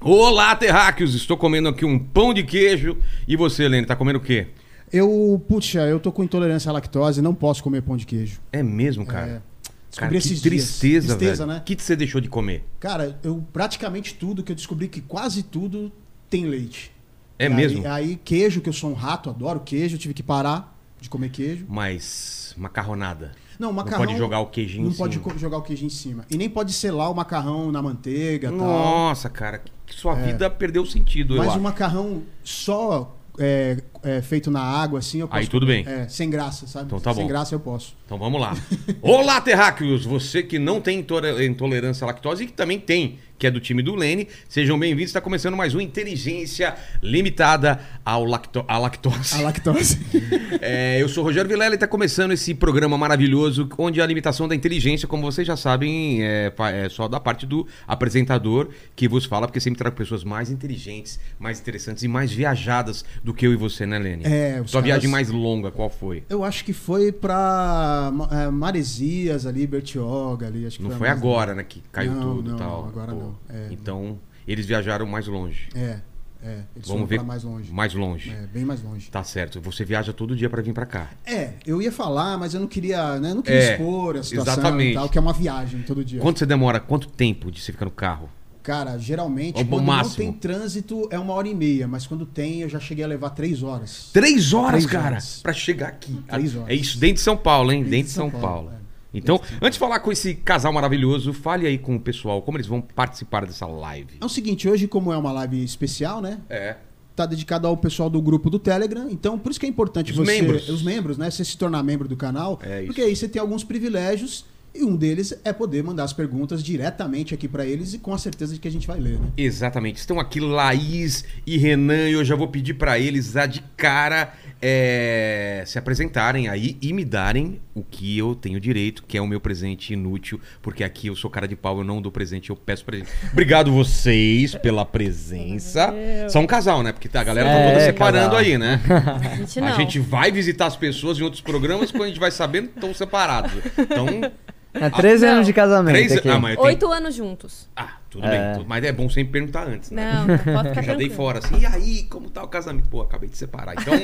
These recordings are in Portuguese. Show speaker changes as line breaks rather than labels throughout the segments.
Olá, terráqueos! Estou comendo aqui um pão de queijo. E você, Lene, tá comendo o quê?
Eu, puxa, eu tô com intolerância à lactose, não posso comer pão de queijo.
É mesmo, cara? Cara,
Descobri
que
esses
tristeza,
dias. Tristeza,
velho. O
né?
que que você deixou de comer?
Cara, eu praticamente tudo que eu descobri que quase tudo tem leite.
É
E aí-
mesmo?
Aí, queijo, que eu sou um rato, adoro queijo, eu tive que parar de comer queijo.
Mas macarronada.
Não, macarrão.
pode jogar o queijinho assim.
Não
em
pode
cima.
co- jogar o queijo em cima. E nem pode selar o macarrão na manteiga, tal.
Nossa, cara, que sua
É.
vida perdeu sentido, eu
Mas
acho.
o macarrão só é, é, feito na água, assim, eu posso.
Aí tudo bem.
É, sem graça, sabe?
Então tá
sem
bom.
graça eu posso.
Então vamos lá. Olá, terráqueos! Você que não tem intore- intolerância à lactose e que também tem, que é do time do Lene, sejam bem-vindos. Está começando mais um Inteligência Limitada ao lacto... à lactose.
A lactose.
É, eu sou o Rogério Vilela e está começando esse programa maravilhoso onde a limitação da inteligência, como vocês já sabem, é, fa- é só da parte do apresentador que vos fala, porque sempre trago pessoas mais inteligentes, mais interessantes e mais viajadas do que eu e você, né, Lene?
É, os
Sua
caras-
viagem mais longa, qual foi?
eu acho que foi pra Ma- é, Maresias ali, Bertioga ali. Acho que
Não
a
foi
mais-
agora, né, que caiu
Não,
tudo
não,
e tal.
não, agora não. É.
Então, eles viajaram mais longe.
É, é. Eles foram
Vamos ver
pra mais longe.
Mais longe.
É, bem mais longe.
Tá certo. Você viaja todo dia para vir para cá.
É, eu ia falar, mas eu não queria, né? eu não queria
É,
expor a situação
exatamente.
e tal, que é uma viagem todo dia.
Quanto você demora? Quanto tempo de você ficar no carro?
Cara, geralmente,
Ao
quando não
máximo.
tem trânsito, é uma hora e meia, mas quando tem, eu já cheguei a levar três horas.
Três horas,
Três
cara,
horas.
pra chegar aqui.
Três horas.
É isso, dentro de São Paulo, hein?
Dentro
Dentro,
de
de
São
São,
Paulo,
Paulo.
é.
Então, antes de falar com esse casal maravilhoso, fale aí com o pessoal como eles vão participar dessa live.
É o seguinte, hoje, como é uma live especial, né?
É.
Tá dedicado ao pessoal do grupo do Telegram, então por isso que é importante
Os
você.
membros.
Os membros, né? Você se tornar membro do canal.
É isso.
Porque aí você tem alguns privilégios. E um deles é poder mandar as perguntas diretamente aqui pra eles e com a certeza de que a gente vai ler, né?
Exatamente. Estão aqui Laís e Renan, e eu já vou pedir pra eles a de cara é, se apresentarem aí e me darem o que eu tenho direito, que é o meu presente inútil, porque aqui eu sou cara de pau, eu não dou presente, eu peço presente. Obrigado vocês pela presença. São um casal, né? Porque tá, a galera tá
É,
toda separando
casal.
aí, né?
A gente não.
A gente vai visitar as pessoas em outros programas quando a gente vai sabendo que estão separados. Então,
É 13
Não.
anos de casamento
três.
aqui.
Ah, mas eu tenho-
Oito anos juntos.
Ah, tudo
É.
bem. Mas é bom sempre perguntar antes, né?
Não, tá, pode ficar
Eu já
tranquilo.
dei fora assim. E aí, como tá o casamento? Pô, acabei de separar. Então,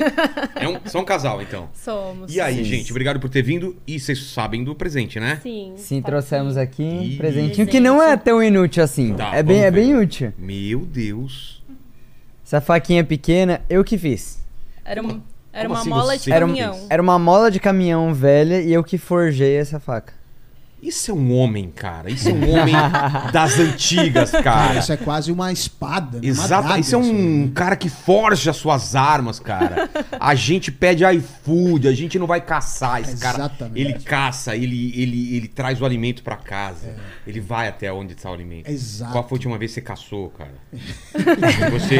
é um, só um casal, então.
Somos.
E aí,
Sim.
gente, obrigado por ter vindo. E vocês sabem do presente, né?
Sim.
Sim,
tá
trouxemos aqui um
Ih.
presentinho que não é tão inútil assim.
Tá,
é bem,
vamos
é
ver.
bem útil.
Meu Deus.
Essa faquinha pequena, eu que fiz.
aqui. Era, um, era
Como
uma
assim
mola
você
de
Era, um-
caminhão.
era uma mola de caminhão velha e eu que forjei essa faca.
Isso é um homem, cara. Isso é um homem das antigas, cara.
Isso é quase uma espada, né? Uma
Exato,
adaga,
Ah,
assim.
isso é
né?
um cara que forja suas armas, cara. A gente pede iFood, a gente não vai caçar esse cara.
Exatamente.
Ele caça, ele, ele, ele traz o alimento pra casa. Ele vai até onde tá o alimento.
É. Exato.
Qual foi a última vez que você caçou, cara? você.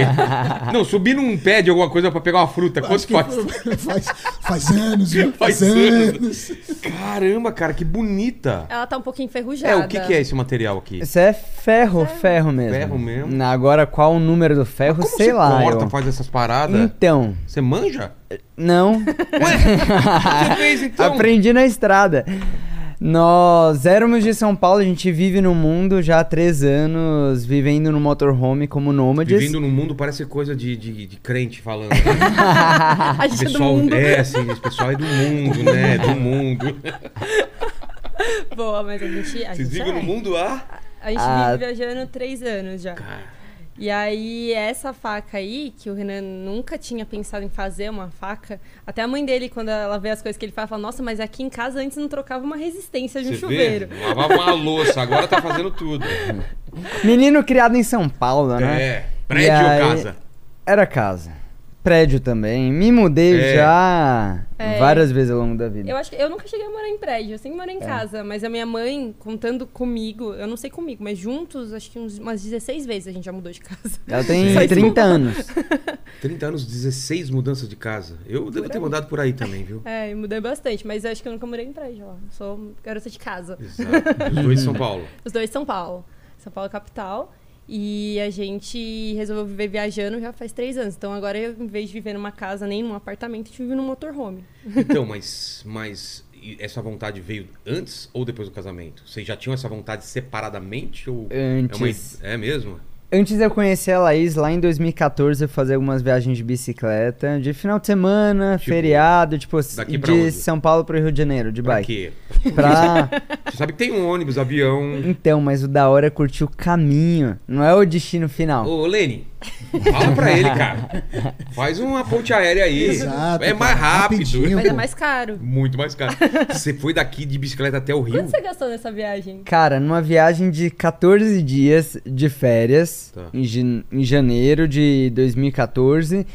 Não, subir num pé de alguma coisa pra pegar uma fruta. Quanto
Acho que
faz?
faz, faz anos, viu?
Faz anos. Caramba, cara, que bonita.
Ela tá um pouquinho enferrujada.
É, o que, que é esse material aqui?
Isso é ferro, ferro mesmo.
Ferro mesmo.
Na- Agora, qual o número do ferro,
Como
sei
você
lá.
corta,
eu-
faz essas paradas?
Então,
Você manja?
não.
Você fez, então?
Aprendi na estrada. Nós éramos de São Paulo, a gente vive no mundo já há três anos, vivendo no motorhome como nômades.
Vivendo num mundo parece coisa de, de, de crente falando. né?
A
O
gente é do
pessoal
mundo.
é, assim, esse pessoal é do mundo, né? Do mundo.
Boa, mas a gente. A
Vocês
gente,
vivem
é.
no mundo há.
A gente
Ah.
vive viajando três anos já.
Cara,
E aí, essa faca aí, que o Renan nunca tinha pensado em fazer uma faca, até a mãe dele, quando ela vê as coisas que ele faz, fala: Nossa, mas aqui em casa antes não trocava uma resistência de um
você
chuveiro.
vê? Lavava uma louça, agora tá fazendo tudo.
Menino criado em São Paulo, né?
É.
E
Prédio
aí-
ou casa?
Era casa. Prédio também. Me mudei
É.
já
É.
várias vezes ao longo da vida.
Eu acho que eu nunca cheguei a morar em prédio, eu sempre morei em casa, mas a minha mãe, contando comigo, eu não sei comigo, mas juntos, acho que uns- umas 16 vezes a gente já mudou de casa.
Ela tem
Sim.
30 anos.
30 anos, 16 mudanças de casa. Eu devo ter mandado por aí também, viu?
É, eu mudei bastante, mas eu acho que eu nunca morei em prédio lá. Sou garota de casa.
Exato. Os dois de São Paulo.
Os dois de São Paulo. São Paulo é capital. E a gente resolveu viver viajando já faz três anos. Então agora, eu, em vez de viver numa casa nem num apartamento, a gente vive num motorhome.
Então, mas, mas e essa vontade veio antes ou depois do casamento? Vocês já tinham essa vontade separadamente? Ou é, uma-
Antes.
é mesmo?
Antes de eu conhecer a Laís, lá em 2014, eu fazia algumas viagens de bicicleta, de final de semana,
Tipo,
feriado, tipo,
daqui
de
pra onde?
São Paulo pro Rio de Janeiro, de
Pra
bike.
quê?
Pra...
Você sabe que tem um ônibus, avião.
Então, mas o da hora é curtir o caminho, não é o destino final.
Ô, Lene, fala pra ele, cara. Faz uma ponte aérea aí.
Exato,
é mais
cara,
rápido.
rapidinho.
Mas é
Pô.
mais caro.
Muito mais caro. Você foi daqui de bicicleta até o Rio?
Quanto você gastou nessa viagem?
Cara, numa viagem de 14 dias de férias,
Tá.
em, jan- em janeiro de 2014,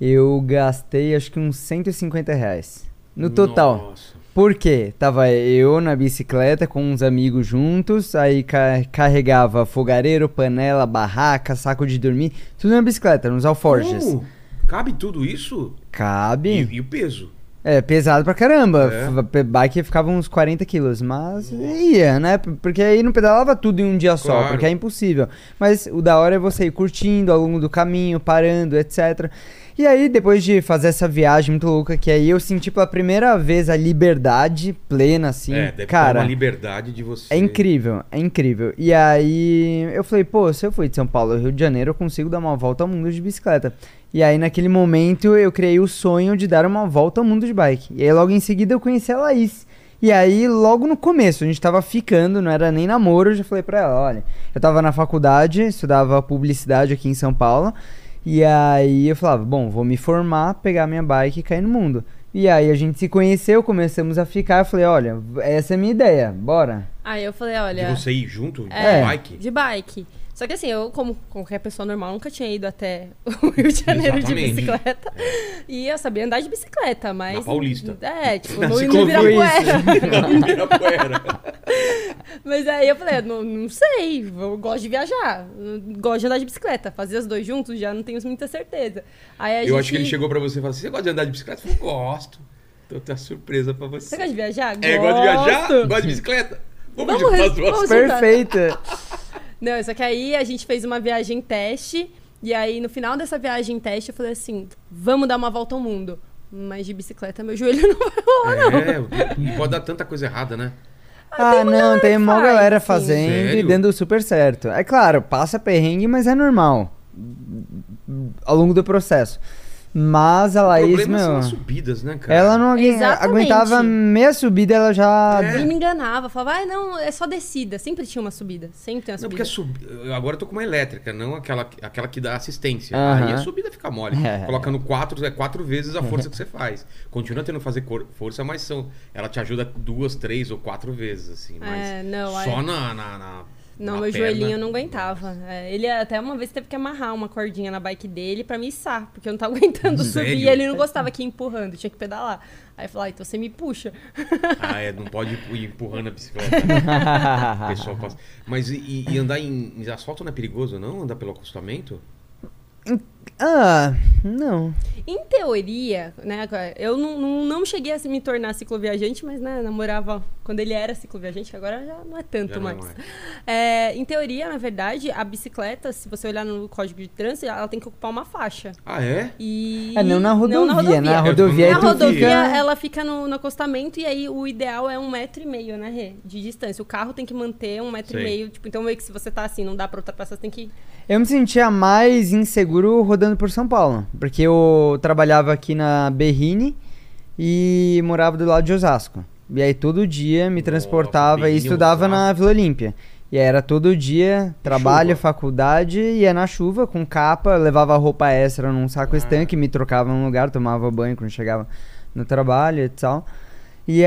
eu gastei acho que uns 150 reais. No total.
Nossa.
Por quê? Tava eu na bicicleta com uns amigos juntos, aí ca- carregava fogareiro, panela, barraca, saco de dormir, tudo na bicicleta, nos alforjes.
Como? Cabe tudo isso?
Cabe.
Uh! E, e o peso?
É, pesado pra caramba.
É.
F- pe- Bike ficava uns 40 quilos, mas ia, né? P- Porque aí não pedalava tudo em um dia
Claro.
só, porque é impossível. Mas o da hora é você ir curtindo ao longo do caminho, parando, etc. E aí, depois de fazer essa viagem muito louca, que aí eu senti pela primeira vez a liberdade plena, assim.
é, deve ter
cara,
uma liberdade de você.
é incrível, é incrível. E aí eu falei, pô, se eu for de São Paulo ao Rio de Janeiro, eu consigo dar uma volta ao mundo de bicicleta. E aí naquele momento eu criei o sonho de dar uma volta ao mundo de bike. E aí logo em seguida eu conheci a Laís. E aí, logo no começo, a gente tava ficando, não era nem namoro, eu já falei pra ela, olha, eu tava na faculdade, estudava publicidade aqui em São Paulo, e aí eu falava, bom, vou me formar, pegar minha bike e cair no mundo. E aí a gente se conheceu, começamos a ficar, eu falei, olha, essa é a minha ideia, bora.
Aí eu falei,
De
olha.
você ir junto
É,
de bike?
De bike. Só que assim, eu, como qualquer pessoa normal, nunca tinha ido até o Rio de
Exatamente.
Janeiro
É.
de bicicleta. E eu sabia andar de bicicleta, mas.
Na Paulista.
É, tipo,
Na
no, no
ciclovia.
Ibirapuera.
Na Ibirapuera.
mas aí eu falei, não, não sei, eu gosto de viajar, eu gosto de andar de bicicleta. Fazer os dois juntos já não tenho muita certeza. Aí a
Eu
gente...
acho que ele chegou pra você e falou assim: você gosta de andar de bicicleta? Eu falei, gosto. Então tem uma surpresa pra
Você
você.
gosta de viajar?
É, gosta de viajar?
Gosto.
Gosta de bicicleta? Vamos,
Vamos
juntar
res-
as duas
vamos- juntar.
Perfeita.
Não, só que aí a gente fez uma viagem teste. E aí, no final dessa viagem teste, eu falei assim: vamos dar uma volta ao mundo. Mas de bicicleta, meu joelho não vai rolar, não.
É, e pode dar tanta coisa errada, né?
Ah, não, tem uma
faz,
galera
sim.
fazendo e
Sério?
dando super certo. É claro, passa perrengue, mas é normal. Ao longo do processo. Mas a
o
Laís,
problema é são
meu.
as subidas, né, cara?
Ela não aguen-
Exatamente.
aguentava meia subida, ela já.
É.
Ele me enganava, falava, ah, não, é só descida. Sempre tinha uma subida, sempre tem uma
Não, porque
subida.
a sub... eu agora eu tô com uma elétrica, não aquela, aquela que dá assistência.
Aham.
Aí a subida fica mole.
É.
Colocando quatro, é quatro vezes a força que você faz. Continua tendo que fazer cor- força, mas são, ela te ajuda duas, três ou quatro vezes, assim. Mas
É, não, aí-
só na, na, na-
Não,
na
meu
é perna.
joelhinho eu não aguentava. É, ele até uma vez teve que amarrar uma cordinha na bike dele pra me içar, porque eu não tava aguentando subir. E
Sério?
ele não gostava que ia empurrando, tinha que pedalar. Aí eu falava, ah, então você me puxa.
Ah, é, não pode ir empurrando a bicicleta. né? O pessoal passa. Mas e, e andar em, em asfalto não é perigoso, não? Andar pelo acostamento?
ah, não.
Em teoria, né, eu não, não, não cheguei a me tornar cicloviajante, mas né, namorava quando ele era cicloviajante, que agora já não é tanto
Já não é
mais.
mais.
É, em teoria, na verdade, a bicicleta, se você olhar no código de trânsito, ela tem que ocupar uma faixa.
Ah, é?
E
É, não na rodovia. Na
Eu tô
rodovia, é
na
Na
tu
rodovia, é
fica-
ela fica no, no acostamento e aí o ideal é um metro e meio, né, Rê? De distância. O carro tem que manter um metro
Sei.
e meio. Tipo, então meio que se você tá assim, não dá pra ultrapassar, você tem que.
Eu me sentia mais inseguro rodando por São Paulo, porque eu trabalhava aqui na Berrini e morava do lado de Osasco. E aí todo dia me
Nossa,
transportava e
Berrini,
estudava na
Osasco.
Vila Olímpia. E aí era todo dia, trabalho,
chuva.
faculdade, ia na chuva com capa, levava roupa extra num saco
Ah.
estanque, me trocava num lugar, tomava banho quando chegava no trabalho e tal. E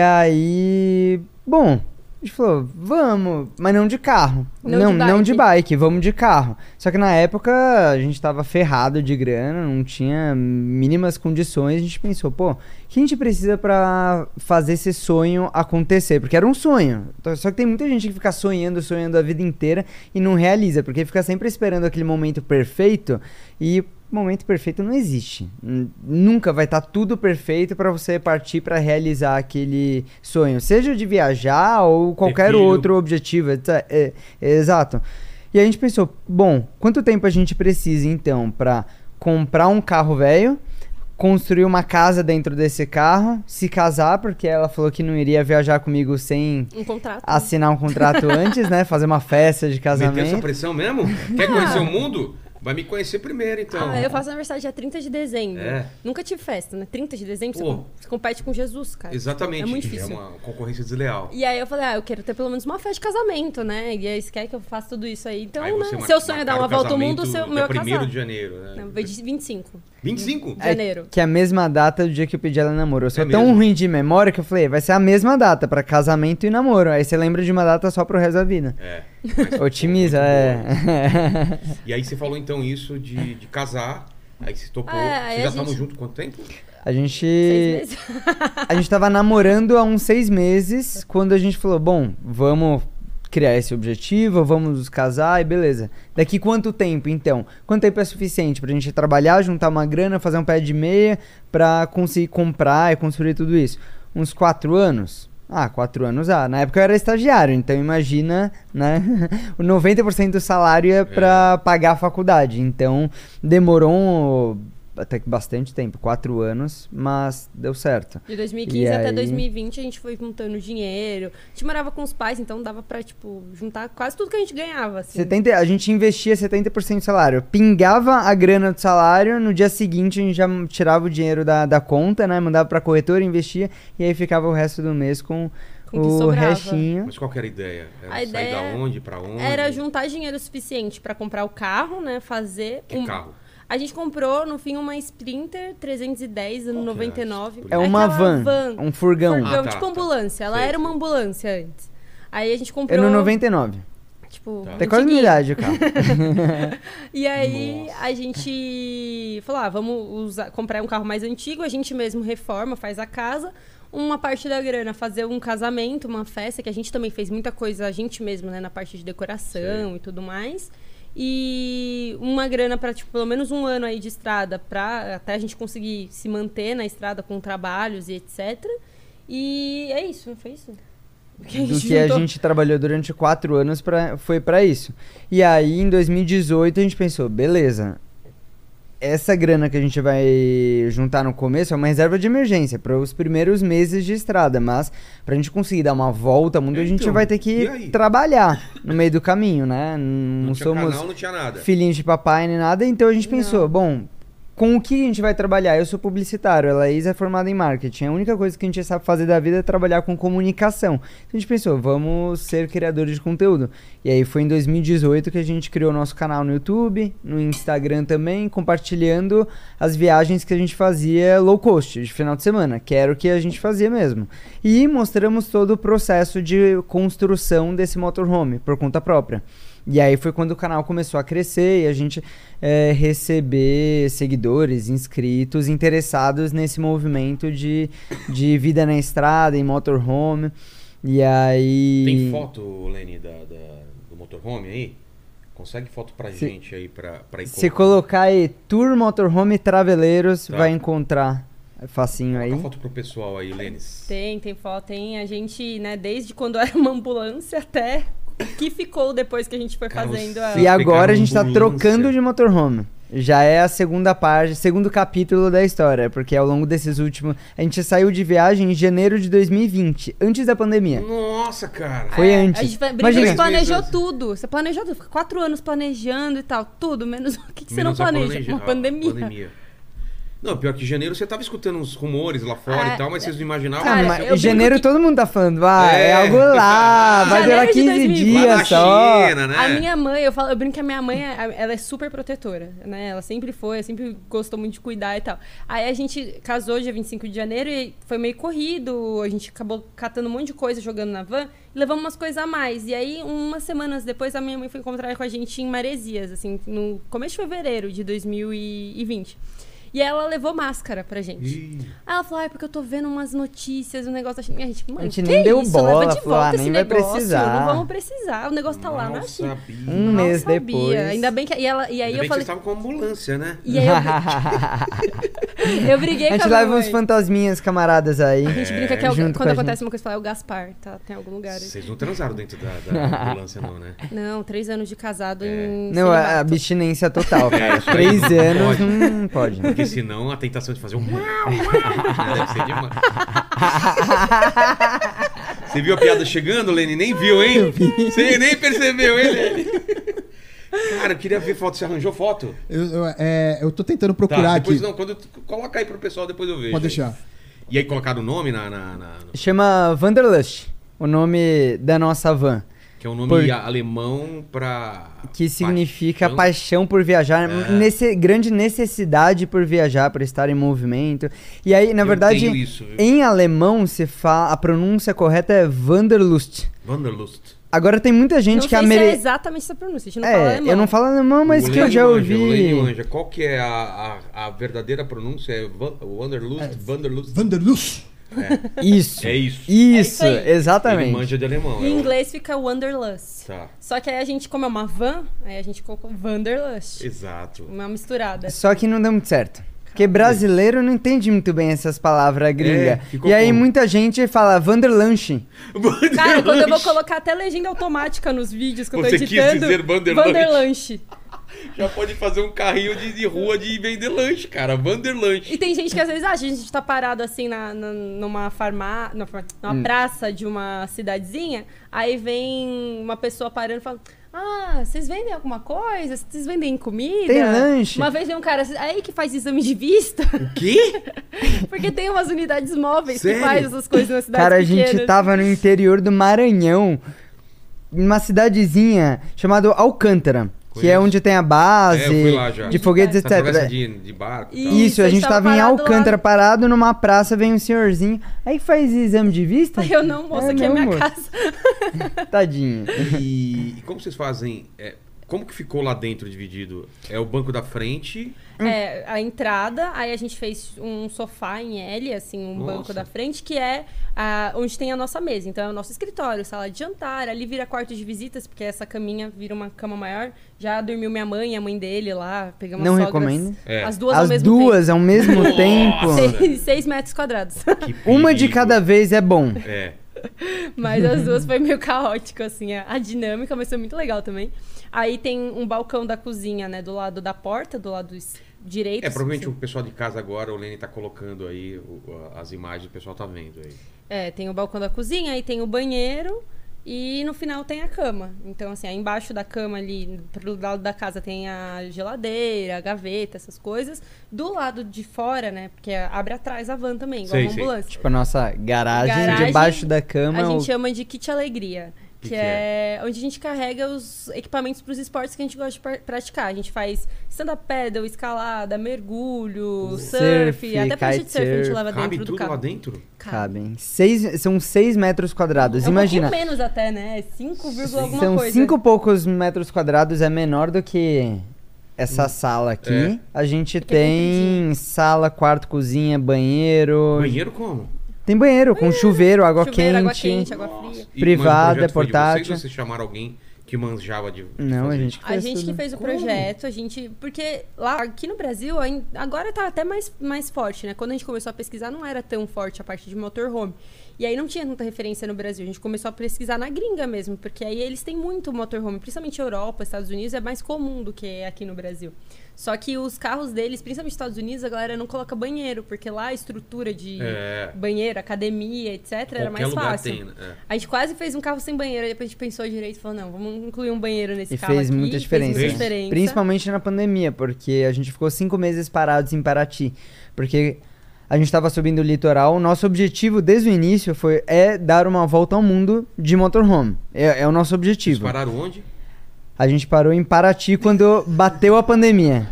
aí, bom, a gente falou, vamos, mas não de carro.
Não
Não,
de
não, de,
bike.
bike, vamos de carro. Só que na época a gente tava ferrado de grana, não tinha mínimas condições. A gente pensou, pô, o que a gente precisa pra fazer esse sonho acontecer? Porque era um sonho. Então, Só que tem muita gente que fica sonhando, sonhando a vida inteira e não realiza, porque fica sempre esperando aquele momento perfeito e momento perfeito não existe. N- Nunca vai estar tudo perfeito pra você partir pra realizar aquele sonho, seja de viajar ou qualquer
filho.
outro objetivo, etc. É, é, exato. E a gente pensou, bom, quanto tempo a gente precisa então pra comprar um carro velho, construir uma casa dentro desse carro, se casar, porque ela falou que não iria viajar comigo sem
Um contrato.
assinar um contrato antes, né? Fazer uma festa de
Meteu essa
casamento.
pressão mesmo? Quer conhecer o mundo? Vai me conhecer primeiro, então.
Ah, eu faço aniversário dia 30 de dezembro.
É.
Nunca tive festa, né? 30 de dezembro
Pô.
você, com- você compete com Jesus, cara.
Exatamente.
É muito difícil.
uma concorrência desleal.
E aí eu falei, ah, eu quero ter pelo menos uma festa de casamento, né? E aí você quer que eu faça tudo isso aí. Então,
Aí
né?
você mar-
Seu sonho é dar
marcar
uma
o
volta ao mundo,
casamento
seu, o
dia
meu é
1º
casar.
de janeiro, né?
Não, foi de 25
25?
de janeiro.
Que é a mesma data do dia que eu pedi ela em namoro. Eu sou
É
tão
mesmo?
ruim de memória que eu falei, "É, vai ser a mesma data pra casamento e namoro. Aí você lembra de uma data só pro resto da vida.
É. mas-
Otimiza, é.
E aí você falou então isso de, de casar. Aí você topou.
É, aí
Vocês já
a gente-
estavam juntos quanto tempo?
A gente.
Seis meses.
A gente tava namorando há uns seis meses quando a gente falou, bom, vamos criar esse objetivo, vamos nos casar e beleza. Daqui quanto tempo, então? Quanto tempo é suficiente pra gente trabalhar, juntar uma grana, fazer um pé de meia pra conseguir comprar e construir tudo isso? Uns quatro anos? Ah, quatro anos, ah. Na época eu era estagiário, então imagina, né? O 90% do salário é pra pagar a faculdade. Então demorou um- até que bastante tempo, quatro anos, mas deu certo.
De 2015
E
até
aí?
2020 a gente foi juntando dinheiro. A gente morava com os pais, então dava pra, tipo, juntar quase tudo que a gente ganhava, assim.
70, a gente investia 70% do salário. Pingava a grana do salário, no dia seguinte a gente já tirava o dinheiro da, da conta, né? Mandava pra corretora, investia, e aí ficava o resto do mês com,
Com o que
o
sobrava.
restinho.
Mas qual que era a ideia? Era
A
sair
ideia
da onde, pra onde?
Hum.
Era juntar dinheiro suficiente pra comprar o carro, né? Fazer.
Que
um-
carro?
A gente comprou, no fim, uma Sprinter 310,
Qual
ano
que é a
99.
Sprinter?
É uma
Aquela
van, um furgão.
Ah, tá,
tipo
tá.
ambulância. Ela
Sei,
era uma
sei.
ambulância antes. Aí a gente comprou.
Era É no 99.
Tipo,
Tá.
Tem quase minha
antiguinho.
idade o carro.
E aí a gente falou: ah, vamos usar- comprar um carro mais antigo, a gente mesmo reforma, faz a casa. Uma parte da grana, fazer um casamento, uma festa, que a gente também fez muita coisa, a gente mesmo, né, na parte de decoração e tudo mais. E uma grana para tipo, pelo menos um ano aí de estrada, pra, até a gente conseguir se manter na estrada com trabalhos e etc. E é isso, foi isso. O que a
do
gente
que a
juntou.
gente trabalhou durante quatro anos pra, foi pra isso. E aí, em 2018, a gente pensou, beleza, essa grana que a gente vai juntar no começo é uma reserva de emergência para os primeiros meses de estrada, mas pra gente conseguir dar uma volta ao mundo, a gente
Então,
vai ter
e
que
aí?
trabalhar no meio do caminho, né? Não,
Não tinha
somos
canal, não tinha nada.
filhinhos de papai nem nada, então a gente
Não.
pensou, bom, com o que a gente vai trabalhar? Eu sou publicitário, a Laís é formada em marketing. A única coisa que a gente sabe fazer da vida é trabalhar com comunicação. Então a gente pensou, vamos ser criadores de conteúdo. E aí foi em 2018 que a gente criou nosso canal no YouTube, no Instagram também, compartilhando as viagens que a gente fazia low cost, de final de semana, que era o que a gente fazia mesmo. E mostramos todo o processo de construção desse motorhome por conta própria. E aí foi quando o canal começou a crescer e a gente eh, receber seguidores, inscritos, interessados nesse movimento de, de vida na estrada, em motorhome. E aí.
Tem foto, Leni, da, da- do motorhome aí? Consegue foto pra
Se-
gente aí, pra, pra ir
Se
colocando?
colocar aí Tour Motorhome Traveleiros,
Tá.
vai encontrar facinho aí.
Coloca foto pro pessoal aí, Lênis.
Tem, tem foto, tem. A gente, né, desde quando era uma ambulância até o que ficou depois que a gente foi
Cara,
fazendo
você- é
a.
Tem que
E
pegar
agora a gente tá
ambulância.
trocando de motorhome. Já é a segunda parte, segundo capítulo da história, porque ao longo desses últimos. A gente saiu de viagem em janeiro de 2020, antes da pandemia.
Nossa, cara.
Foi
É,
antes.
A gente, fa- brinca, a
Imagina.
gente planejou
Meses.
tudo. Você planejou tudo. Fica quatro anos planejando e tal. Tudo, menos o que, que você
Menos
não
a
planeja.
planeja-
Uma
a
pandemia.
Não, pior que janeiro você tava escutando uns rumores lá fora
Ah,
e tal, mas vocês não imaginavam.
Ah,
Cara,
mas
eu
em
brinco
janeiro
que-
todo mundo tá falando, vai, é,
É.
algo lá, vai
Janeiro
durar
de
15
2020.
Lá na
dias só.
China, né?
A minha mãe, eu falo, eu brinco que a minha mãe, é- ela é super protetora, né? Ela sempre foi, sempre gostou muito de cuidar e tal. Aí a gente casou dia 25 de janeiro e foi meio corrido, a gente acabou catando um monte de coisa, jogando na van, e levamos umas coisas a mais. E aí, umas semanas depois, a minha mãe foi encontrar com a gente em Maresias, assim, no começo de fevereiro de 2020. E ela levou máscara pra gente.
Ih,
Aí ela falou, ah, é porque eu tô vendo umas notícias, um negócio assim. E a gente, mãe,
A gente
que
nem deu
isso?
bola,
Leva de
falou, "Ah,
volta esse
nem vai
negócio,
precisar."
Não vamos precisar, o negócio tá lá na
não
China.
sabia.
Um
Não
mês
sabia.
depois.
Ainda bem que. E, ela, e
Ainda
aí
bem que
eu
vocês
falei.
estavam com ambulância, né?
E aí eu, eu briguei
a
com
gente
a minha
leva uns
mãe.
fantasminhas camaradas aí.
A gente brinca que é o-
junto
quando
com a
acontece uma coisa, fala, é o Gaspar, tá? Tem algum lugar. aí.
Vocês não transaram dentro da, da ambulância, não, né?
Não, três anos de casado em.
É.
Não, a
celibato.
abstinência total, cara.
isso aí
Três
não
anos
pode.
não pode. né?
Porque senão a tentação de fazer um. Deve ser demais. Você viu a piada chegando, Lene? Nem viu, hein? Você nem percebeu, hein, Lene? Cara, eu queria ver foto. Você arranjou foto?
Eu, eu, é, eu tô tentando procurar
Tá,
aqui.
depois não. Quando, coloca aí pro pessoal, depois eu vejo.
Pode deixar.
E aí colocaram o nome na. na- na- no-
Chama Wanderlust, o nome da nossa van.
que é um nome
Por-
alemão pra.
Que significa
paixão.
paixão, por viajar,
É.
nesse, grande necessidade por viajar, por estar em movimento. E aí, na
Eu
verdade,
tenho isso, viu?
em alemão se fala, a pronúncia correta é Wanderlust.
Wanderlust.
Agora tem muita gente
não
que
sei se é
amere...
exatamente essa pronúncia, a gente não fala
É,
alemão.
eu não falo alemão, mas
O
que eu
Lenny
já
Manja, o Lenny
ouvi.
Manja, qual que é a, a, a verdadeira pronúncia? É Van- Wanderlust?
É.
Wanderlust?
Vanderlust.
Isso.
É isso.
Isso,
É isso aí.
Ele
exatamente.
manja de alemão.
Em
é o-
inglês fica Wanderlust.
Tá.
Só que aí a gente, como é uma van, aí a gente colocou Wanderlust.
Exato.
Uma misturada.
Só que não deu muito certo. Porque brasileiro não entende muito bem essas palavras gringa.
É, ficou
e aí
como?
muita gente fala Wanderlunch.
Cara, quando eu vou
Wanderlust.
colocar até legenda automática nos vídeos que eu tô
Você quis
editando.
dizer Wanderlust.
Wanderlust.
Já pode fazer um carrinho de, de rua de vender lanche, cara. Wanderlust.
E tem gente que às vezes acha, a gente tá parado assim na, na- numa farmácia, numa, farmá- numa
Hum.
praça de uma cidadezinha, aí vem uma pessoa parando e fala. Ah, vocês vendem alguma coisa? Vocês vendem comida?
Tem lanche?
Uma vez veio um cara assim, aí que faz exame de vista,
O quê?
porque tem umas unidades móveis
Sério?
que faz essas coisas na cidade
Cara, a
pequena.
gente tava no interior do Maranhão, numa cidadezinha chamada Alcântara, que é
Conheço.
onde tem a base
É, eu fui lá já. Tá
de foguetes,
Essa travessa
etc.
de, de barco e
E-
tal.
Isso, a
Tá Isso,
gente
a gente
tava
tava
em
parado
Alcântara,
lá.
parado numa praça, vem um senhorzinho, aí que faz exame de vista?
Eu não, moça,
É,
aqui é
não,
minha
moça.
casa.
Tadinho.
E, e como vocês fazem... é, como que ficou lá dentro dividido? É o banco da frente...
Hum.
É, a entrada, aí a gente fez um sofá em L, assim, um
Nossa.
banco da frente, que é ah, onde tem a nossa mesa. Então é o nosso escritório, sala de jantar, ali vira quarto de visitas, porque essa caminha vira uma cama maior. Já dormiu minha mãe e a mãe dele lá, pegamos
Não
as
recomendo.
sogras,
É.
As duas ao
As
mesmo
duas ao mesmo
Nossa.
tempo.
tempo. Seis, seis metros quadrados.
que
Uma de
perigo.
cada vez é bom.
É.
Mas as duas foi meio caótico, assim, a, a dinâmica, mas foi muito legal também. Aí tem um balcão da cozinha, né, do lado da porta, do lado es- direito.
É, provavelmente
assim.
o pessoal de casa agora, o Lene tá colocando aí o- as imagens, o pessoal tá vendo aí.
É, tem o balcão da cozinha, aí tem o banheiro e no final tem a cama. Então, assim, aí embaixo da cama ali, pro lado da casa tem a geladeira, a gaveta, essas coisas. Do lado de fora, né? Porque abre atrás a van também, igual
Sei,
uma
sei.
ambulância.
Tipo, a nossa garagem,
Garagem,
debaixo da cama. é
a
o-
gente chama de kit alegria.
Que
Que,
que
é, onde a gente carrega os equipamentos para os esportes que a gente gosta de par- praticar. A gente faz stand-up paddle, escalada, mergulho, surf,
Surf,
até prancha de surf a gente
kitesurf.
leva
Cabe
dentro do
tudo lá
carro.
dentro?
Cabem. Seis, são 6 metros quadrados.
É um
Imagina.
pouquinho menos até, né? 5, alguma
São
coisa.
um cinco poucos metros quadrados, é menor do que essa sala aqui.
É.
A gente
Fica bem
tem sala, quarto, cozinha, banheiro.
Banheiro como?
Tem banheiro com chuveiro, água,
Hum, Chuveiro,
quente.
água quente, água fria.
E, mas o
Privada,
projeto foi de
portátil.
Vocês, ou vocês chamaram alguém que manjava de. de
Não, a
fazer?
gente que
A
fez
gente
tudo.
que fez o
Como?
projeto, a gente. Porque lá, aqui no Brasil, ain- agora tá até mais, mais forte, né? Quando a gente começou a pesquisar, não era tão forte a parte de motorhome. E aí não tinha tanta referência no Brasil. A gente começou a pesquisar na gringa mesmo, porque aí eles têm muito motorhome, principalmente Europa, Estados Unidos, é mais comum do que aqui no Brasil. Só que os carros deles, principalmente nos Estados Unidos, a galera não coloca banheiro, porque lá a estrutura de
É.
banheiro, academia, etc., era
Qualquer
mais
lugar
fácil.
tem, né? É.
A gente quase fez um carro sem banheiro, aí depois a gente pensou direito e falou, não, vamos incluir um banheiro nesse
E
carro
fez
aqui,
muita diferença.
Fez
Fez.
muita diferença.
Principalmente na pandemia, porque a gente ficou cinco meses parados em Paraty. Porque a gente tava subindo o litoral. O nosso objetivo desde o início foi é dar uma volta ao mundo de motorhome. É, é o nosso
Vocês
objetivo.
pararam onde?
A gente parou em Paraty quando bateu a pandemia.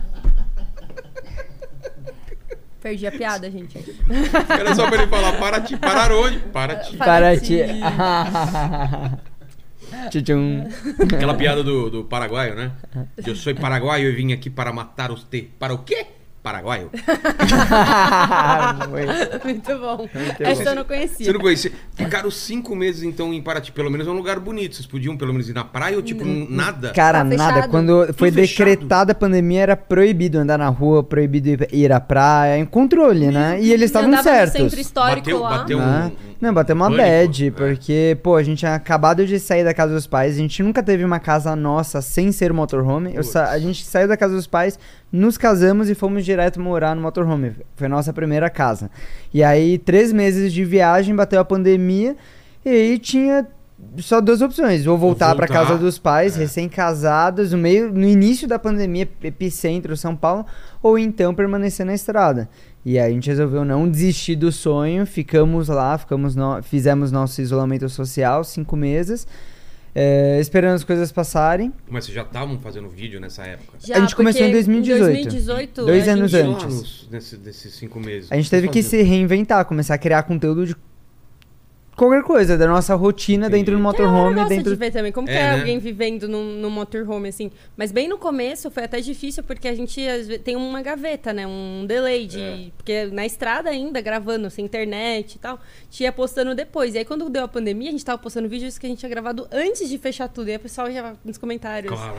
Perdi a piada, gente.
Era só pra ele falar, para ti, pararam onde? Para ti.
Paraty. Tchutchum.
Aquela piada do, do paraguaio, né? Eu sou paraguaio e vim aqui para matar os te. Para o quê? Paraguaio.
Muito bom. Essa eu não
Você
conhecia.
não conhecia. Ficaram cinco meses então em Paraty. Pelo menos é um lugar bonito. Vocês podiam pelo menos ir na praia ou tipo
Hum,
n- nada?
Cara,
Tá fechado.
nada. Quando foi
Tudo fechado.
decretada a pandemia, era proibido andar na rua, proibido ir- ir à praia, em controle, né? E eles estavam
Andava no
certos.
centro histórico
Bateu-
lá.
bateu-
né?
um- um
Não, bateu uma
pânico,
bad,
é.
porque, pô, a gente tinha acabado de sair da casa dos pais, a gente nunca teve uma casa nossa sem ser motorhome. Eu sa-
Putz.
a gente saiu da casa dos pais, Nos casamos e fomos direto morar no motorhome. Foi nossa primeira casa. E aí, três meses de viagem, bateu a pandemia. E aí tinha só duas opções. Ou voltar,
voltar,
pra casa dos pais, recém-casados, no meio, no início da pandemia, epicentro São Paulo, ou então permanecer na estrada. E aí a gente resolveu não desistir do sonho, ficamos lá, ficamos no- fizemos nosso isolamento social, cinco meses, eh, esperando as coisas passarem.
Mas vocês já estavam fazendo vídeo nessa época?
Já,
A gente começou em
porque
2018.
2018,
Dois
a
anos
gente-
antes.
Nos- nesse- desses cinco meses.
A gente teve que se reinventar, começar a criar conteúdo de qualquer coisa, da nossa rotina dentro
Que
do
é um
motorhome,
negócio
dentro
de ver também, como
É,
que é
né?
alguém vivendo num, num motorhome, assim. Mas bem no começo foi até difícil, porque a gente às ve- tem uma gaveta, né? Um delay de...
É.
Porque na estrada ainda, gravando, sem internet e tal, a gente ia postando depois. E aí quando deu a pandemia, a gente tava postando vídeos que a gente tinha gravado antes de fechar tudo. E aí o pessoal já nos comentários...
Caralho,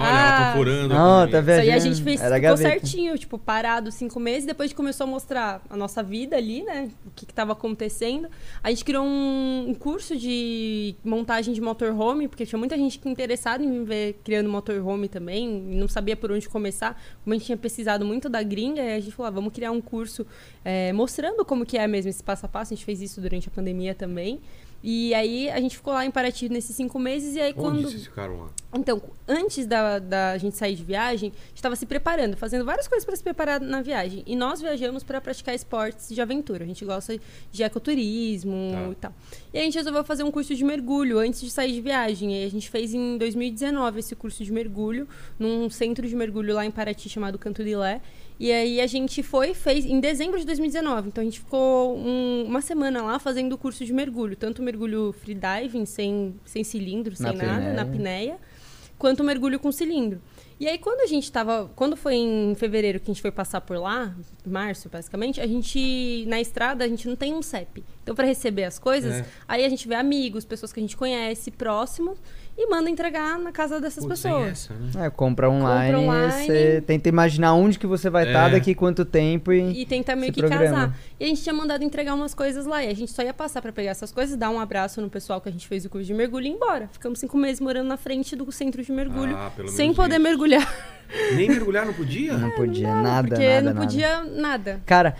olha,
Ah.
ela tá furando.
Não,
economia.
tá
Isso aí a
viajando.
gente fez,
Era
ficou
gaveta.
certinho, tipo, parado cinco meses. Depois a gente começou a mostrar a nossa vida ali, né? O que, que tava acontecendo. A gente criou um, um curso de montagem de motorhome, porque tinha muita gente que interessada em me ver criando motorhome também. e Não sabia por onde começar. Como a gente tinha pesquisado muito da gringa, aí a gente falou, ah, vamos criar um curso eh, mostrando como que é mesmo esse passo a passo. A gente fez isso durante a pandemia também. E aí a gente ficou lá em Paraty nesses cinco meses. E aí
Onde
quando...
vocês ficaram lá?
Então, antes da, da gente sair de viagem, a gente estava se preparando, fazendo várias coisas para se preparar na viagem. E nós viajamos para praticar esportes de aventura. A gente gosta de ecoturismo
Tá.
e tal. E a gente resolveu fazer um curso de mergulho antes de sair de viagem. E a gente fez em 2019 esse curso de mergulho, num centro de mergulho lá em Paraty chamado Canto de Lé. E aí a gente foi, fez em dezembro de 2019. Então a gente ficou um- uma semana lá fazendo o curso de mergulho, tanto mergulho freediving, sem, sem cilindro, sem
Na
nada, na
apneia.
apneia, quanto mergulho com cilindro. E aí quando a gente tava, quando foi em fevereiro que a gente foi passar por lá, março basicamente, a gente na estrada a gente não tem um CEP. Então para receber as coisas,
É.
aí a gente vê amigos, pessoas que a gente conhece, próximos e manda entregar na casa dessas
Putz, tem
pessoas.
essa, né?
É, compra online,
online.
você tenta imaginar onde que você vai estar
É.
daqui quanto tempo e...
e tentar meio
se
que
programa.
casar. E a gente tinha mandado entregar umas coisas lá. E a gente só ia passar pra pegar essas coisas, dar um abraço no pessoal que a gente fez o curso de mergulho e ir embora. Ficamos cinco meses morando na frente do centro de mergulho,
Ah, pelo
sem
menos
poder
isso.
mergulhar.
Nem mergulhar não podia?
não podia nada,
porque
nada,
não
nada.
podia nada.
Cara,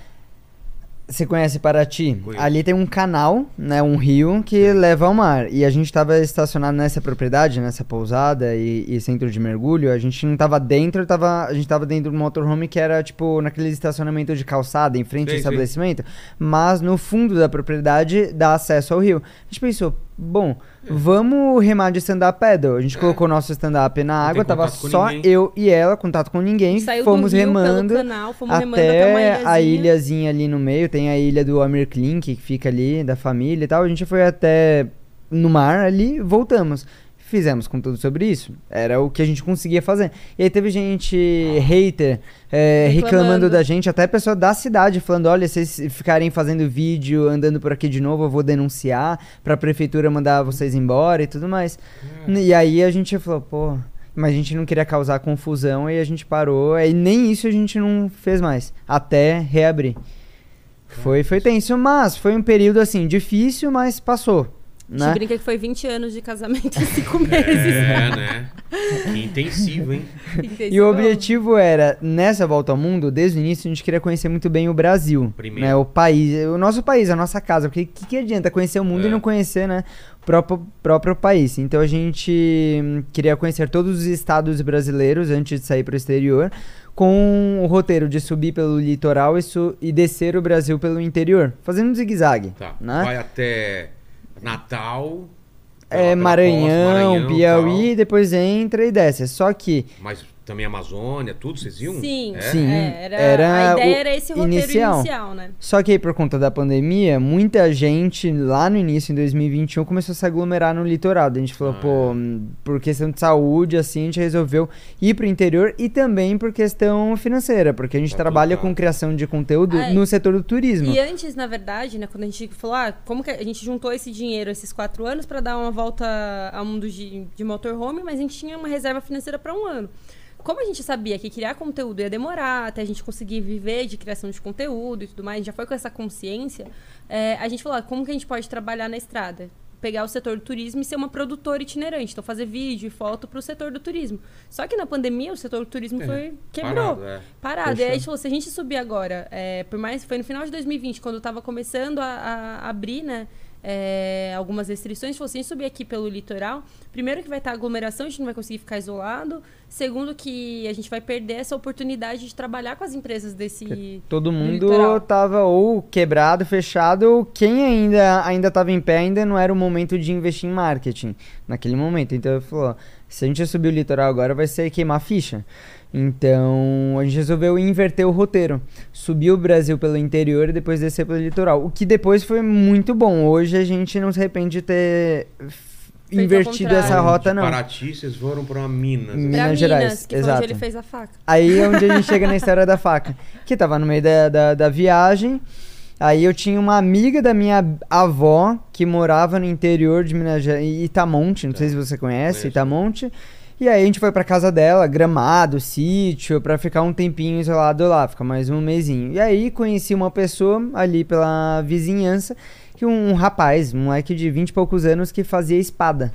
você conhece Paraty?
Conheço.
Ali tem um canal, né, um rio que leva ao mar. E a gente tava estacionado nessa propriedade, nessa pousada e, e centro de mergulho. A gente não tava dentro, tava, a gente tava dentro do motorhome que era tipo naquele estacionamento de calçada em frente
Sim,
ao
sim.
estabelecimento, mas no fundo da propriedade dá acesso ao rio. A gente pensou, bom,
É.
vamos remar de stand-up paddle. A gente colocou nosso stand-up na
Não tem
água, tava
contato com
só
ninguém.
eu e ela, contato com
A
ninguém,
gente saiu
fomos
do rio
remando
pelo canal, fomos remando até uma
até
ilhazinha.
a ilhazinha ali no meio, tem a ilha do Amir Klink, que fica ali, da família e tal. A gente foi até no mar ali, voltamos. Fizemos conteúdo sobre isso. Era o que a gente conseguia fazer. E aí teve gente, hater, é, reclamando
Reclamando.
da gente, até pessoa da cidade falando: olha, vocês ficarem fazendo vídeo, andando por aqui de novo, eu vou denunciar pra prefeitura mandar vocês embora e tudo mais. E aí a gente falou, pô, mas a gente não queria causar confusão e a gente parou. E nem isso a gente não fez mais. Até reabrir. Foi, foi tenso, mas foi um período assim, difícil, mas passou.
A gente
Né?
brinca que foi 20 anos de casamento em cinco meses.
É, né? Que intensivo, hein?
Entendeu?
E o objetivo era, nessa volta ao mundo, desde o início, a gente queria conhecer muito bem o Brasil.
Primeiro.
Né? O país, o nosso país, a nossa casa. Porque o que, que adianta conhecer o mundo
É.
e não conhecer, né? O próprio, próprio país. Então a gente hum, queria conhecer todos os estados brasileiros antes de sair para o exterior, com o roteiro de subir pelo litoral e, su- e descer o Brasil pelo interior, fazendo um zigue-zague.
Tá.
né?
Vai até Natal. pela-
É,
pela
Maranhão,
costa, Maranhão,
Piauí,
tal.
depois entra e desce. Só que
Mas também Amazônia, tudo, vocês iam?
Sim,
É?
Sim,
é, era,
era
a ideia
o
era esse roteiro
inicial.
inicial né?
Só que aí, por conta da pandemia, muita gente lá no início, em 2021, começou a se aglomerar no litoral. Daí A gente falou,
Ah,
pô, hum, por questão de saúde, assim, a gente resolveu ir pro interior e também por questão financeira, porque a gente
Tá
trabalha
tudo caro.
com criação de conteúdo
Ah,
no setor do turismo.
E antes, na verdade, né, quando a gente falou, ah, como que a gente juntou esse dinheiro esses quatro anos para dar uma volta ao mundo de, de motorhome, mas a gente tinha uma reserva financeira para um ano. Como a gente sabia que criar conteúdo ia demorar até a gente conseguir viver de criação de é, conteúdo e tudo mais, já foi com essa consciência, eh, a gente falou, ah, como que a gente pode trabalhar na estrada? pegar o setor do turismo e ser uma produtora itinerante. Então, fazer vídeo e foto para o setor do turismo. Só que na pandemia, o setor do turismo
É,
foi quebrou.
parado, é.
Parado. E aí,
Fechou.
tipo, se a gente subir agora, é, por mais foi no final de 2020, quando eu tava começando a, a abrir, né? é, algumas restrições, se a gente subir aqui pelo litoral, primeiro que vai estar aglomeração, a gente não vai conseguir ficar isolado. Segundo que a gente vai perder essa oportunidade de trabalhar com as empresas desse.
Todo mundo tá
litoral.
tava ou quebrado, fechado, ou quem ainda ainda tava em pé ainda não era o momento de investir em marketing naquele momento. Então ele falou, ó, se a gente subir o litoral agora vai ser queimar a ficha. Então a gente resolveu inverter o roteiro. Subir o Brasil pelo interior e depois descer pelo litoral. O que depois foi muito bom. Hoje a gente não se arrepende de ter f-
Feito ao
invertido
contrário.
essa rota,
de
não.
Paraty, vocês foram pra Minas.
Hum.
né?
pra
Minas Gerais,
que foi onde
exato.
ele fez a faca.
Aí é onde a gente chega na história da faca. Que tava no meio da, da, da viagem. Aí eu tinha uma amiga da minha avó que morava no interior de Minas Gerais, em Itamonte, não sei se você conhece,
Tá. Conheço.
Itamonte. E aí a gente foi pra casa dela, gramado, sítio, pra ficar um tempinho isolado lá, ficar mais um mesinho. E aí conheci uma pessoa ali pela vizinhança, que um, um rapaz, um moleque de 20 e poucos anos, que fazia espada.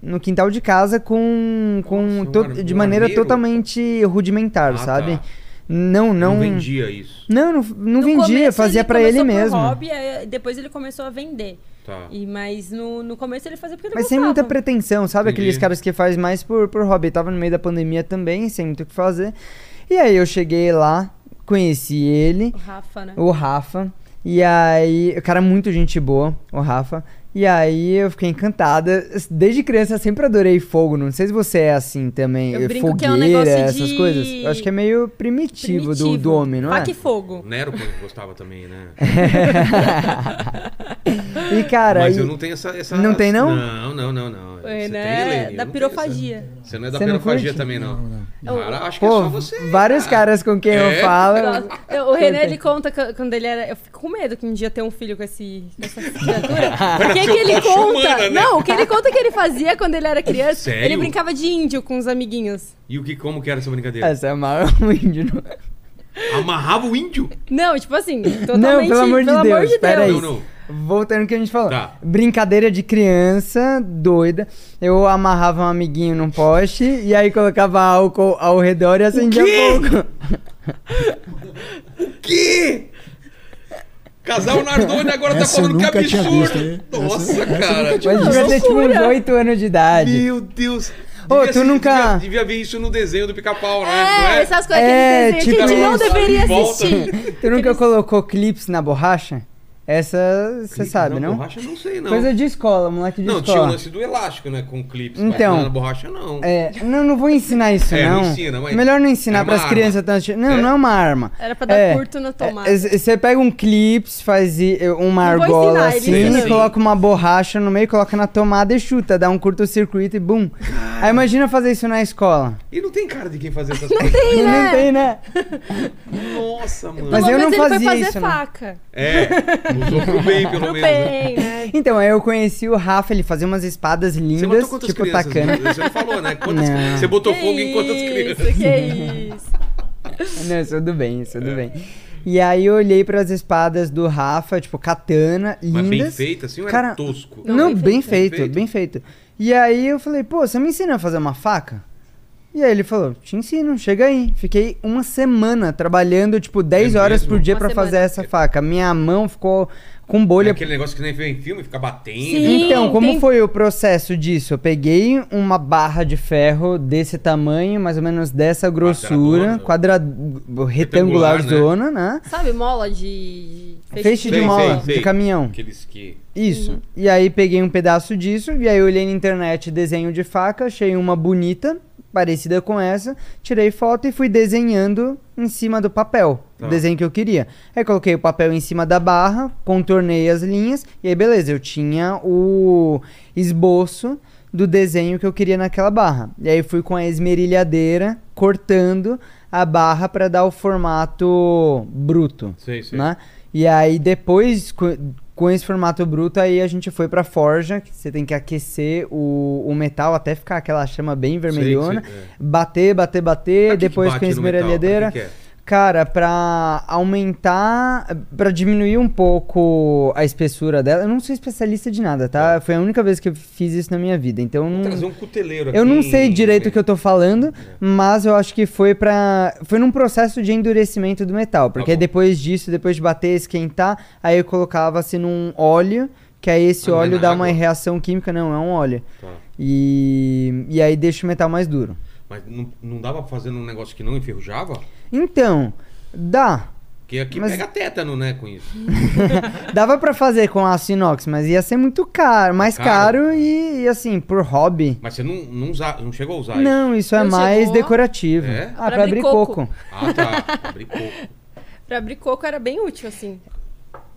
No quintal de casa com. com
Nossa, um
to-
ar-
de
um
maneira
armeiro?
totalmente rudimentar,
Ah,
sabe?
tá.
Não, não.
Não vendia isso.
Não, não, não
No
vendia,
começo,
fazia pra ele
começou por
mesmo.
Hobby, aí depois ele começou a vender.
Tá.
E, mas no, no começo ele fazia porque ele
Mas sem muita
gostava.
pretensão, sabe?
Entendi.
Aqueles caras que faz mais por, por hobby. Tava no meio da pandemia também, sem muito o que fazer. E aí eu cheguei lá, conheci ele,
O Rafa, né?
o Rafa. E aí, o cara é muito gente boa, o Rafa. E aí eu fiquei encantada. Desde criança eu sempre adorei fogo. Não sei se você é assim também.
Eu brinco
Fogueira,
que é um negócio de-
essas coisas. Eu acho que é meio primitivo, Do, do homem, não é?
Faca e fogo.
Nero gostava também, né?
E cara,
Mas
e-
eu não tenho essa, essa-
Não tem, não?
Não, não, não, não.
É,
Você
né?
tem, Helene? Eu
Da
não tenho
pirofagia.
essa. Você não é da
Você não
pirofagia
curte?
também, não.
não.
Cara, acho que é
pô,
só você.
vários caras com quem
É?
eu falo.
Nossa, eu- o René, ele conta que- quando ele era. Eu fico com medo que um dia ter um filho com, esse, com essa criatura. O que, que ele
Era seu
conta?
macho humana, né?
Não, o que ele conta é que ele fazia quando ele era criança.
Sério?
Ele brincava de índio com os amiguinhos.
E o que, como que era essa brincadeira?
Essa é a maior índio. não- é?
Amarrava o índio?
Não, tipo assim, totalmente.
Não, pelo amor de Deus,
É,
peraí.
Não, não.
Voltando ao que a gente falou.
Tá.
Brincadeira de criança, doida. Eu amarrava um amiguinho num poste e aí colocava álcool ao redor e acendia um
quê?
fogo.
Que? Casal Nardoni agora tá
Essa
falando
eu
que
nunca tinha
absurdo.
visto, hein?
Nossa,
Essa- essa eu
cara.
nunca
Mas devia ter tipo uns
loucura.
8 anos de idade.
Meu Deus.
Ô,
Devia
tu
ser-
nunca-
Devia, devia ver isso no desenho do pica-pau, né? Não
É, essas coisas
É,
que, ele
tipo
que a gente não
isso.
deveria
Volta. né?
assistir.
Tu nunca colocou clips na borracha? Essa você
Clipe
sabe,
na
não?
borracha eu não sei, não.
Coisa de escola, moleque de
Não, tinha o
escola.
lance do elástico, né? Com clipes.
Então.
Mas na borracha, não.
É, não, não vou ensinar isso,
É, não
não.
ensina, mas-
Melhor não
É
ensinar
uma
pras
arma.
crianças tanto. Não,
É.
não é uma arma.
Era pra dar
É,
curto na tomada.
Você pega um clips, faz e- uma
Não vou
argola
ensinar, ele
assim,
ensinou.
e coloca uma borracha no meio, coloca na tomada e chuta, dá um curto-circuito e bum.
Ah.
Aí imagina fazer isso na escola.
E não tem cara de quem fazer essas coisas.
Sim, né?
Não tem, né?
Nossa, mano.
Mas é-
Pelo
eu
menos
não
ele
fazia
foi fazer
isso, não.
faca.
É, usou pro bem, né? pelo
Pro
menos. né?
bem, né?
Então, aí eu conheci o Rafa, ele fazia umas espadas
Você
lindas,
matou quantas
tipo
crianças?
tacando.
Você não falou, né? Quantas-
Não.
Você botou
Que
fogo em quantas
isso,
crianças?
Que isso.
Não, isso é tudo bem, isso
É.
tudo bem. E aí eu olhei pras espadas do Rafa, tipo, katana, lindas.
Mas bem feito, assim, ou era
Cara,
tosco?
Não,
Não,
bem
bem,
feito.
feito,
Bem feito.
bem feito. E aí eu falei, pô, você me ensina a fazer uma faca? E aí ele falou, te ensino, chega aí. Fiquei uma semana trabalhando, tipo, 10
É
horas
mesmo?
por dia
Uma
pra
semana.
fazer essa faca. Minha mão ficou com bolha.
É aquele negócio que nem vê em filme, fica batendo.
Sim.
Então, como
tem-
foi o processo disso? Eu peguei uma barra de ferro desse tamanho, mais ou menos dessa grossura, quadrada,
Retangular,
retangular
né?
zona, né?
Sabe mola de...
Feixe, de
Sei,
mola,
sei, sei.
de caminhão.
Aqueles que.
Isso. E aí peguei um pedaço disso, e aí eu olhei na internet desenho de faca, achei uma bonita, parecida com essa, tirei foto e fui desenhando em cima do papel,
Tá.
o desenho que eu queria. Aí coloquei o papel em cima da barra, contornei as linhas, e aí beleza, eu tinha o esboço do desenho que eu queria naquela barra. E aí fui com a esmerilhadeira cortando a barra para dar o formato bruto
Sei, sei.
né? E aí depois, co- com esse formato bruto, aí a gente foi pra forja, que você tem que aquecer o, o metal até ficar aquela chama bem vermelhona.
sei, é.
Bater, bater, bater,
Pra que que
depois
bate
com a
no metal? Pra
esmeralhadeira.
que que é?
Cara, pra aumentar, pra diminuir um pouco a espessura dela, eu não sou especialista de nada, tá? Foi a única vez que eu fiz isso na minha vida, então eu não...
Trazer um cuteleiro né? aqui.
Eu não sei direito o
o
que eu tô falando, mas eu acho que foi para foi num processo de endurecimento do metal, porque
Tá bom.
depois disso, depois de bater, esquentar, aí eu colocava assim num óleo, que aí
Ah,
esse
não é
óleo
na
dá
água?
uma reação química, não, é um óleo.
Tá.
E e aí deixa o metal mais duro.
Mas não, não dava pra fazer um negócio que não enferrujava?
Então, dá
Porque aqui
Mas-
pega tétano, né, com isso.
Dava pra fazer com aço inox, mas ia ser muito caro, mais
Caro?
caro, e, e assim, por hobby.
Mas você não, não, usa, não chegou a usar isso.
Não, isso é
Não
mais
chegou?
decorativo.
É?
Ah, pra,
Pra
abrir
abrir coco.
coco.
Ah, tá. Abri pouco.
Pra abrir coco era bem útil, assim.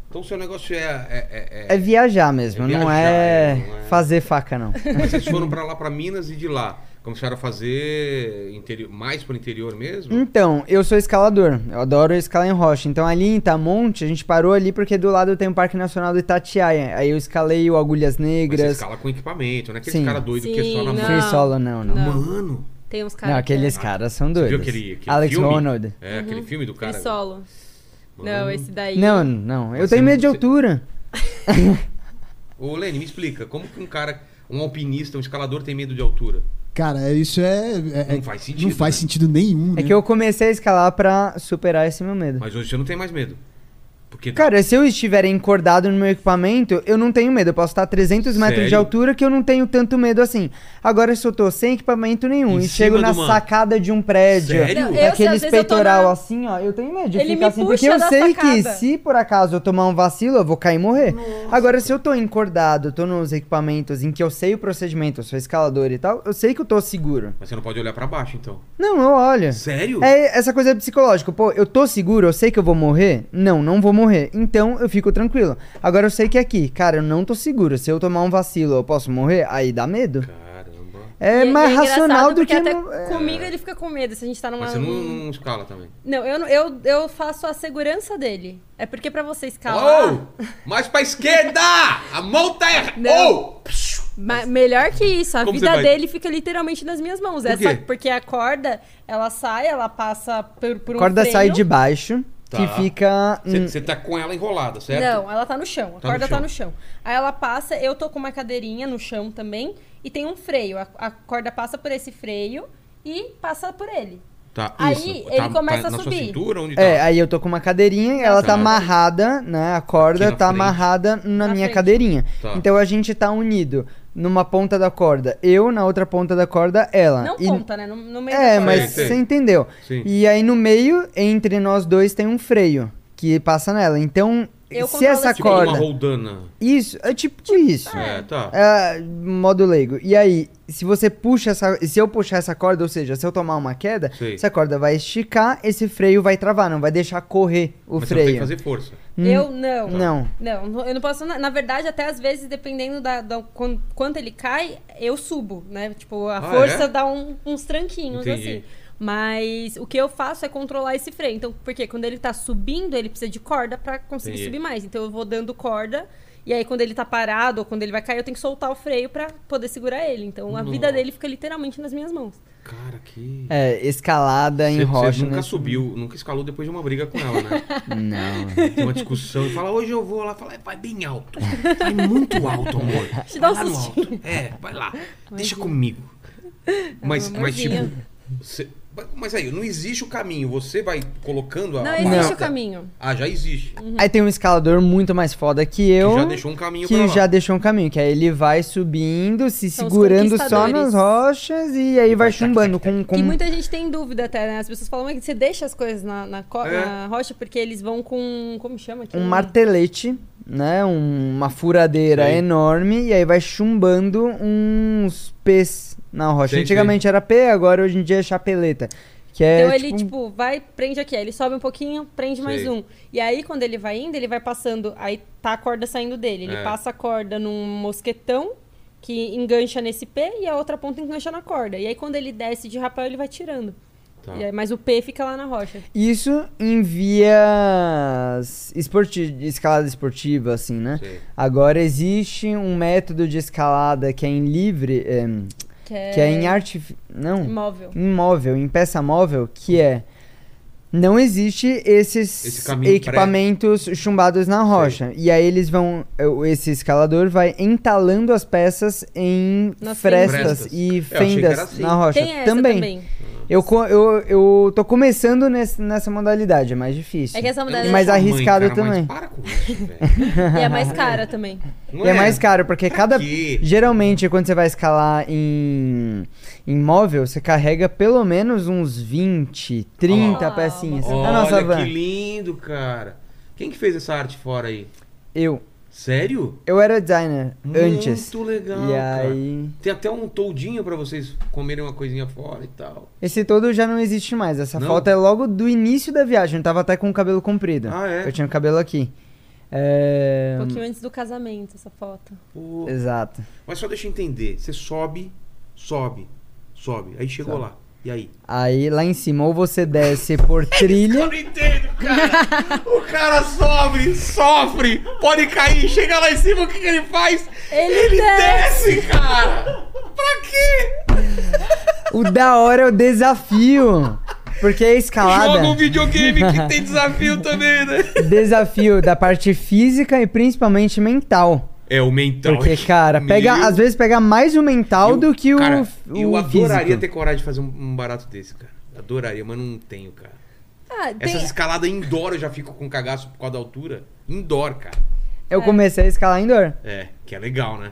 Então seu negócio é. é, é,
É
é...
viajar mesmo,
É
não,
viajar,
é
é, não é-
fazer faca, não.
Mas vocês foram pra lá, pra Minas e de lá. Começaram a fazer interi- mais pro interior mesmo?
Então, eu sou escalador, eu adoro escalar em rocha. Então, ali em Itamonte, a gente parou ali porque do lado tem o Parque Nacional do Itatiaia. Aí eu escalei o Agulhas
Mas você
Negras.
escala com equipamento, não é aqueles
Sim.
cara doido que é só na
Sim,
mão.
Free solo, não, não.
Não.
Mano,
Tem uns
Não,
caras. que
aqueles
é-
caras são
você viu
doidos.
aquele, aquele
Alex
filme?
Ronald.
É, aquele
Uhum.
filme do cara.
Free solo.
Mano.
Não, esse daí.
Não, não, eu
Você
tenho medo de
não-
altura.
Ô, Lene, me explica, como que um cara, um alpinista, um escalador tem medo de altura?
Cara, isso é. é-
Não
é-
faz sentido,
Não faz
né?
sentido nenhum, né?
É que eu comecei a escalar pra superar esse meu medo.
Mas hoje você não tem mais medo. Porque
Cara, se eu estiver encordado no meu equipamento, eu não tenho medo. Eu posso estar a 300 metros de
Sério?
altura que eu não tenho tanto medo assim. Agora, se eu tô sem equipamento nenhum
Em
e chego
cima
na
do mano.
sacada de um prédio,
Sério? Não, eu,
aquele
se
às vezes eu tô
peitoral
na-
assim, ó, eu tenho medo de
Ele
ficar
me
assim. Porque
puxa
eu
da
sei que
sacada.
se por acaso eu tomar um vacilo, eu vou cair e morrer. Agora, se eu tô encordado, tô nos equipamentos em que eu sei o procedimento, eu sou escalador e tal, eu sei que eu tô seguro.
Mas você não pode olhar pra baixo, então.
Não, eu olho.
Sério?
É essa coisa psicológica. Pô, eu tô seguro, eu sei que eu vou morrer? Não, não vou morrer. Então eu fico tranquilo. Agora eu sei que aqui, cara, eu não tô seguro. Se eu tomar um vacilo, eu posso morrer? Aí dá medo.
Caramba.
É
E- e
mais
engraçado
racional do
porque
que.
até um
não- é.
comigo ele fica com medo se a gente tá numa.
Mas você não, não escala também.
Não, eu, não- eu, eu faço a segurança dele. É porque pra você escalar.
Oh! Mais pra esquerda! A mão tá errada! Oh!
Não. Ma- melhor que isso, a
Como você
vida
vai?
dele fica literalmente nas minhas mãos.
Por
É só-
quê?
porque a corda, ela sai, ela passa por, por um.
A corda
freio.
sai de baixo,
Tá.
que fica. hum,
Você tá com ela enrolada, certo?
Não, ela tá no chão. A
Tá no
corda
chão.
tá no chão. Aí ela passa, eu tô com uma cadeirinha no chão também e tem um freio. A, a corda passa por esse freio e passa por ele.
Tá,
Aí,
isso.
ele
Tá-
começa
tá
a
na sua
subir.
cintura? Onde
É,
tá?
aí eu tô com uma cadeirinha, ela tá
Tá.
amarrada, né? A corda
Aqui na
tá
frente.
amarrada na,
Na
minha
frente.
cadeirinha.
Tá.
Então a gente tá unido numa ponta da corda, eu na outra ponta da corda,
Ah,
ela.
Não
E-
conta, né? No, no meio
É,
da corda.
mas
Sei, sei.
você entendeu.
Sim.
E aí no meio, entre nós dois, tem um freio que passa nela. Então,
Eu
se
controlo
essa
esse
Tipo
corda.
uma roldana.
Isso, é tipo isso.
É, tá.
É, modo leigo. E aí, se você puxa essa. Se eu puxar essa corda, ou seja, se eu tomar uma queda,
Sei.
essa corda vai esticar, esse freio vai travar, não vai deixar correr o
Mas você não tem que
freio.
fazer força.
Eu não.
Não.
Não, eu não posso. Na, na verdade, até às vezes, dependendo da, da- quan- quanto ele cai, eu subo, né? Tipo, a
Ah,
força
é?
dá um- uns tranquinhos,
Entendi.
assim. Mas o que eu faço é controlar esse freio. Então, porque quando ele tá subindo, ele precisa de corda pra conseguir
Entendi.
subir mais. Então eu vou dando corda. E aí, quando ele tá parado ou quando ele vai cair, eu tenho que soltar o freio pra poder segurar ele. Então, a vida
Nossa.
dele fica literalmente nas minhas mãos.
Cara, que.
É, escalada em
Você-
rocha.
Você nunca
né?
subiu, nunca escalou depois de uma briga com ela, né?
Não.
Tem uma discussão e fala, hoje eu vou lá, fala, "É, vai bem alto. Vai muito alto, amor.
Te dá
vai
um
lá no
sustinho.
alto. É, vai lá. Deixa comigo. Mas,
uma
mas tipo.
amorzinha.
você- Mas aí, não existe o caminho. Você vai colocando a.
Não
a
existe
parada.
o caminho.
Ah, já existe.
Uhum.
Aí tem um escalador muito mais foda que eu.
já deixou um caminho pra
Que
lá.
já deixou um caminho, que aí ele vai subindo, se
São os
segurando só nas
conquistadores.
rochas e aí vai chumbando com. com...
E muita gente tem dúvida até, né? As pessoas falam "Mas você deixa as coisas na, na co-
É.
na rocha porque eles vão com. Como chama aqui?
um martelete, né? um- uma furadeira
Sei.
enorme, e aí vai chumbando uns P's na rocha.
Sei,
Antigamente era P, agora hoje em dia é chapeleta. Que é,
Então ele,
tipo,
tipo, vai, prende aqui. Aí ele sobe um pouquinho, prende mais
Sei.
um. E aí, quando ele vai indo, ele vai passando. Aí tá a corda saindo dele. Ele
É.
passa a corda num mosquetão que engancha nesse P e a outra ponta engancha na corda. E aí, quando ele desce de rapel, ele vai tirando.
Tá.
E aí, mas o P fica lá na rocha.
Isso em vias esporti... escalada esportiva, assim, né?
Sei.
Agora existe um método de escalada que é em livre, é,
Que é,
que é em artificial. Não.
imóvel.
imóvel, em peça móvel, que é Não existe esses
Esse caminho
equipamentos chumbados na rocha. E aí eles vão. Esse escalador vai entalando as peças em
Nas
frestas,
fendas.
e
Eu achei que era
fendas
assim.
na rocha.
Tem essa também.
Eu, co- eu, eu tô começando nesse- nessa modalidade, é mais difícil.
É que essa
Eu não
modalidade
sou
Mas
sua mãe,
arriscado
cara, mas
também.
para com isso, velho.
e é mais cara também.
Não
E é mais caro, porque
Pra
cada.
quê?
Geralmente, quando você vai escalar em, em móvel, você carrega pelo menos uns 20, 30
Olha lá.
pecinhas.
Ah. Olha
é a nossa van.
que lindo, cara. Quem que fez essa arte fora aí?
Eu.
Sério?
Eu era designer antes.
Muito legal,
e
cara.
aí.
Tem até um toldinho pra vocês comerem uma coisinha fora e tal.
Esse todo já não existe mais. Essa
Não?
foto é logo do início da viagem. Eu tava até com o cabelo comprido.
Ah, é?
Eu tinha o cabelo aqui. É,
Um pouquinho antes do casamento, essa foto.
Pô.
Exato.
Mas só deixa eu entender. Você sobe, sobe, sobe. Aí chegou lá. E aí?
Aí lá em cima, ou você desce por trilha.
não entendo, cara. o cara sofre, sofre. Pode cair. Chega lá em cima, o que, que ele faz?
Ele desce.
cara. Pra quê?
o da hora é o desafio. Porque a escalada.
Joga um videogame que tem desafio também, né?
desafio da parte física e principalmente mental.
É o mental.
Porque, cara, pega,
Meu
às vezes pega mais o mental
Eu-
do que o,
cara,
o
Eu adoraria
físico.
ter coragem de fazer um, um barato desse, cara. Adoraria, mas não tenho, cara.
Ah,
Essas
tem...
escaladas indoor eu já fico com cagaço por causa da altura. Indoor, cara.
Eu comecei a escalar indoor.
É, que é legal, né?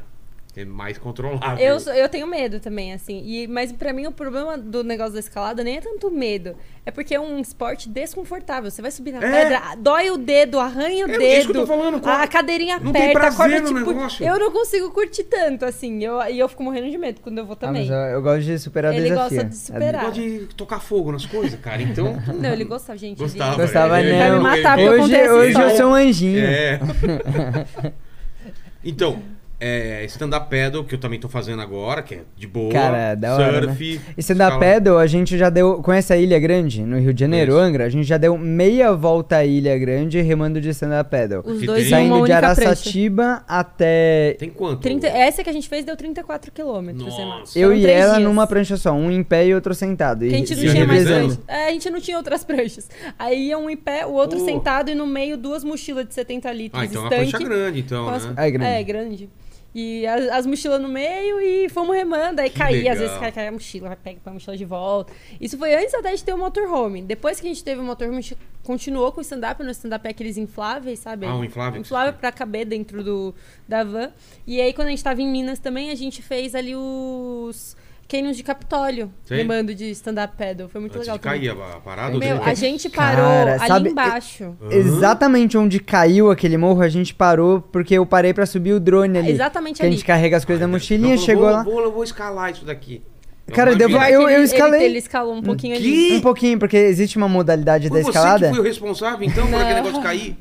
É mais controlável.
Eu, sou- eu tenho medo também, assim. E, mas pra mim o problema do negócio da escalada nem é tanto medo. É porque é um esporte desconfortável. Você vai subir na
É.
pedra, dói o dedo, arranha o
É
dedo.
isso que eu tô falando, co-
a cadeirinha
não tem
aperta, a
prazer
corda
no
te pu-
negócio.
Eu não consigo curtir tanto, assim. Eu, e eu fico morrendo de medo quando eu vou
Ah,
também.
mas eu, eu gosto de superar
Ele
desafio.
gosta de superar.
Ele gosta de tocar fogo nas coisas, cara. Então.
Não, ele gostava, gente.
Gostava. é.
Ele...
Gostava,
Ele-
não.
ele-
Vai me matar porque eu contei
hoje
essa
hoje eu
história.
sou um anjinho.
É. então, é, stand-up paddle, que eu também tô fazendo agora, que é de boa.
Cara, é da hora,
surf.
E stand-up
escala-
paddle, a gente já deu... Conhece a Ilha Grande, no Rio de Janeiro,
Conheço.
Angra? A gente já deu meia volta à Ilha Grande remando de stand-up paddle.
Os
Que
dois
tem-
em uma
um Saindo de
única prancha.
Araçatiba até...
Tem quanto?
30... Essa que a gente fez deu 34 quilômetros, sei lá.
Nossa.
Eu
Foram
e
três
ela
dias.
numa prancha só, um em pé e outro sentado.
Porque
e,
a gente não
e
tinha mais
revezando.
prancha. É, a gente não tinha outras pranchas. Aí ia um em pé, o outro
Pô.
sentado e no meio duas mochilas de 70 litros.
Ah, então é uma
estanque,
prancha grande, então,
com as-
né?
É grande.
É, grande. E as, as mochilas no meio e fomos remando. Aí
Que
caía,
legal.
às vezes cai, cai a mochila, vai, pega põe a mochila de volta. Isso foi antes até de ter o motorhome. Depois que a gente teve o motorhome, a gente continuou com o stand-up. No stand-up é aqueles infláveis, sabe?
Ah, o inflável.
Inflável pra caber dentro do, da van. E aí, quando a gente tava em Minas também, a gente fez ali os cânions de Capitólio.
Sim.
Remando de stand-up paddle. Foi muito
Antes
legal
de cair a a parada,
também. Meu,
ou
a
de-
gente
Cara,
parou ali
sabe-
embaixo.
Hã?
Exatamente onde caiu aquele morro, a gente parou, porque eu parei pra subir o drone ali.
Ah, Exatamente
que a
ali.
gente carrega as coisas na
Não,
mochilinha,
eu
chegou
vou,
lá.
Vou, eu vou escalar isso daqui. É
Cara,
uma
eu
vida.
vou- eu-
Pior que ele-
escalei.
Ele, ele escalou um pouquinho
Hum,
ali.
Um pouquinho, porque existe uma modalidade
Foi
da escalada.
Você que foi o responsável, então, por aquele negócio cair?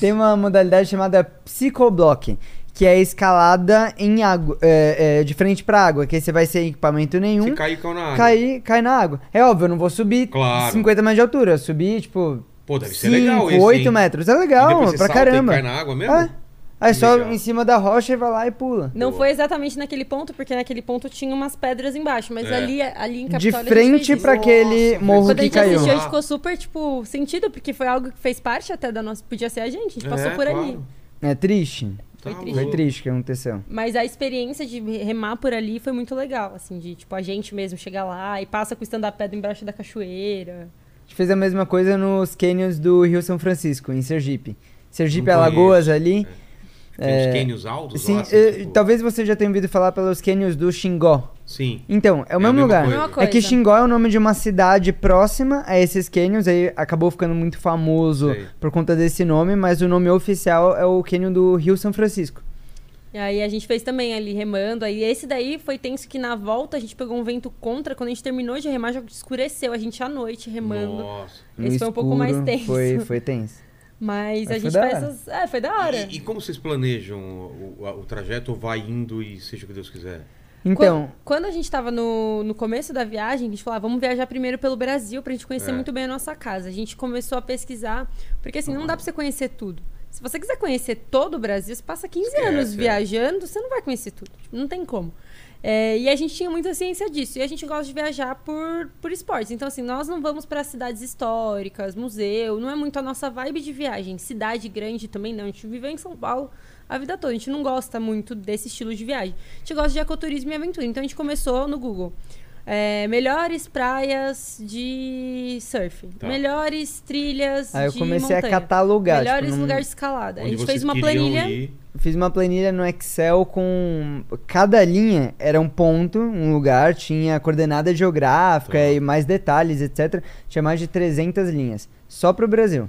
Tem uma modalidade chamada psicoblock, que é a escalada em água, é, é, de frente pra água, que aí você vai sem equipamento nenhum,
Se cair, caiu na água.
cair, cai na água. É óbvio, eu não vou subir
Claro.
50 metros de altura, eu subi, tipo,
Pô, deve ser
cinco,
legal esse,
8
hein?
metros. É
E
legal,
depois você
pra
salta e
caramba.
cai na água mesmo?
É. Aí
Que
só
legal.
em cima da rocha e vai lá e pula.
Não
Boa.
foi exatamente naquele ponto, porque naquele ponto tinha umas pedras embaixo, mas
É.
ali, ali em
de
Capitólio a gente
frente
fez
pra
isso.
aquele
Nossa,
morro
Quando a
que
gente
caiu.
assistiu, a gente
Ah.
ficou super, tipo, sentido, porque foi algo que fez parte até da nossa. Podia ser a gente, a gente passou
É,
por
claro.
ali.
É triste.
Tá
Foi triste.
louco.
Foi triste o que aconteceu.
Mas a experiência de remar por ali foi muito legal, assim, de tipo, a gente mesmo chegar lá e passa com o stand-up pedra embaixo da cachoeira.
A gente fez a mesma coisa nos canyons do Rio São Francisco, em Sergipe. Sergipe é
Não
Alagoas ali.
Tem
É.
uns cânions altos
Sim,
lá, assim,
eh,
tipo-
talvez você já tenha ouvido falar pelos canyons do Xingó.
Sim.
Então, é
a
o mesmo
mesma
lugar.
coisa.
Mesma
É que
coisa.
Xingó é o nome de uma cidade próxima a esses canyons, aí acabou ficando muito famoso
Sei.
por conta desse nome, mas o nome oficial é o canyon do Rio São Francisco.
E aí a gente fez também ali remando. Aí esse daí foi tenso que na volta a gente pegou um vento contra. Quando a gente terminou de remar, já escureceu. A gente à noite remando.
Nossa.
Esse
No
foi um pouco mais
escuro,
tenso.
Foi, foi tenso.
Mas,
Mas foi
a gente
da
faz
hora.
as. É, foi da hora.
E, e como vocês planejam o, o- a- o trajeto? Ou vai indo e seja o que Deus quiser?
Então,
Quando, quando a gente tava no, no começo da viagem, a gente falou, ah, vamos viajar primeiro pelo Brasil pra gente conhecer
É.
muito bem a nossa casa. A gente começou a pesquisar, porque assim, não dá pra você conhecer tudo. Se você quiser conhecer todo o Brasil, você passa 15
Esquece,
anos
é.
viajando, você não vai conhecer tudo. Tipo, Não tem como. É, É, e a gente tinha muita ciência disso. E a gente gosta de viajar por, por esportes. Então, assim, nós não vamos para cidades históricas, museu, não é muito a nossa vibe de viagem. Cidade grande também não. A gente viveu em São Paulo a vida toda. A gente não gosta muito desse estilo de viagem. A gente gosta de ecoturismo e aventura. Então, a gente começou no Google. É, melhores praias de surf.
Tá.
Melhores trilhas
Aí eu
de
comecei a
montanha.
catalogar, tipo,
Melhores
não-
lugares de escalada. a
Onde
gente fez
vocês
uma
queriam
planilha.
ir.
Fiz uma planilha no Excel com. Cada linha era um ponto, um lugar, tinha coordenada geográfica
Tá.
e mais detalhes, etc. Tinha mais de 300 linhas. Só pro Brasil.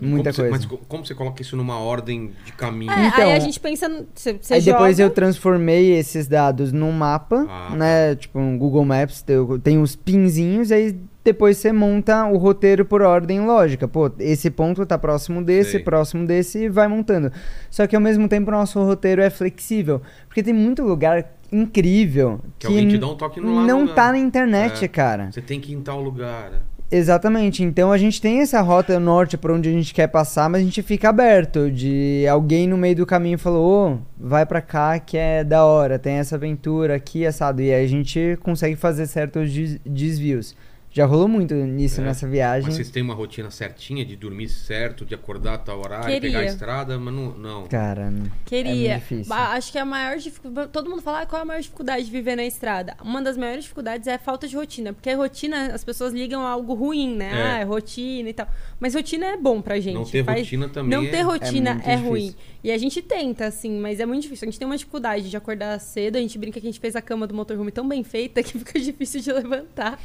Muita
Como você-
coisa.
mas co- como você coloca isso numa ordem de caminho?
É,
Então-
aí a gente pensa. no- Você você
Aí depois eu
joga,
transformei esses dados num mapa,
Ah,
né? Tipo, um Google Maps, teu- tem uns pinzinhos, aí depois você monta o roteiro por ordem lógica. Pô, esse ponto tá próximo desse,
Sei.
próximo desse, e vai montando. Só que ao mesmo tempo o nosso roteiro é flexível, porque tem muito lugar incrível
Que alguém te
n-
dá um toque no lá
não
no-
tá na internet,
É.
cara.
Você tem que ir em tal lugar.
Uhum. Exatamente. Então a gente tem essa rota norte por onde a gente quer passar, mas a gente fica aberto de alguém no meio do caminho falou, ô, vai pra cá que é da hora, tem essa aventura aqui, assado. E aí a gente consegue fazer certos des- desvios. Já rolou muito nisso
É,
nessa viagem.
Mas vocês têm uma rotina certinha de dormir certo, de acordar a tal horário,
Queria.
pegar a estrada, mas não. não.
Cara, não-
queria.
É muito difícil.
Ba- acho que a maior dificuldade. Todo mundo fala "Ah, qual é a maior dificuldade de viver na estrada. Uma das maiores dificuldades é a falta de rotina. Porque rotina, as pessoas ligam a algo ruim, né?
É.
Ah, é rotina e tal. Mas rotina é bom pra gente.
Não ter
faz-
rotina também
Não
é-
ter
é
rotina
muito
é,
difícil.
ruim. E a gente tenta, assim, mas é muito difícil. A gente tem uma dificuldade de acordar cedo. A gente brinca que a gente fez a cama do motorhome tão bem feita que fica difícil de levantar.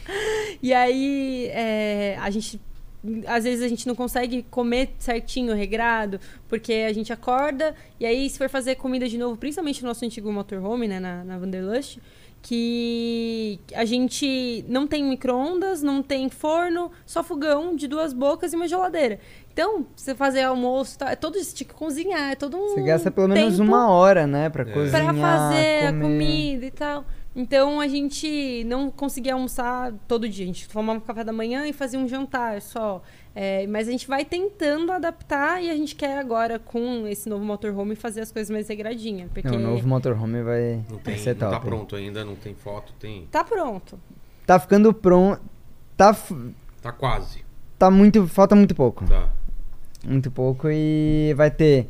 E aí, é, a gente. Às vezes a gente não consegue comer certinho, regrado, porque a gente acorda e aí, se for fazer comida de novo, principalmente no nosso antigo motorhome, né, na, na Wanderlust, que a gente não tem micro-ondas, não tem forno, só fogão de duas bocas e uma geladeira. Então, você fazer almoço, tá, é todo isso, tinha que cozinhar, é todo um.
você gasta pelo menos
tempo
uma hora, né, pra
É.
cozinhar,
Pra fazer a
comer.
comida e tal. Então a gente não conseguia almoçar todo dia. A gente tomava café da manhã e fazia um jantar só. É, mas a gente vai tentando adaptar e a gente quer agora, com esse novo motorhome, fazer as coisas mais regradinha. Porque
Não, É, o novo motorhome vai,
Não,
vai
tem,
ser
não
é top.
tá pronto ainda, não tem foto, tem.
tá pronto.
Tá ficando pronto. Tá, f-
Tá quase.
tá muito. Falta muito pouco.
Tá.
Muito pouco e vai ter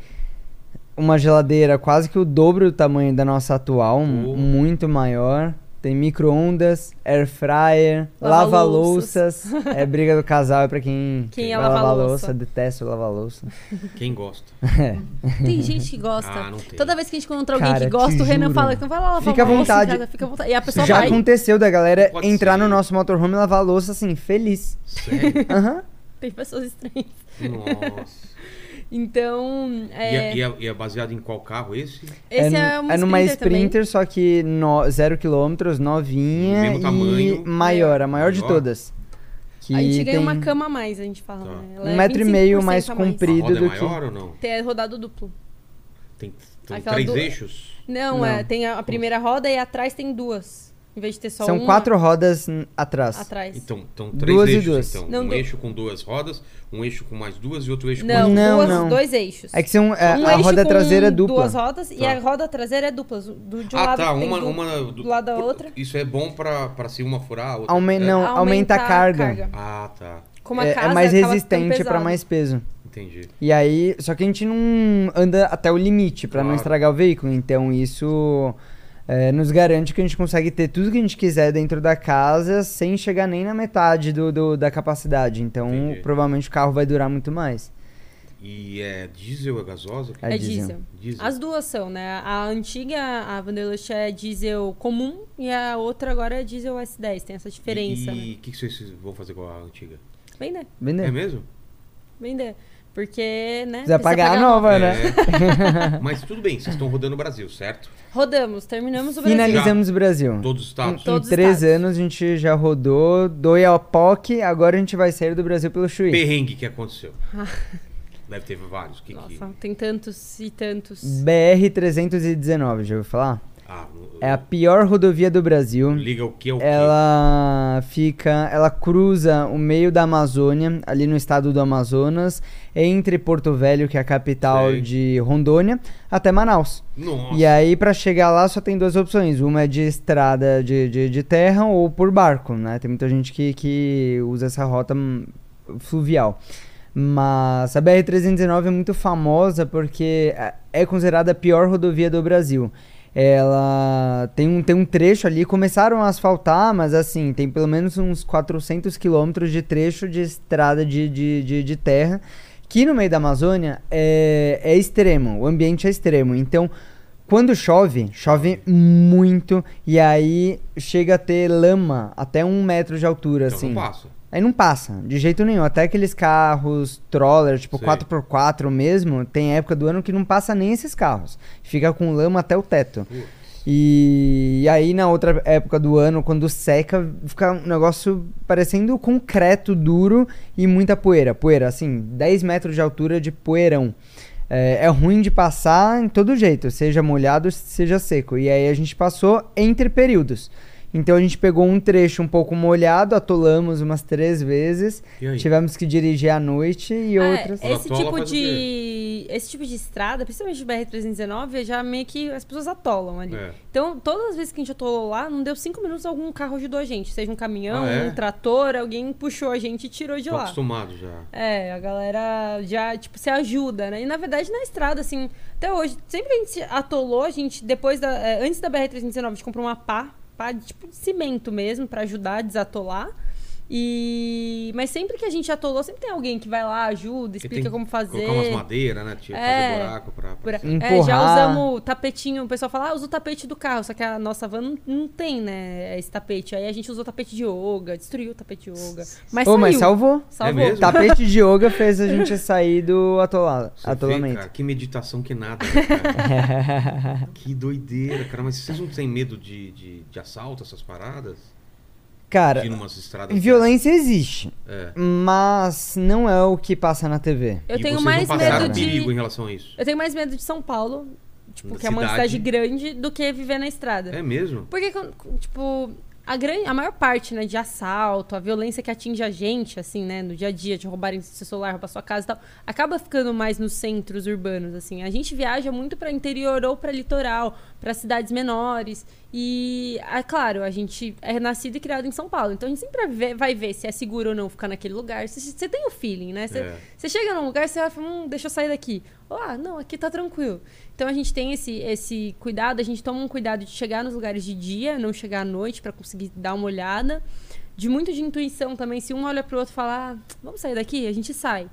uma geladeira quase que o dobro do tamanho da nossa atual, m-
Oh.
muito maior. Tem micro-ondas, air fryer,
Lava-louças.
lava-louças. é briga do casal, é pra quem,
Quem é
vai lavar
lavar-louça.
louça, detesto lavar louça.
Quem gosta?
Tem gente que gosta.
Ah, não tem.
Toda vez que a gente encontra alguém
Cara,
que gosta,
te
o Renan
juro.
fala que não vai lá lavar
Fica à
uma louça em
vontade.
casa, fica à vontade. E a pessoa
Já
vai.
aconteceu da galera
Pode
entrar no
ser.
nosso motorhome e lavar a louça assim, feliz.
Sério?
Aham.
Tem pessoas estranhas.
Nossa.
Então,
E é-
é,
E, é, e é baseado em qual carro esse?
esse é,
n-
um
numa
sprinter também.
sprinter, só que no, zero quilômetros, novinha
Mesmo tamanho.
e maior, a maior de
Maior.
todas. Que
A gente ganha
tem-
uma cama a mais, a gente fala.
Tá.
né? Ela é
Um metro e meio
25%
mais
a
A
comprido
roda é
do
maior ou não?
Tem rodado duplo.
Tem, tem
Aquela
três
do-
eixos?
Não,
Não.
É, tem a, a primeira roda e atrás tem duas. Em vez de ter
que
só
são
uma
quatro rodas n- atrás.
atrás.
Então, então três
Duas e
eixos.
duas.
Então.
Não,
um
du-
eixo com duas rodas, um eixo com mais duas e outro eixo
não,
com mais
Não,
duas-
não.
dois eixos.
É que são é,
Um
a
eixo
roda
com
traseira é dupla.
Duas rodas e
Tá.
a roda traseira é dupla. Do, de um
Ah,
lado
tá.
tem
Uma,
dupla,
uma
do lado da outra.
Isso é bom pra, pra se uma furar a outra.
Aume-
É.
não, aumenta a carga.
Ah, tá.
Como a
É, é
casa,
mais
acaba ficando
resistente pra
pesada. É
mais peso.
Entendi.
E aí, só que a gente não anda até o limite pra não
Claro.
estragar o veículo. Então isso é, nos garante que a gente consegue ter tudo que a gente quiser dentro da casa sem chegar nem na metade do, do- da capacidade. Então
Entendi.
provavelmente o carro vai durar muito mais.
E é diesel, é gasosa?
É
É
diesel.
diesel.
Diesel.
As duas são, né? A antiga, a Vanderlust é diesel comum e a outra agora é diesel S10. Tem essa diferença, né?
E o que, que vocês vão fazer com a antiga?
Vender,
É,
Entendeu?
mesmo?
vender. Porque, né?
Precisa pagar a
pagar
nova,
É.
né?
Mas tudo bem, vocês estão rodando o Brasil, certo?
Rodamos, terminamos o Brasil.
Finalizamos o Brasil.
Todos os estados.
Todos os
em três
estados.
anos a gente já rodou do Iapoc, agora a gente vai sair do Brasil pelo Chuí.
Perrengue que aconteceu.
Ah.
Deve ter vários. Que que-
Nossa, tem tantos e tantos.
BR-319, já ouviu falar?
Ah, não-
É a pior rodovia do Brasil.
liga o que é o quê?
Ela fica, ela cruza o meio da Amazônia, ali no estado do Amazonas, entre Porto Velho, que é a capital
Sei.
de Rondônia, até Manaus.
Nossa.
E aí, pra chegar lá, só tem duas opções. Uma é de estrada de, de, de terra ou por barco, né? Tem muita gente que, que usa essa rota hum, fluvial. Mas a BR-319 é muito famosa porque é- é considerada a pior rodovia do Brasil. Ela tem um, tem um trecho ali, começaram a asfaltar, mas assim, tem pelo menos uns 400 quilômetros de trecho de estrada de, de, de, de terra, que no meio da Amazônia é, é extremo, o ambiente é extremo. Então, quando chove, chove muito, e aí chega a ter lama até um metro de altura,
Então
assim.
não passa.
Aí não passa, de jeito nenhum. Até aqueles carros troller, tipo
Sei.
4x4 mesmo, tem época do ano que não passa nem esses carros. Fica com lama até o teto. E, e aí na outra época do ano, quando seca, fica um negócio parecendo concreto duro e muita poeira. Poeira, assim, 10 metros de altura de poeirão. É, é ruim de passar em todo jeito, seja molhado, seja seco. E aí a gente passou entre períodos. Então a gente pegou um trecho um pouco molhado, atolamos umas três vezes,
E aí?
tivemos que dirigir à noite e
Ah,
outras.
é-
esse
Atola
tipo
faz o
de esse tipo de estrada, principalmente o BR-319, é já meio que as pessoas atolam ali.
É.
Então, todas as vezes que a gente atolou lá, não deu cinco minutos, algum carro ajudou a gente. Seja um caminhão,
Ah, é?
um trator, alguém puxou a gente e tirou de
Tô
lá.
acostumado já.
É, a galera já, tipo, se ajuda, né? E na verdade na estrada, assim, até hoje, sempre que a gente se atolou, a gente, depois da. é, antes da BR-319, a gente comprou uma pá, pá de, tipo de cimento mesmo, pra ajudar a desatolar. E. Mas sempre que a gente atolou, sempre tem alguém que vai lá, ajuda,
Porque
explica
tem
como
que
fazer.
Colocar umas madeiras, né? Tipo,
É.
fazer buraco pra... pra-
Por- É, já
Empurrar.
usamos o tapetinho, o pessoal fala, ah, usa o tapete do carro, só que a nossa van não, não tem, né, esse tapete. Aí a gente usou o tapete de yoga, destruiu o tapete de yoga. Mas
Ô,
saiu.
mas salvou.
Salvou.
É mesmo?
Tapete de yoga fez a gente sair do atolado,
Você vê,
atolamento.
cara, que meditação que nada, né, cara? que doideira, cara. Mas vocês não têm medo de, de, de assalto, essas paradas?
Cara,
de ir numas estradas...
violência existe,
É.
mas não é o que passa na TV.
Eu
E
tenho
vocês
mais
não passaram
medo de
perigo em relação a isso?
Eu tenho mais medo de São Paulo, tipo,
Da
que é uma
cidade.
cidade grande, do que viver na estrada.
É mesmo?
Porque, com- tipo, a, gran- a maior parte, né, de assalto, a violência que atinge a gente, assim, né, no dia a dia, de roubarem seu celular, roubar sua casa e tal, acaba ficando mais nos centros urbanos, assim. A gente viaja muito para interior ou para litoral, para cidades menores. E, é claro, a gente é nascido e criado em São Paulo, então a gente sempre vai ver, vai ver se é seguro ou não ficar naquele lugar. Você- Você tem o feeling, né? Você,
É.
você chega num lugar, você vai falar, hum, deixa eu sair daqui. Ou, ah, não, aqui tá tranquilo. Então a gente tem esse, esse cuidado, a gente toma um cuidado de chegar nos lugares de dia, não chegar à noite pra conseguir dar uma olhada. De muito de intuição também, se um olha pro outro e fala, ah, vamos sair daqui, a gente sai.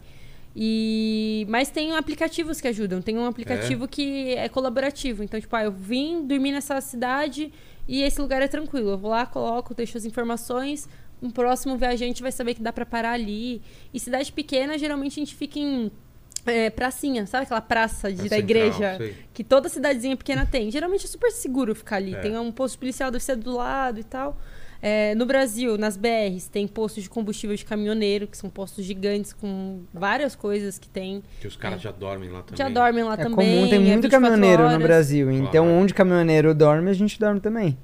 E mas tem aplicativos que ajudam. Tem um aplicativo que é colaborativo. Então, tipo, ah, eu vim dormir nessa cidade e esse lugar é tranquilo. Eu vou lá, coloco, deixo as informações. Um próximo viajante vai saber que dá pra parar ali. E cidade pequena, geralmente a gente fica em é, pracinha, sabe aquela praça de,
É
da
central,
igreja?
sei.
Que toda cidadezinha pequena tem. Geralmente é super seguro ficar ali.
É.
Tem um posto policial deve ser do lado e tal. É, no Brasil, nas BRs, tem postos de combustível de caminhoneiro, que são postos gigantes com várias coisas que tem.
Que os caras já dormem lá também.
É. Já dormem lá
É
também.
comum, tem muito
24
caminhoneiro no
horas.
Brasil. Então,
Claro.
onde caminhoneiro dorme, a gente dorme também.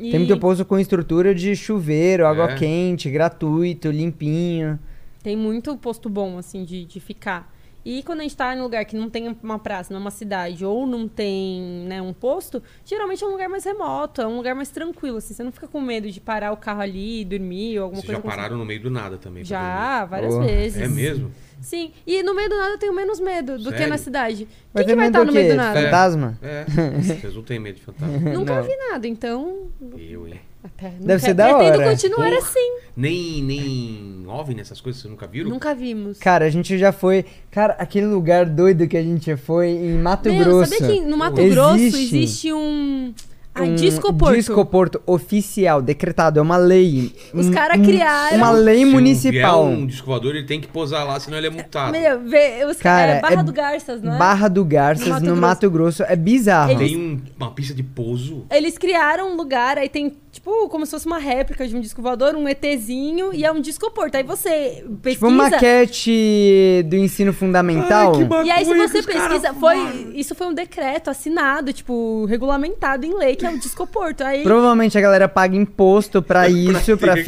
E-
Tem muito pouso com estrutura de chuveiro, água
É.
quente, gratuito, limpinho.
Tem muito posto bom, assim, de, de ficar. E quando a gente tá em um lugar que não tem uma praça, não é uma cidade, ou não tem né, um posto, geralmente é um lugar mais remoto, é um lugar mais tranquilo, assim. Você não fica com medo de parar o carro ali e dormir ou alguma
Vocês já
coisa como
pararam no meio do nada também. pra
Já, várias
Oh.
vezes.
dormir. É mesmo?
Sim. E no meio do nada eu tenho menos medo do que
Sério?
na cidade.
Mas
Quem que vai
medo
estar
do
no meio
quê?
do nada?
É.
Fantasma?
É. Vocês não têm medo de fantasma.
Nunca
Não.
vi nada, então.
Eu, hein?
Até Deve
ser da hora.
continuar
Porra.
assim.
Nem, nem OVNI, essas coisas, vocês nunca viram?
Nunca vimos.
Cara, a gente já foi. Cara, aquele lugar doido que a gente foi em Mato
Meu,
Grosso.
sabia que no Mato
Existe.
Grosso existe um. Ai,
um
discoporto.
discoporto oficial, decretado, é uma lei.
Os
Um-
cara
um-
criaram.
Uma lei
Se
municipal.
Um, vier um disco voador, ele tem que posar lá, senão ele é multado.
Meu, vê, os
Cara,
é Barra
é
do Garças, não é?
Barra do Garças,
No
no
Mato
Mato,
Grosso.
Grosso. É bizarro.
Tem um- uma pista de pouso.
Eles criaram um lugar, aí tem Tipo, como se fosse uma réplica de um disco voador, um ETzinho, e é um disco porto. Aí você pesquisa.
Tipo, uma maquete do ensino fundamental.
Ai, que ba-
E aí, se
Maconha que
você
os caras
pesquisa,
fumaram.
foi, isso foi um decreto assinado, tipo, regulamentado em lei, que é o discoporto. Aí,
Provavelmente a galera paga imposto pra isso, pra financiar
Pra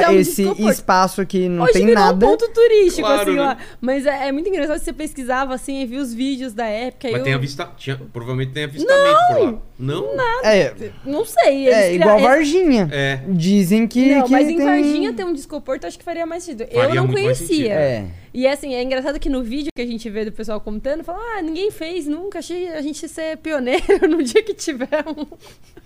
financiar um
esse
desconforto.
espaço que não
hoje
tem
virou
nada.
um ponto turístico,
Claro,
assim,
né?
lá. Mas é, é muito engraçado, você pesquisava, assim, e via os vídeos da época.
Mas
eu
tem avista... tinha- Provavelmente tem avistamento por lá. Não? Não.
É,
Não sei.
é
eles criaram- eles-
igual Varginha.
É.
Dizem que.
Não,
que
mas em
tem...
Varginha ter um discoporto, acho que faria mais sentido. eu
Faria
não
muito mais sentido.
conhecia.
É.
E assim, é engraçado que no vídeo que a gente vê do pessoal contando, fala, ah, ninguém fez nunca, achei a gente ser pioneiro no dia que tiver um.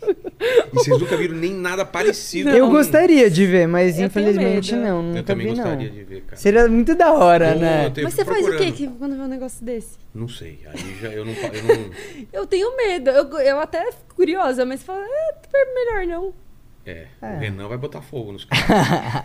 E vocês nunca viram nem nada parecido.
Eu
Não.
gostaria de ver, mas
Eu tenho
infelizmente
medo.
não.
Eu
Nunca
também
vi,
gostaria
não.
de ver, cara.
Seria muito da hora,
Pô,
né?
eu tenho-
Mas você faz o quê
procurando.
que, quando vê um negócio desse?
Não sei. Aí já eu não. pa- Eu não...
Eu tenho medo, eu, eu até fico curiosa, mas falo, é, melhor não.
É,
É.
O Renan vai botar fogo nos caras.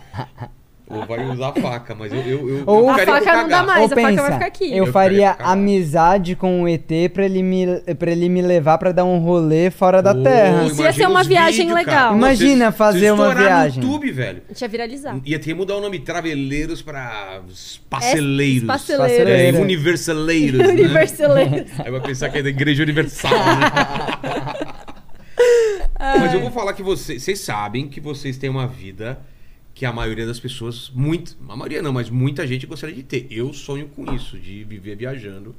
Ou vai usar a faca, mas eu. eu, eu
Ou-
eu
A
ficaria com
faca não dá
cagaço.
mais.
Ou
a faca vai ficar aqui.
Eu,
Eu
faria
ficaria com cagaço.
amizade com o ET pra ele me, pra ele me levar pra dar um rolê fora da
Pô,
Terra.
Isso ia ser uma
os
viagem
vídeos,
legal.
Pô,
Imagina
vocês-
fazer
vocês
uma
estouraram
viagem.
no YouTube, velho.
Tinha viralizado.
Ia ter que mudar o nome Traveleiros pra
É,
Espaceleiros.
Espaceleiro.
É,
Brasileiro.
Universaleiros. né?
Universaleiro.
Aí vai pensar que é da Igreja Universal, né? Mas eu vou falar que vocês. Vocês sabem que vocês têm uma vida que a maioria das pessoas. Muito, a maioria não, mas muita gente gostaria de ter. Eu sonho com isso, de viver viajando.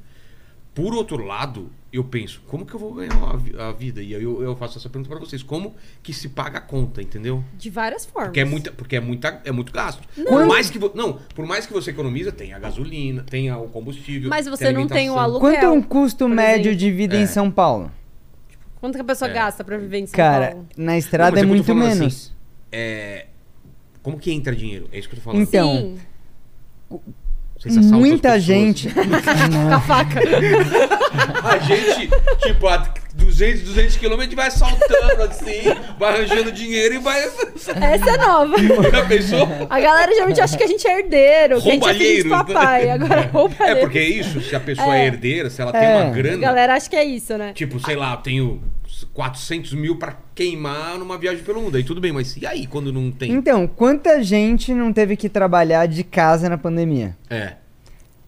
Por outro lado, eu penso, como que eu vou ganhar a, vi- a vida? E aí eu, eu faço essa pergunta pra vocês. Como que se paga a conta, entendeu?
De várias formas.
Porque é, muita, porque é, muita, é muito gasto. Por mais que vo- não, por mais que você economiza, tem a gasolina, tem a- o combustível.
Mas
a
você não tem
alimentação.
o aluguel.
Quanto é um
por
custo médio
exemplo.
de vida em
É.
São Paulo?
Quanto que a pessoa
É.
gasta pra viver em São
Cara,
Paulo?
na
Não,
estrada
mas
é
eu tô
muito
falando assim,
menos.
é, como que entra dinheiro? É isso que eu tô falando.
Então,
Sim,
Vocês assaltam as
Muita
pessoas.
gente.
com a faca.
A gente, tipo, a 200, 200 quilômetros vai assaltando assim, vai arranjando dinheiro e vai.
Essa é nova.
Já pensou?
A galera geralmente acha que a gente é herdeiro, que a gente é filho
Roubalheiros,
de
né?
papai. Agora,
É
roubalheiro.
porque é isso, se a pessoa é,
É.
herdeira, se ela
É.
tem uma
A
grana.
galera acha que é isso, né?
Tipo, sei lá, eu tenho 400 mil pra queimar numa viagem pelo mundo. Aí tudo bem, mas e aí quando não tem?
Então, quanta gente não teve que trabalhar de casa na pandemia?
É.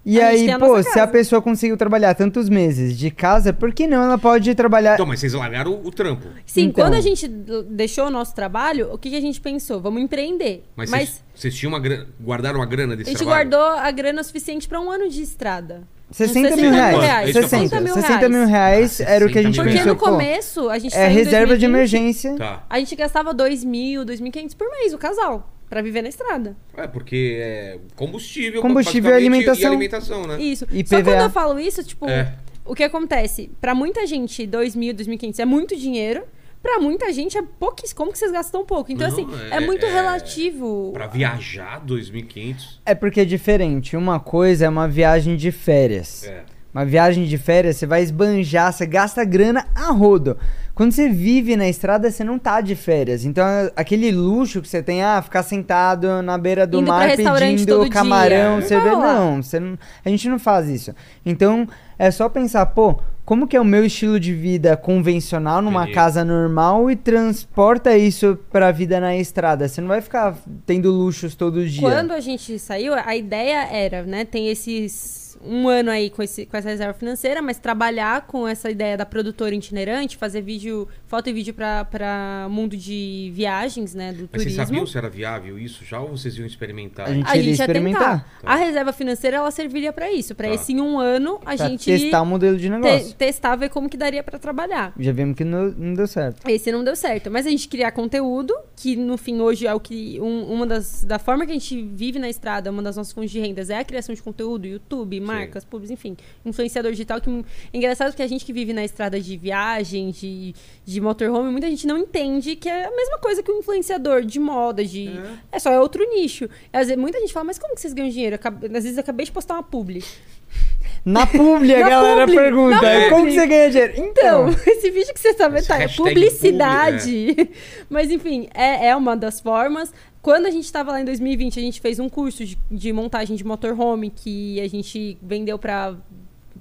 E
A gente
aí,
tem a
pô,
nossa
se
casa.
a pessoa conseguiu trabalhar tantos meses de casa, por que não ela pode trabalhar?
Então, mas vocês largaram o, o trampo.
Sim,
Então.
quando a gente d- deixou o nosso trabalho, o que, que a gente pensou? Vamos empreender.
Mas
Mas,
vocês, vocês tinham uma grana, guardaram uma grana
a
desse
gente
trabalho?
guardou a grana suficiente pra um ano de estrada. Uns
60 mil reais.
reais. É isso que eu
60,
falo.
60 mil reais era o que a gente
Porque
Porque
pensou.
no
pô,
começo, a gente
é
saiu em
reserva de
2020,
emergência.
Tá.
A gente gastava 2 mil, 2.500 por mês, o casal, pra viver na estrada.
É, porque é combustível,
Combustível e
basicamente,
alimentação.
e alimentação, né?
Isso.
E
Só
PVA.
quando eu falo isso, tipo,
É.
o que acontece? Pra muita gente, 2 mil, 2.500 é muito dinheiro. Pra muita gente é pouquíssimo. Como que vocês gastam pouco? Então,
Não,
assim, é,
é-
muito
é-
relativo.
Pra viajar 2.500.
É porque é diferente. Uma coisa é uma viagem de férias.
É.
Uma viagem de férias, você vai esbanjar, você gasta grana a rodo. Quando você vive na estrada, você não tá de férias. Então, a- aquele luxo que você tem, ah, ficar sentado na beira do
Indo pra
mar
restaurante
pedindo
todo
camarão,
dia.
você
Não
vê.
vai rolar.
Não, você não- a gente não faz isso. Então, é só pensar, pô, como que é o meu estilo de vida convencional numa
Entendi.
casa normal e transporta isso pra vida na estrada? Você não vai ficar tendo luxos todo dia.
Quando a gente saiu, a ideia era, né? Tem esses um ano aí com, esse, com essa reserva financeira, mas trabalhar com essa ideia da produtora itinerante, fazer vídeo, foto e vídeo para mundo de viagens, né? Do
Mas vocês
turismo.
sabiam se era viável isso já ou vocês iam experimentar?
A gente-
A
Queria
gente ia
experimentar.
tentar. A reserva financeira ela serviria para isso, para
Tá.
esse em um ano a
pra
gente
Tá, testar o modelo de
te-
negócio.
testar ver como que daria para trabalhar.
Já vimos que não, não deu certo.
Esse não deu certo, mas a gente criar conteúdo, que no fim hoje é o que um- uma das da forma que a gente vive na estrada, uma das nossas fontes de rendas é a criação de conteúdo, YouTube, marcas, pubs, enfim, influenciador digital que é engraçado que a gente que vive na estrada de viagem, de, de motorhome, muita gente não entende que é a mesma coisa que o influenciador de moda, de é, só é outro nicho. Às vezes muita gente fala, mas como que vocês ganham dinheiro? Eu acabei- Às vezes eu acabei de postar uma publi.
Na publi, a
Na
galera
publi,
pergunta:
na
como
publi.
que você ganha dinheiro?
Então,
Então,
esse vídeo que você está vendo
Esse
tá, é
hashtag né?
publicidade. Mas, enfim, é, é uma das formas. Quando a gente estava lá em 2020, a gente fez um curso de, de montagem de motorhome que a gente vendeu para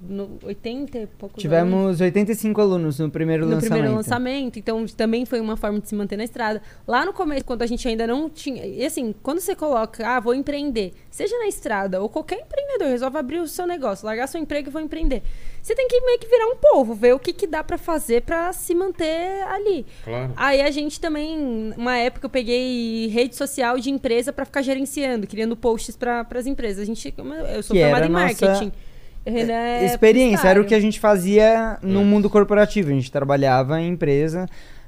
no 80 e poucos anos.
Tivemos 85 alunos no primeiro
no
lançamento.
primeiro lançamento, então também foi uma forma de se manter na estrada. Lá no começo, quando a gente ainda não tinha. E assim, quando você coloca, ah, vou empreender, seja na estrada ou qualquer empreendedor, resolve abrir o seu negócio, largar seu emprego e vou empreender. Você tem que meio que virar um povo, ver o que, que dá pra fazer pra se manter ali.
Claro.
Aí a gente também, uma época eu peguei rede social de empresa pra ficar gerenciando, criando posts pra as empresas. A gente, eu sou
Que
formada
era
em
a nossa
marketing. Renan é
Experiência, era o que
publicitário.
a gente fazia no
É.
mundo corporativo. A gente trabalhava em empresa.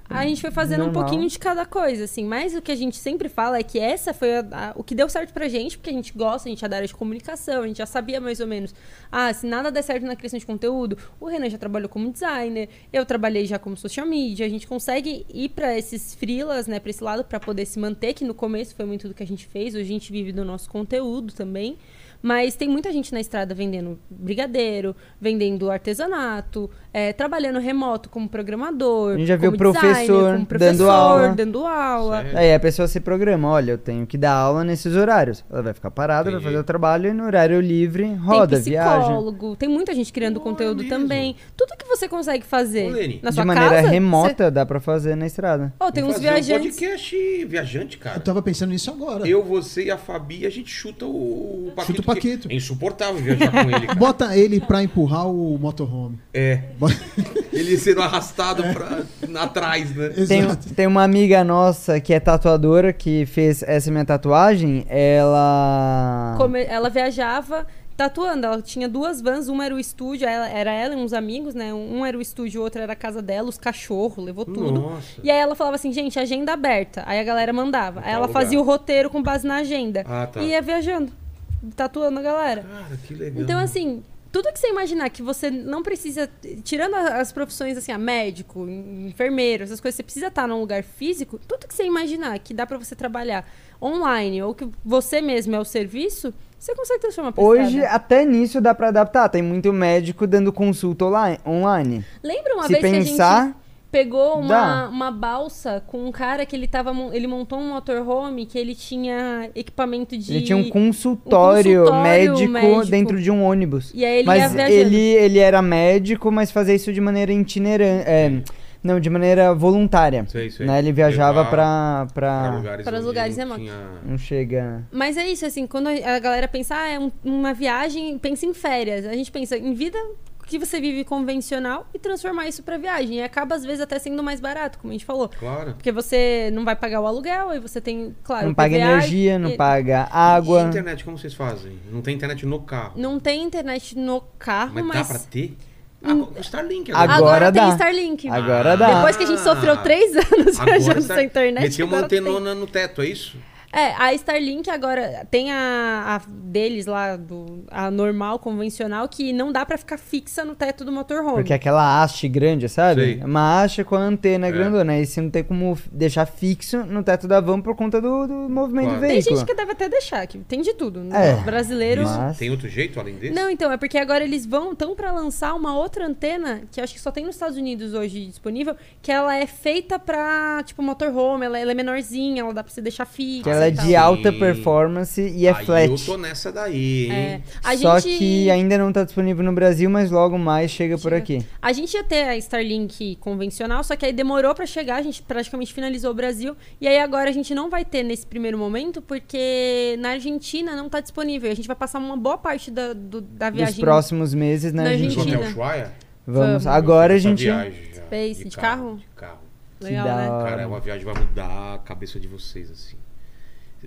A gente foi fazendo um
Normal.
pouquinho de cada coisa, assim. Mas o que a gente sempre fala é que essa foi a- a- o que deu certo pra gente, porque a gente gosta, a gente é da área de comunicação, a gente já sabia mais ou menos. Ah, se nada der certo na criação de conteúdo, o Renan já trabalhou como designer, eu trabalhei já como social media. A gente consegue ir pra esses frilas, né, pra esse lado, pra poder se manter, que no começo foi muito do que a gente fez, hoje a gente vive do nosso conteúdo também. Mas tem muita gente na estrada vendendo brigadeiro, vendendo artesanato, eh, trabalhando remoto como programador.
A gente já viu
como
professor
designer, como
dando aula.
dando aula.
Certo.
Aí a pessoa se programa, olha, eu tenho que dar aula nesses horários. Ela vai ficar parada,
Entendi.
vai fazer o trabalho e no horário livre roda,
tem
viaja.
psicólogo, tem muita gente criando
Olha
conteúdo
mesmo.
também. Tudo que você consegue fazer
Ô, Lene,
na sua
De maneira
casa,
remota dá pra fazer na estrada.
Você... Oh, tem
Vamos
uns
fazer um
viajantes.
podcast viajante, cara.
Eu
Então,
tava pensando nisso agora.
Eu, você e a Fabi, a gente chuta o, o Paquito.
Chuta o Paquito.
que É insuportável viajar com ele, cara.
Bota ele pra empurrar o motorhome.
É,
Bota-
ele sendo arrastado
É.
pra, atrás, né?
Tem,
Exato.
tem uma amiga nossa que é tatuadora que fez essa minha tatuagem. Ela.
Come- Ela viajava tatuando. Ela tinha duas vans, uma era o estúdio, ela- era ela e uns amigos, né? Um era o estúdio, o outro era a casa dela, os cachorros, levou tudo.
Nossa.
E aí ela falava assim, gente, agenda aberta. Aí a galera mandava.
Em
Aí
tal
ela
lugar.
fazia o roteiro com base na agenda.
Ah, tá.
E ia viajando, tatuando a galera.
Cara, que legal.
Uhum.
Então, assim, tudo que você imaginar que você não precisa. Tirando a- as profissões, assim, a médico, en- enfermeiro, essas coisas, você precisa estar num lugar físico. Tudo que você imaginar que dá pra você trabalhar online ou que você mesmo é o serviço, você consegue transformar pra
Hoje,
estrada.
até nisso dá pra adaptar. Tem muito médico dando consulta online- online.
Lembra uma
Se
vez que a
pensar,
gente. Pegou uma,
dá.
uma balsa com um cara que ele tava. mon- Ele montou um motorhome que ele tinha equipamento de.
ele tinha um consultório,
consultório
médico,
médico.
dentro de um ônibus.
E aí ele ia
mas
viajando.
ele, ele era médico, mas fazia isso de maneira itinerante. É, não, de maneira voluntária.
Sei, sei.
Né? Ele viajava
Levar
pra,
Pra
pra.
lugares
Para os
onde
lugares né,
não
remotos.
tinha-
Não chega.
Mas é isso, assim, quando a galera pensa, ah, é um- uma viagem, pensa em férias. A gente pensa em vida que você vive convencional e transformar isso pra viagem. E acaba, às vezes, até sendo mais barato, como a gente falou.
Claro.
Porque você não vai pagar o aluguel, aí você tem, claro,
Não
Ah, o
paga
PVA,
energia, não
e-
paga
E
água.
internet, como vocês fazem? Não tem internet no carro.
Não tem internet no carro,
mas,
mas.
dá pra ter? Ah, o Starlink
Agora,
agora. Ah,
Agora
tem
dá.
Starlink.
Agora dá.
Depois que a gente sofreu três anos viajando sem internet.
tá Meteu uma
agora tem.
antenona no teto, é isso?
É, a Starlink agora tem a, a deles lá, do, a normal, convencional, que não dá pra ficar fixa no teto do motorhome.
Porque é aquela haste grande, sabe?
Sei.
Uma haste com a antena
É.
grandona. né? E você não tem como f- deixar fixo no teto da van por conta do, do movimento
Claro.
do
Tem
é veículo.
gente que deve até deixar, que tem de tudo. né?
É.
Brasileiro.
Mas- Nossa.
Tem um outro jeito além desse?
Não, então, é porque agora eles vão, estão pra lançar uma outra antena, que acho que só tem nos Estados Unidos hoje disponível, que ela é feita pra, tipo, motorhome, ela, ela é menorzinha, ela dá pra você deixar fixa.
Que ela é
e tal.
de alta
Sim.
performance e é
Aí
flat.
eu tô nessa daí,
É.
hein?
A
Só
gente-
que ainda não tá disponível no Brasil, mas logo mais chega por
Chega.
aqui.
A gente ia ter a Starlink convencional, só que aí demorou pra chegar, a gente praticamente finalizou o Brasil. E aí agora a gente não vai ter nesse primeiro momento, porque na Argentina não tá disponível. E a gente vai passar uma boa parte da, do- da
Nos
viagem.
próximos meses na
Na
Gente,
Argentina.
Argentina.
um hotel Ushuaia?
Vamos.
Vamos.
Agora a
Essa
gente.
viagem já,
Space, de carro?
De carro.
Legal,
da
né?
hora.
Cara, é uma viagem que vai mudar a cabeça de vocês, assim.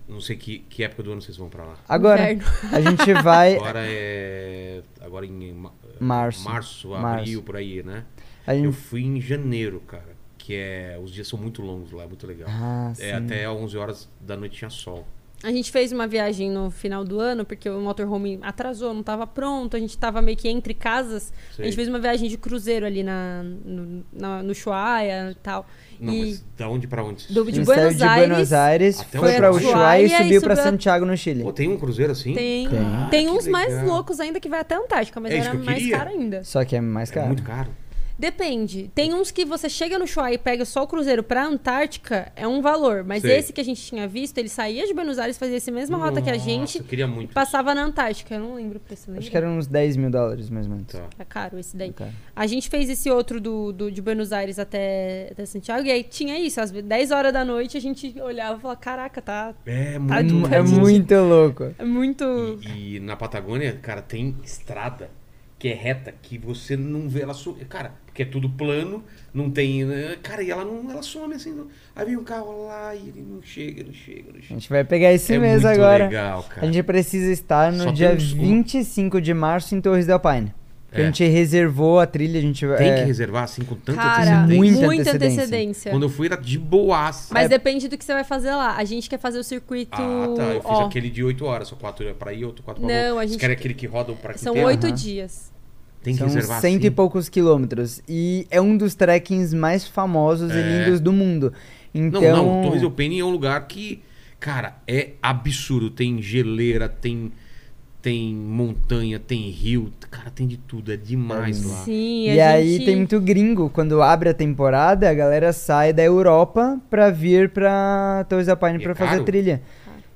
Não sei que, que época do ano vocês vão pra lá.
Agora.
Inverno.
A gente vai.
Agora é. Agora em ma-
Março.
março,
Março.
abril, por aí, né?
A
Eu
gente...
fui em janeiro, cara. Que é. Os dias são muito longos lá, é muito legal.
Ah,
é,
sim.
até 11 horas da noite tinha sol.
A gente fez uma viagem no final do ano, porque o motorhome atrasou, não estava pronto, a gente estava meio que entre casas.
Sei.
A gente fez uma viagem de cruzeiro ali na, no, na- no Ushuaia e tal.
Não,
e
mas da onde pra onde?
do,
A
de
gente
Buenos,
saiu de
Aires,
Buenos Aires,
até
foi
o
pra
Ushuaia,
Ushuaia e
e aí
subiu pra
subiu a-
Santiago, no Chile.
Pô, tem um cruzeiro assim?
tem.
Tem.
Ah,
Tem
que
uns mais
legal.
loucos ainda que vai até Antártica, mas
É isso
era
que eu
mais
queria.
caro ainda.
Só que é mais
É
caro.
muito caro.
Depende. Tem uns que você chega no Chuá e pega só o cruzeiro pra Antártica, é um valor. Mas
Sei.
esse que a gente tinha visto, ele saía de Buenos Aires, fazia essa mesma rota que a gente
Nossa, eu queria muito.
e passava na Antártica. Eu não lembro o preço. lembra?
Acho que era uns 10 mil dólares, mais ou menos.
Tá.
É caro esse daí.
Tá.
A gente fez esse outro do, do- de Buenos Aires até, até Santiago, e aí tinha isso. Às ve- 10 horas da noite a gente olhava e falava: caraca, tá
É
É
muito.
mu- É muito louco.
é muito.
Hum, E, e na Patagônia, cara, tem estrada que é reta, que você não vê ela some. Cara, porque é tudo plano, não tem. né? Cara, e ela não ela some assim. não- Aí vem um carro lá e ele não chega, não chega, não
A
chega.
gente vai pegar esse
é
mês
muito
agora.
legal, cara.
A gente precisa estar no
Só
dia
tem uns- um.
25 de março em Torres del Paine. Porque
É.
A gente reservou a trilha, a gente vai.
Tem que
é,
reservar assim com tanta
Cara,
antecedência.
Muita
muita,
antecedência. É.
antecedência.
Quando eu fui era de boaça.
Mas é depende do que você vai fazer lá. A gente quer fazer o circuito.
Ah, tá. Eu fiz
ó,
aquele de 8 horas, só 4 pra ir, outro 4 pra
Não,
voltar.
a
Você
gente-
quer aquele que roda o parque
São
inteiro?
oito
Aham.
dias.
Tem que
São
reservar
cento e
assim.
poucos quilômetros. E é um dos trekkings mais famosos e
É.
lindos do mundo. Então.
Não, não, Torres del Paine é um lugar que, cara, é absurdo. Tem geleira, tem tem montanha, tem rio, cara, tem de tudo, é demais lá.
Sim,
E,
a
aí
gente-
tem muito gringo. Quando abre a temporada, a galera sai da Europa pra vir pra Torres da Paine
E é
pra fazer
caro?
trilha.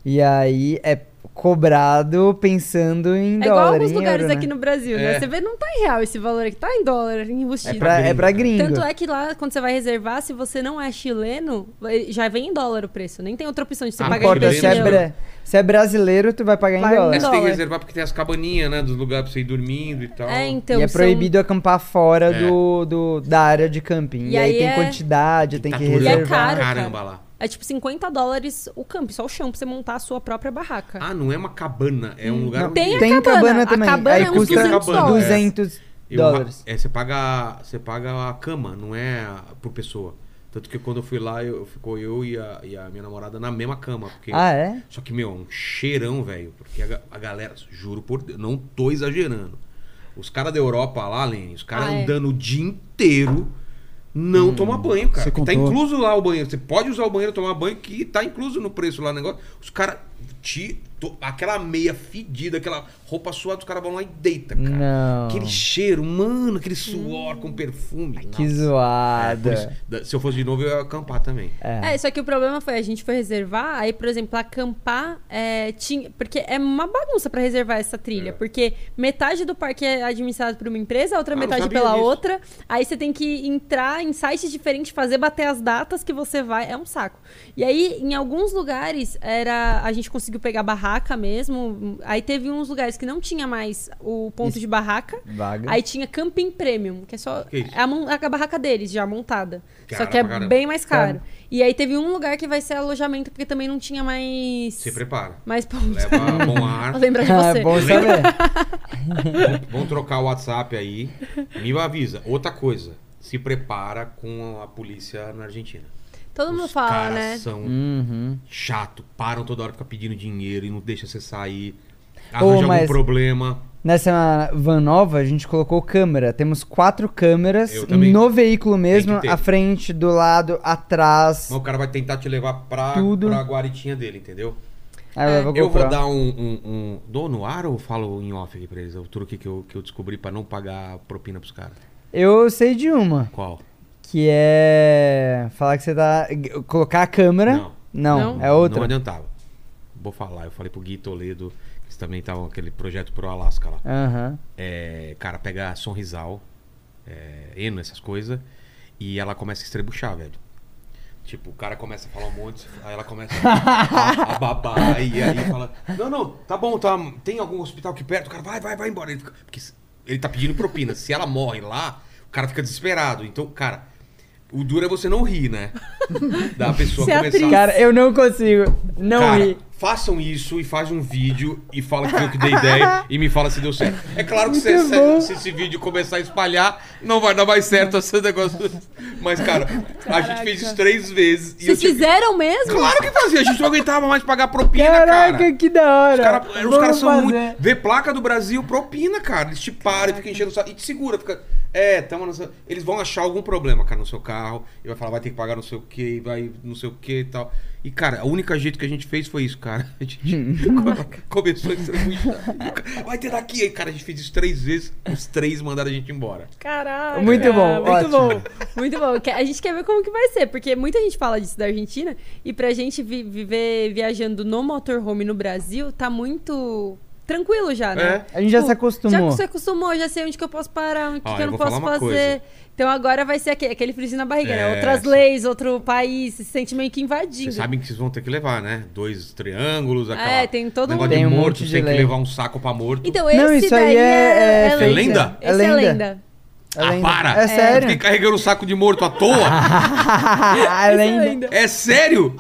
E aí é cobrado pensando em
É igual
dólar,
alguns
em
lugares
euro,
aqui
né?
no Brasil, né?
É.
Você vê, não tá em real esse valor aqui, tá em dólar, em
É
investido.
pra, é pra gringo.
Tanto
Ah,
é que lá, quando você vai reservar, se você não é chileno, já vem em dólar o preço. Nem tem outra opção de você
Ah,
Não
pagar
pagando
importa,
em
brasileiro,
se é,
dólar.
bra- se é brasileiro, tu vai pagar em
Paga em
dólar.
Mas tem que
Dólar.
reservar porque tem as cabaninhas, né, dos lugares pra você ir dormindo e tal.
É, então.
e é
são-
proibido acampar fora
É.
do, do- da área de camping. E,
E
aí,
aí
tem
é-
quantidade, tem
tá
que
tudo
E é
reservar.
pra
caro,
caramba
cara.
lá.
É tipo 50 dólares o campo, só o chão pra você montar a sua própria barraca.
Ah, não é uma cabana, é um lugar
Hum, Não,
onde
tem a
tem cabana,
cabana. A
também.
cabana
aí
é uns
custa
200 dólares.
200
eu-
dólares.
É, você paga, você paga a cama, não é a- por pessoa. Tanto que quando eu fui lá, eu, ficou eu e a, e a minha namorada na mesma cama. Porque
Ah, é?
Só que, meu, é um cheirão, velho. Porque a, ga- a galera, juro por Deus, não tô exagerando. Os caras da Europa lá, Lenny, os caras
Ah, é.
andando o dia inteiro,
Hum.
não toma banho, cara.
você
Porque Tá
contou.
incluso lá o banheiro. Você pode usar o banheiro, tomar banho, que tá incluso no preço lá o negócio. Os caras, ti- to- aquela meia fedida, aquela roupa suada, os caras vão lá e deita, cara.
Não.
Aquele cheiro, mano, aquele suor
Hum.
com perfume.
Que
Nossa. É, por
zoada.
isso, da- se eu fosse de novo, eu ia acampar também.
É, só que o problema foi, a gente foi reservar, aí, por exemplo, acampar é, tinha. Porque é uma bagunça pra reservar essa
É.
trilha. Porque metade do parque é administrado por uma empresa, a outra
Ah, não
metade
sabia
pela
disso.
outra. Aí você tem que entrar em sites diferentes, fazer bater as datas que você vai. É um saco. E aí, em alguns lugares, era. A gente conseguiu pegar barraca mesmo. Aí teve uns lugares que não tinha mais o ponto de barraca.
Vaga.
Aí tinha Camping Premium, que é só
Que isso?
é a, mon- a barraca deles já montada.
Cara
só que é
pra caramba.
bem mais caro. E aí teve um lugar que vai ser alojamento, porque também não tinha mais.
Se prepara.
Mais ponto.
Leva bom ar.
Vou lembrar de
Ah,
você.
bom saber.
Vamos trocar o WhatsApp aí. Me avisa. Outra coisa. Se prepara com a polícia na Argentina.
Todo mundo
Os
fala,
caras
né?
são
Uhum.
chato, param toda hora, ficam pedindo dinheiro e não deixa você sair.
Ô,
Arranja
mas-
algum problema.
Nessa van nova, a gente colocou câmera. Temos quatro câmeras
Eu também.
no veículo mesmo,
que ter.
à frente, do lado, atrás.
Mas o cara vai tentar te levar pra,
Tudo.
pra guaritinha dele, entendeu?
Aí eu, vou
Eu vou
GoPro.
dar um, um, um- Dou no ar ou falo em off aqui pra eles? O truque que eu, que eu descobri pra não pagar propina pros caras.
Eu sei de uma,
Qual?
que é falar que você tá g- colocar a câmera.
Não.
Não,
Não.
é outra.
Não adiantava. Vou falar. Eu falei pro Gui Toledo, que eles também estavam aquele projeto pro Alasca lá.
Aham.
É, cara, pega Sonrisal, é, Eno, essas coisas, e ela começa a estrebuchar, velho. Tipo, o cara começa a falar um monte, aí ela começa a, a babar, e aí fala: Não, não, tá bom, tá, tem algum hospital aqui perto, o cara vai, vai, vai embora. Ele, fica- porque se- ele tá pedindo propina. Se ela morre lá, o cara fica desesperado. Então, cara, o duro é você não rir, né? Da pessoa
Ser
começar
atriz.
Cara, eu não consigo. Não
Cara,
ri.
façam isso e faz um vídeo e fala que eu que dei ideia e me fala se deu certo. É claro que se,
Muito
se-
bom.
se esse vídeo começar a espalhar, não vai dar mais certo esse negócio. Mas, cara, a gente fez isso três vezes. E eu
Vocês
tive-
fizeram mesmo?
Claro que fazia, a gente não aguentava mais pagar propina,
Caraca,
cara.
que da hora.
Os cara- os
É, Vamos
caras são
fazer.
muito. Vê placa do Brasil, propina, cara. Eles te param, ficam enchendo o saco. E te segura, fica. É, tamo na sua- Eles vão achar algum problema, cara, no seu carro. E vai falar, vai ter que pagar não sei o que, vai não sei o que e tal. E, cara, o único jeito que a gente fez foi isso, cara. A
Hum.
gente co- começou a estrangular. Vai ter daqui. Aí, cara, a gente fez isso três vezes. Os três mandaram a gente embora.
Caraca.
Muito bom,
muito
ótimo.
bom. Muito bom. Que- A gente quer ver como que vai ser, porque muita gente fala disso da Argentina e pra gente vi- viver viajando no motorhome no Brasil tá muito tranquilo já, né?
A gente já
Tipo,
se acostumou.
Já se acostumou, já sei onde que eu posso parar, onde
É. Ó,
que eu
eu
não
vou
posso
falar uma
fazer.
coisa.
Então agora vai ser aquele, aquele friozinho na barriga, né?
É,
Outras
sim.
leis, outro país, se sente meio que invadido.
Vocês sabem que vocês vão ter que levar, né? Dois triângulos, aquela...
É, tem todo
negócio
um-
de
Tem um
morto,
monte de
tem que
lei.
levar um saco pra morto.
Então esse
Não, isso
daí
aí é- é
é,
fake. Lenda?
Esse é,
É lenda.
lenda.
É
ah,
lenda.
para!
É sério.
Fiquei carregando o saco de morto à toa?
é lenda.
é sério?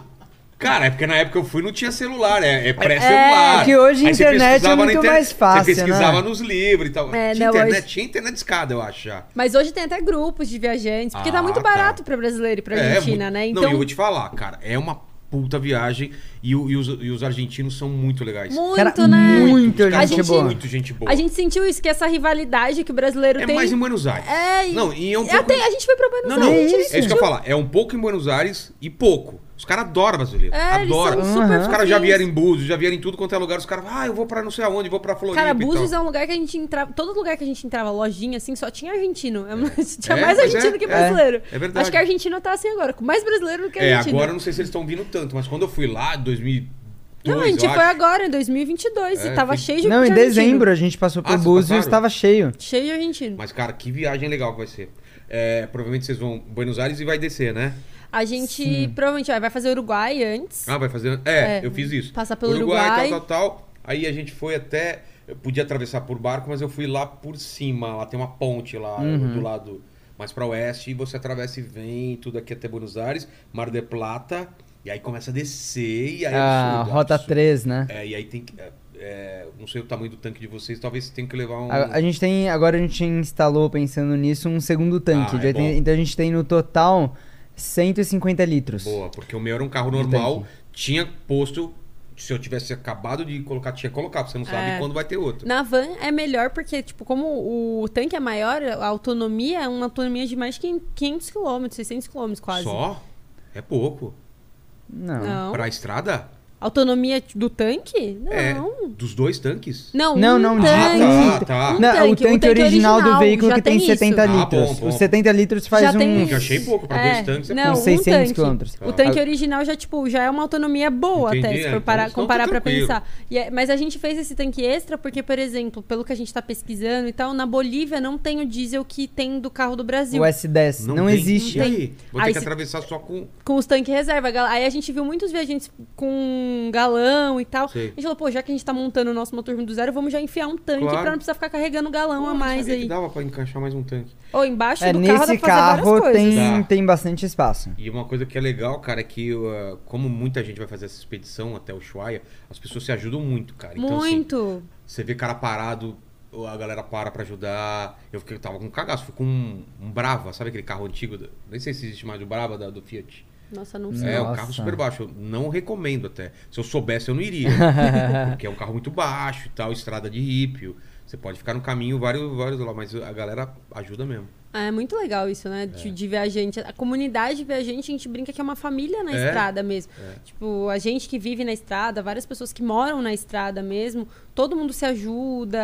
Cara, é porque na época eu fui não tinha celular, é, é
É,
pré-celular.
que hoje a
Aí você
internet é
pesquisava na
muito mais fácil,
Você pesquisava
né?
nos livros e tal.
É,
tinha,
não,
internet,
hoje-
tinha internet escada, eu acho. já.
Mas hoje tem até grupos de viajantes, porque tá
Ah,
muito
tá.
barato pra brasileiro e pra
É,
Argentina,
muito-
né?
Não, e
Então,
eu vou te falar, cara, é uma puta viagem e, o- e os, e os argentinos são muito legais.
muito,
Cara,
né?
muito
Os
A
caras
gente
são
gente-
boa.
muito gente boa.
A gente sentiu isso, que essa rivalidade que o brasileiro
É
tem.
mais em Buenos Aires.
É, e-
Não, e é um
É
pouco...
até- a gente foi pra Buenos
Não,
Aires.
não,
a gente
é
não
isso que eu ia falar. É um pouco em Buenos Aires e pouco. Os caras adoram brasileiro.
É, eles são
adoram.
super
Os caras já
fofinhos.
vieram em Búzios, já vieram em tudo quanto é lugar. Os caras, ah, eu vou pra não sei aonde, vou pra Floripa.
Cara,
e tal."
Búzios é um lugar que a gente entrava. Todo lugar que a gente entrava, lojinha, assim, só tinha argentino. É mais- tinha
É,
mais
mas
argentino
é,
que
é.
brasileiro.
É verdade.
Acho que a Argentina tá assim agora, com mais brasileiro do que né?
É,
argentino.
agora eu não sei se eles estão vindo tanto, mas quando eu fui lá, em 2002,
Não, a gente
eu
foi
acho,
agora, em 2022, e
É,
tava
foi-
cheio de
Não,
de
em
argentino.
dezembro a gente passou por
Ah, vocês
Búzios
passaram?
estava cheio.
Cheio de argentino.
Mas, cara, que viagem legal que vai ser. É, provavelmente vocês vão Buenos Aires e vai descer, né?
A gente provavelmente vai- vai fazer Uruguai antes.
Ah, vai fazer. É,
É,
eu fiz isso.
passar pelo Uruguai.
tal, tal, tal. Aí a gente foi até. Eu podia atravessar por barco, mas eu fui lá por cima. Lá tem uma ponte lá
Uhum.
do lado mais pra oeste. E você atravessa e vem tudo aqui até Buenos Aires, Mar de Plata. E aí começa a descer. E aí
Ah,
A
É, absurdo,
Rota
absurdo.
3, né?
É, e aí tem que. é, é, não sei o tamanho do tanque de vocês, talvez tenha que levar um.
A, a gente tem, agora a gente instalou, pensando nisso, um segundo tanque.
Ah,
de
é
80
bom.
então a gente tem no total 150 litros.
Boa, porque o meu era um carro
Do
normal,
tanque.
tinha posto. Se eu tivesse acabado de colocar, tinha colocado. Você não sabe
É.
quando vai ter outro.
Na van é melhor porque, tipo, como o tanque é maior, a autonomia é uma autonomia de mais de 500 km, 600 km quase.
Só? É pouco.
Não.
Não.
Pra estrada?
Autonomia do tanque? Não.
É. Dos dois tanques?
Não,
Não,
um
não, de
tanque.
tanque. Ah, tá.
Um
Não,
tanque,
o tanque, original, do veículo
já
que tem 70
isso.
Ah,
litros.
bom, bom.
Os 70 litros faz
Já
um.
tem
Que eu achei pouco, pra dois tanques é
não,
pouco.
um
600
tanque.
quilômetros.
O
Ah.
tanque original já, tipo, já é uma autonomia boa
Entendi,
até, se
é,
for
então
parar,
eles tão
comparar pra
tranquilo.
pensar. E é- mas a gente fez esse tanque extra porque, por exemplo, pelo que a gente tá pesquisando e tal, na Bolívia não tem o diesel que tem do carro do Brasil.
O S10. Não,
tem.
existe.
E aí? Vou
Aí
ter que
se-
atravessar só com.
com os tanques reserva. Gal- Aí a gente viu muitos viajantes com galão e tal.
Sei.
A gente falou, pô, já que a gente tá montando o nosso motorhome do zero, vamos já enfiar um tanque
Claro.
pra não precisar ficar carregando galão a
Porra,
mais
sabia
aí.
Que dava pra encaixar mais um tanque.
Ou embaixo
É,
do Tipo, carro dá
nesse
pra fazer várias
carro
coisas.
tem,
Dá.
tem bastante espaço.
E uma coisa que é legal, cara, é que uh, como muita gente vai fazer essa expedição até o Ushuaia, as pessoas se ajudam muito, cara. Então, assim,
Muito.
você vê cara parado, ou a galera para pra ajudar. Eu fiquei, tava com um cagaço, fui com um, um Brava, sabe aquele carro antigo? da- Nem sei se existe mais o Brava da- do Fiat.
Nossa, não sei.
É, um
Nossa.
carro super baixo. Eu não recomendo até. Se eu soubesse, eu não iria. porque é um carro muito baixo e tal, estrada de hippie. Você pode ficar no caminho vários, vários lá, mas a galera ajuda mesmo.
Ah, é muito legal isso, né?
É.
De, de viajante. A comunidade viajante, a gente brinca que é uma família na
É.
estrada mesmo. Tipo, a gente que vive na estrada, várias pessoas que moram na estrada mesmo, todo mundo se ajuda,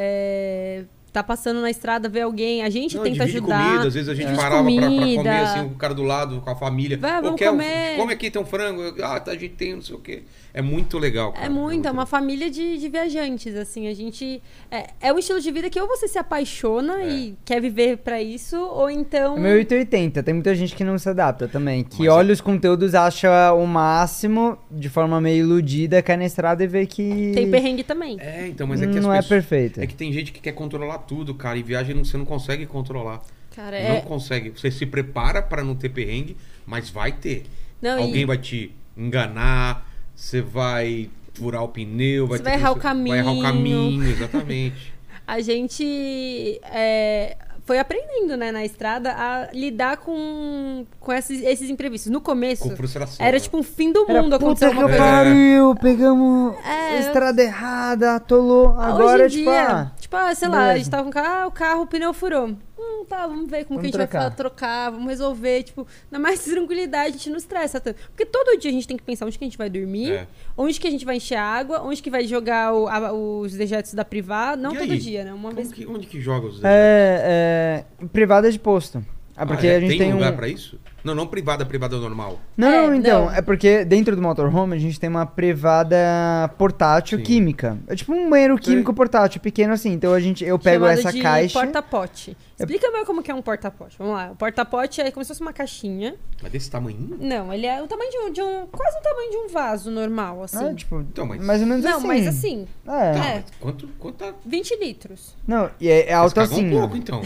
é, tá passando na estrada, vê alguém, a gente
Não,
tenta
divide
ajudar.
comida, às vezes a gente
Divide
parava pra, pra comer
comida.
assim, o cara do lado, com a família.
Vai,
Pô,
vamos
quer um-
comer.
come aqui, tem um frango. Eu, Ah, tá, a gente tem não sei o quê. É muito legal, cara.
É muito, é uma
legal.
família de, de viajantes, assim, a gente... É, é um estilo de vida que ou você se apaixona
É.
e quer viver pra isso, ou então...
É meu 880, tem muita gente que não se adapta também. Que
Mas é-
olha os conteúdos, acha o máximo, de forma meio iludida, cai na estrada e vê que.
Tem perrengue também.
É, então, mas é que as
não é
pessoas-
perfeito.
É que tem gente que quer controlar tudo, cara. E viagem não- você não consegue controlar.
Cara,
Não
é...
consegue. Você se prepara pra não ter perrengue, mas vai ter.
Não, e-
Alguém vai te enganar, você vai furar o pneu, vai
Você
ter
vai
que-
errar o
Vai errar o
caminho.
caminho, exatamente.
A gente é, foi aprendendo, né, na estrada a lidar com, com esses, esses imprevistos. No começo,
Com frustração.
era
né?
tipo um fim do
Era,
mundo acontecer
puta que
alguma coisa.
pariu, pegamos
É,
estrada errada, atolou. Agora,
Hoje em
tipo,
dia,
ah,
tá tipo, ah, sei lá, a gente tava com o um carro, o carro, o pneu furou. Hum, tá, vamos ver como
Vamos
que a gente
trocar.
vai fa- trocar, vamos resolver, tipo, na mais tranquilidade, a gente não estressa tanto. Porque todo dia a gente tem que pensar onde que a gente vai dormir,
É.
onde que a gente vai encher água, onde que vai jogar o- a- os dejetos da privada. Não
E
todo
aí?
dia, né? Uma
Como
vez.
que- onde que joga os
É, é, privada de posto. É porque
Ah, é?
a gente tem,
tem lugar
um...
pra isso? Não, não privada, privada normal.
Não,
É,
não, então,
não.
é porque dentro do motorhome a gente tem uma privada portátil
Sim.
química. É tipo um banheiro químico portátil, pequeno assim. Então a gente, eu pego
chamado
essa
de
caixa.
porta-pote. Explica mais como que é um porta-pote. Vamos lá. O porta-pote é como se fosse uma caixinha.
Mas desse tamanhinho?
Não, ele é o tamanho de um, de um- quase o tamanho de um vaso normal, assim.
Ah, tipo,
Então, mas-
mais ou menos
não,
assim.
mas assim,
É.
Tá,
É.
mas quanto, quanto tá...
20 litros.
Não, e é, é
Vocês
alto
cagam
assim.
um
ó.
pouco, então.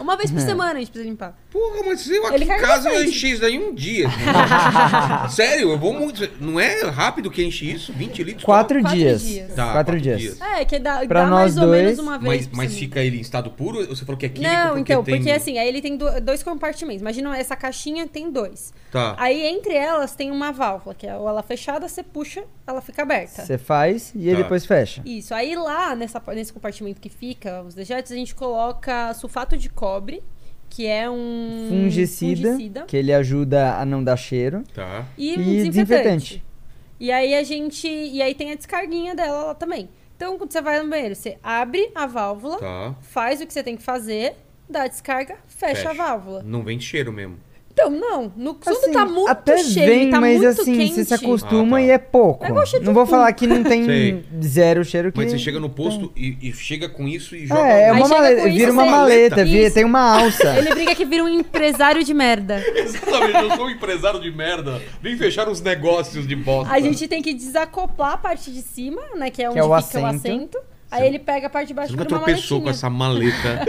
Uma vez por
É.
semana a gente precisa limpar.
Porra, mas eu aqui
Ele
em
caga
casa eu
bastante.
enchi isso daí em um dia. né? Sério, eu vou muito... Não é rápido que enche isso? 20 litros?
Quatro,
Quatro
dias.
dias.
Tá,
quatro
quatro
dias.
dias.
É, que dá,
Pra
dá
nós
mais ou
dois,
menos uma vez
Mas,
por
mas
semana.
fica ele em estado puro? Você falou que é químico?
Não,
porque
então,
tem-
porque assim, aí ele tem do- dois compartimentos. Imagina, essa caixinha tem dois.
Tá.
Aí entre elas tem uma válvula, que é ou ela fechada, você puxa, ela fica aberta.
Você faz e aí
Tá.
depois fecha.
Isso. Aí lá nessa, nesse compartimento que fica os dejetos, a gente coloca sulfato de cobre, que é um
Fungicida,
fungicida,
que ele ajuda a não dar cheiro.
Tá.
e,
e
um
desinfetante.
desinfetante. E aí a gente. E aí tem a descarguinha dela lá também. Então, quando você vai no banheiro, você abre a válvula,
Tá.
faz o que você tem que fazer, dá a descarga, fecha, a válvula.
Não vem cheiro mesmo.
Então, não, no, quando
Assim,
tá muito
até
cheio,
vem,
e tá
mas
muito
assim,
quente.
você se acostuma
Ah, tá.
e é pouco.
É igual cheiro de
não vou
cu.
falar que não tem
Sei.
zero cheiro que.
Mas você chega no né? posto e, e chega com isso e joga...
É, é
Aí
uma
chega
maleta,
com isso,
vira uma
você-
maleta, vira,
Isso.
tem uma alça.
Ele briga que vira um empresário de merda.
Exatamente, eu sou um empresário de merda. Vim fechar uns negócios de bosta.
A gente tem que desacoplar a parte de cima, né? Que é onde
é o
fica o
assento.
assento. Aí ele pega a parte de baixo
Você
e
nunca
vira uma
tropeçou com essa maleta.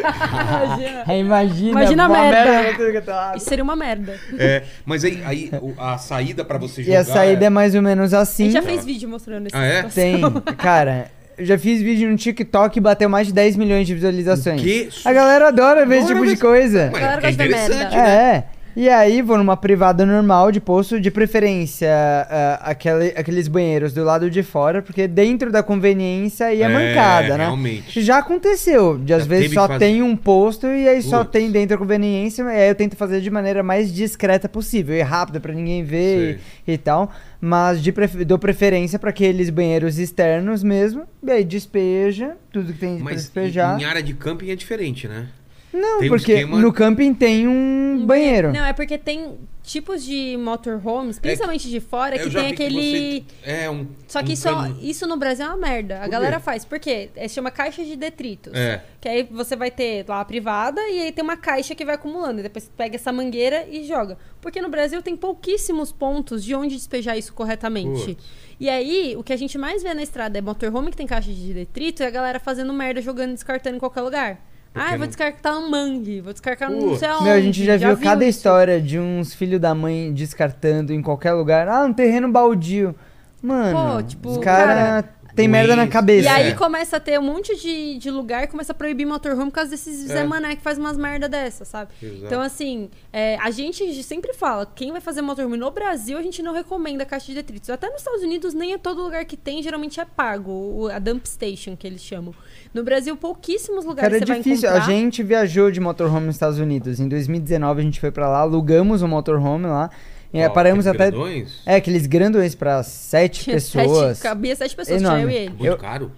maletinha.
É, imagina,
Imagina a
uma
merda.
merda.
Ah, Isso seria uma merda.
é, mas aí, aí o- a saída pra você
E
jogar...
a saída é mais ou menos
A
assim.
gente já fez vídeo mostrando essa
Ah, é?
situação.
Tem, cara. Eu já fiz vídeo no TikTok e bateu mais de 10 milhões de visualizações.
Que...
A galera adora ver esse
Adora
tipo de
ver-
coisa.
Ué,
A galera
que é
gosta de merda.
interessante, né?
É. E aí vou numa privada normal de posto, de preferência ah, aquele- aqueles banheiros do lado de fora, porque dentro da conveniência aí é, mancada, né?
Realmente.
Já aconteceu, de às
Já
vezes
teve
só
que fazer.
tem um posto e aí só
Putz.
tem dentro da conveniência, e aí eu tento fazer de maneira mais discreta possível, e rápida pra ninguém ver e, e tal, mas de pref- dou preferência pra aqueles banheiros externos mesmo, e aí despeja tudo que tem É, pra
Mas
despejar.
em área de camping é diferente, né?
Não,
tem um
porque
esquema-
no camping tem um banheiro.
Não, é porque tem tipos de motorhomes, principalmente de fora, que
É Eu já
tem
vi que
aquele.
você- É um...
Só que
um
isso,
cano-
isso no Brasil é uma merda. A
quê?
galera faz. Por quê? É, chama caixa de detritos.
É.
Que aí você vai ter lá a privada e aí tem uma caixa que vai acumulando. E depois você pega essa mangueira e joga. Porque no Brasil tem pouquíssimos pontos de onde despejar isso corretamente.
Putz.
E aí, o que a gente mais vê na estrada é motorhome que tem caixa de detrito e a galera fazendo merda, jogando, descartando em qualquer lugar.
Porque
ah, eu vou
não-
descartar um mangue, vou descartar não
Putz.
sei um aonde.
Meu, a gente já, viu
vi
cada
isso.
história de uns filhos da mãe descartando em qualquer lugar. Ah, um terreno baldio. Mano,
Pô, tipo,
os cara,
cara,
tem merda na
Ruins.
cabeça.
E aí
É.
começa a ter um monte de, de lugar e começa a proibir motorhome por causa desses
É.
Zé Mané que faz umas merda dessa, sabe?
Exato.
Então, assim, é, a gente sempre fala, quem vai fazer motorhome no Brasil, a gente não recomenda caixa de detritos. Até nos Estados Unidos, nem é todo lugar que tem, geralmente é pago, o- a dump station que eles chamam. No Brasil, pouquíssimos lugares
Cara, é
você
difícil.
vai
A
encontrar.
gente viajou de motorhome nos Estados Unidos. Em 2019 a gente foi pra lá, alugamos um motorhome lá. E
Ó,
É, paramos
aqueles
até.
grandões?
É, aqueles grandões pra sete
Tinha
pessoas. é
Sete, cabia sete pessoas,
Enorme.
tinha eu e ele.
Muito
Eu-
caro.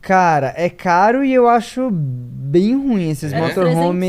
Cara, é caro e eu acho bem ruim esses
Era
motorhomes.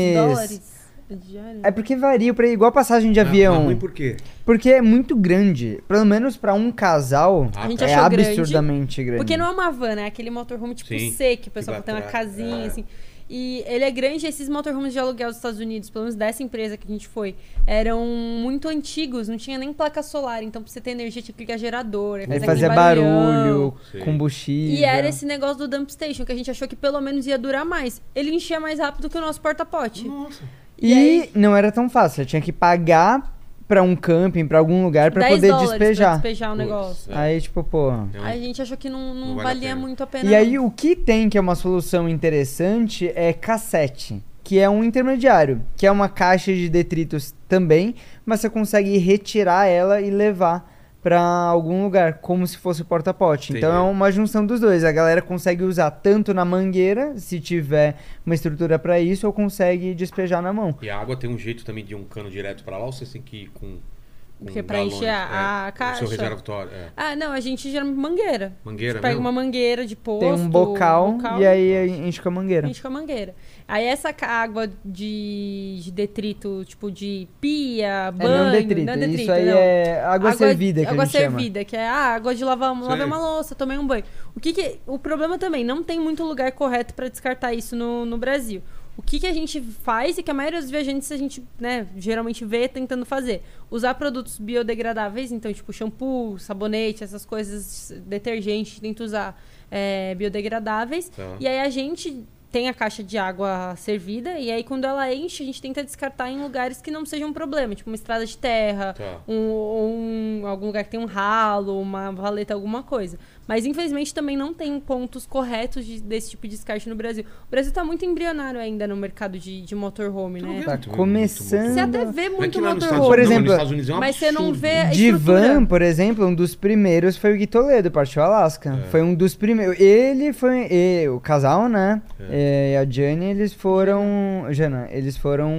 300 É. dólares diário.
É porque varia, pra- igual passagem de
Ah,
avião.
mas ruim por quê?
Porque é muito grande. Pelo menos pra um casal,
A
gente
é
achou grande,
absurdamente grande.
Porque não é uma van, é aquele motorhome tipo
Sim,
C, que o pessoal
que
tem uma
batra-
casinha,
é.
assim. E ele é grande, esses motorhomes de aluguel dos Estados Unidos, pelo menos dessa empresa que a gente foi, eram muito antigos, não tinha nem placa solar, então pra você ter energia tinha que ligar gerador, aí
Aí
fazer
fazia
aquele barulhão.
barulho,
Sim.
combustível.
E era esse negócio do dump station, que a gente achou que pelo menos ia durar mais. Ele enchia mais rápido que o nosso porta-pote.
Nossa.
E
E aí-
não era tão fácil. Eu tinha que pagar pra um camping, pra algum lugar, pra
10
poder
dólares pra
despejar.
despejar o
Putz,
negócio.
é.
Aí, tipo, pô.
É um-
A gente achou que não, não
Não vale a
valia
pena.
muito a pena.
E aí,
não.
o que tem que é uma solução interessante é cassete, que é um intermediário, que é uma caixa de detritos também, mas você consegue retirar ela e levar pra algum lugar, como se fosse o porta-pote. Então é
Entendi.
uma junção dos dois. A galera consegue usar tanto na mangueira, se tiver uma estrutura pra isso, ou consegue despejar na mão.
E a água tem um jeito também de ir um cano direto pra lá ou vocês têm que ir com. com um é,
Porque pra encher a- a
O
caixa.
seu reservatório. É.
Ah, não, a gente gera mangueira.
Mangueira,
Pega
mesmo?
uma mangueira de poço.
Tem um bocal, e
é
aí enche com a
A
mangueira.
gente com a mangueira. Aí essa ca- água de, de detrito, tipo de pia, banho...
é não detrito, isso aí
não.
é água, servida que
água
a gente chama.
servida, que é ah, água de lavar, lavei uma
Sei.
louça, tomei um banho. O que que o problema também não tem muito lugar correto para descartar isso no, no Brasil. O que que a gente faz e que a maioria dos viajantes a gente, né, geralmente vê tentando fazer, usar produtos biodegradáveis, então tipo shampoo, sabonete, essas coisas, detergente, tenta usar é, biodegradáveis.
Tá.
E aí a gente tem a caixa de água servida e aí quando ela enche a gente tenta descartar em lugares que não sejam um problema, tipo uma estrada de terra,
Tá.
um, ou um- algum lugar que tem um ralo, uma valeta, alguma coisa. Mas infelizmente também não tem pontos corretos de- desse tipo de descarte no Brasil. O Brasil tá muito embrionário ainda no mercado de, de motorhome, né?
Tá
Muito, muito,
começando.
Você até vê
É que
muito
lá nos Estados,
motorhome.
Unidos-
Por
não,
exemplo,
nos Estados Unidos é um
mas você não
absurdo.
vê a
Divan,
estrutura.
por exemplo, um dos primeiros foi o Gui Toledo, partiu Alasca.
É.
Foi um dos primeiros. Ele foi. e o casal, né? É, E a Jane, eles foram. Jana, eles foram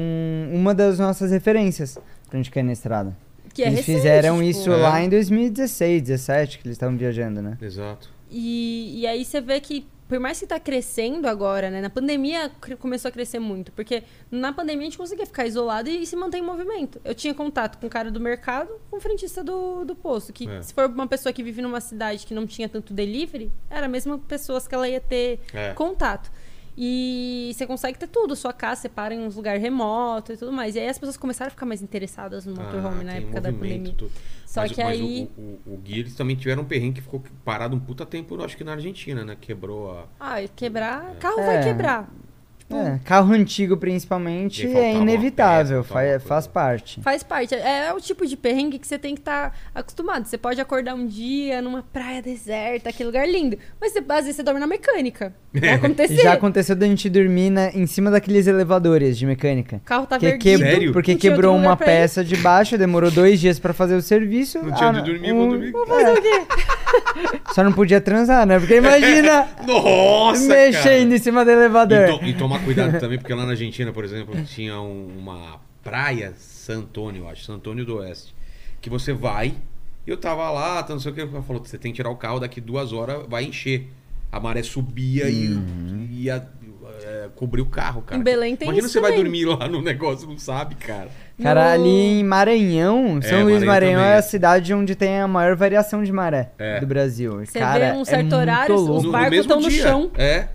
uma das nossas referências pra gente cair na estrada.
Que é
eles
recente,
fizeram
tipo.
isso
É.
lá em 2016, 17, que eles estavam viajando, né?
Exato.
E, e aí você vê que, por mais que tá crescendo agora, né? Na pandemia cre- começou a crescer muito. Porque na pandemia a gente conseguia ficar isolado e, e se manter em movimento. Eu tinha contato com o cara do mercado, com o frentista do, do posto. Que
É.
se for uma pessoa que vive numa cidade que não tinha tanto delivery, era a mesma pessoas que ela ia ter
É.
contato. E você consegue ter tudo, sua casa, você para em uns lugar remoto e tudo mais. E aí as pessoas começaram a ficar mais interessadas no motorhome
Ah,
na
tem
época da
movimento,
pandemia.
tudo.
um Só
mas,
que
mas
aí.
O, o, o Gui, eles também tiveram um perrengue que ficou parado um puta tempo, eu acho que na Argentina, né? Quebrou a.
Ah, quebrar. Carro
É.
vai quebrar.
É, carro antigo, principalmente,
Tipo, E faltava
é
uma
inevitável,
peça,
fa-
faltava uma
faz
coisa.
parte.
Faz parte. É, é o tipo de perrengue que você tem que estar acostumado. Você pode acordar um dia numa praia deserta, aquele lugar lindo. Mas você, às vezes você dorme na mecânica. Vai
E
acontecer.
Já aconteceu da gente dormir na- em cima daqueles elevadores de mecânica.
O carro tá
Que
perdido.
Sério?
que, porque
Não tinha
quebrou
outro lugar
uma
pra ir.
peça de baixo, demorou dois dias pra fazer o serviço. Ah, Um,
Não tinha onde dormir, vou dormir. Vou
fazer o quê? Só não podia transar, né? Porque imagina
Nossa! Então-
mexendo em cima do elevador.
E, to- e tomar cuidado também, porque lá na Argentina, por exemplo, tinha um- uma praia, San Antônio, eu acho, San Antônio do Oeste, que você vai, eu tava lá, tá, não sei o que, ela falou, você tem que tirar o carro, daqui duas horas vai encher. A maré subia
Uhum.
e ia é, cobrir o carro, cara.
Em Belém tem
Imagina
isso
você vai
também.
dormir lá no negócio, não sabe, cara.
Cara,
No-
ali em Maranhão, São
É,
Luís
Maranhão
Maranhão
também.
é a cidade onde tem a maior variação de maré
É.
do Brasil.
Você
Cara,
vê um
é
certo
muito
horário, os-
louco.
Os barcos estão no chão.
É.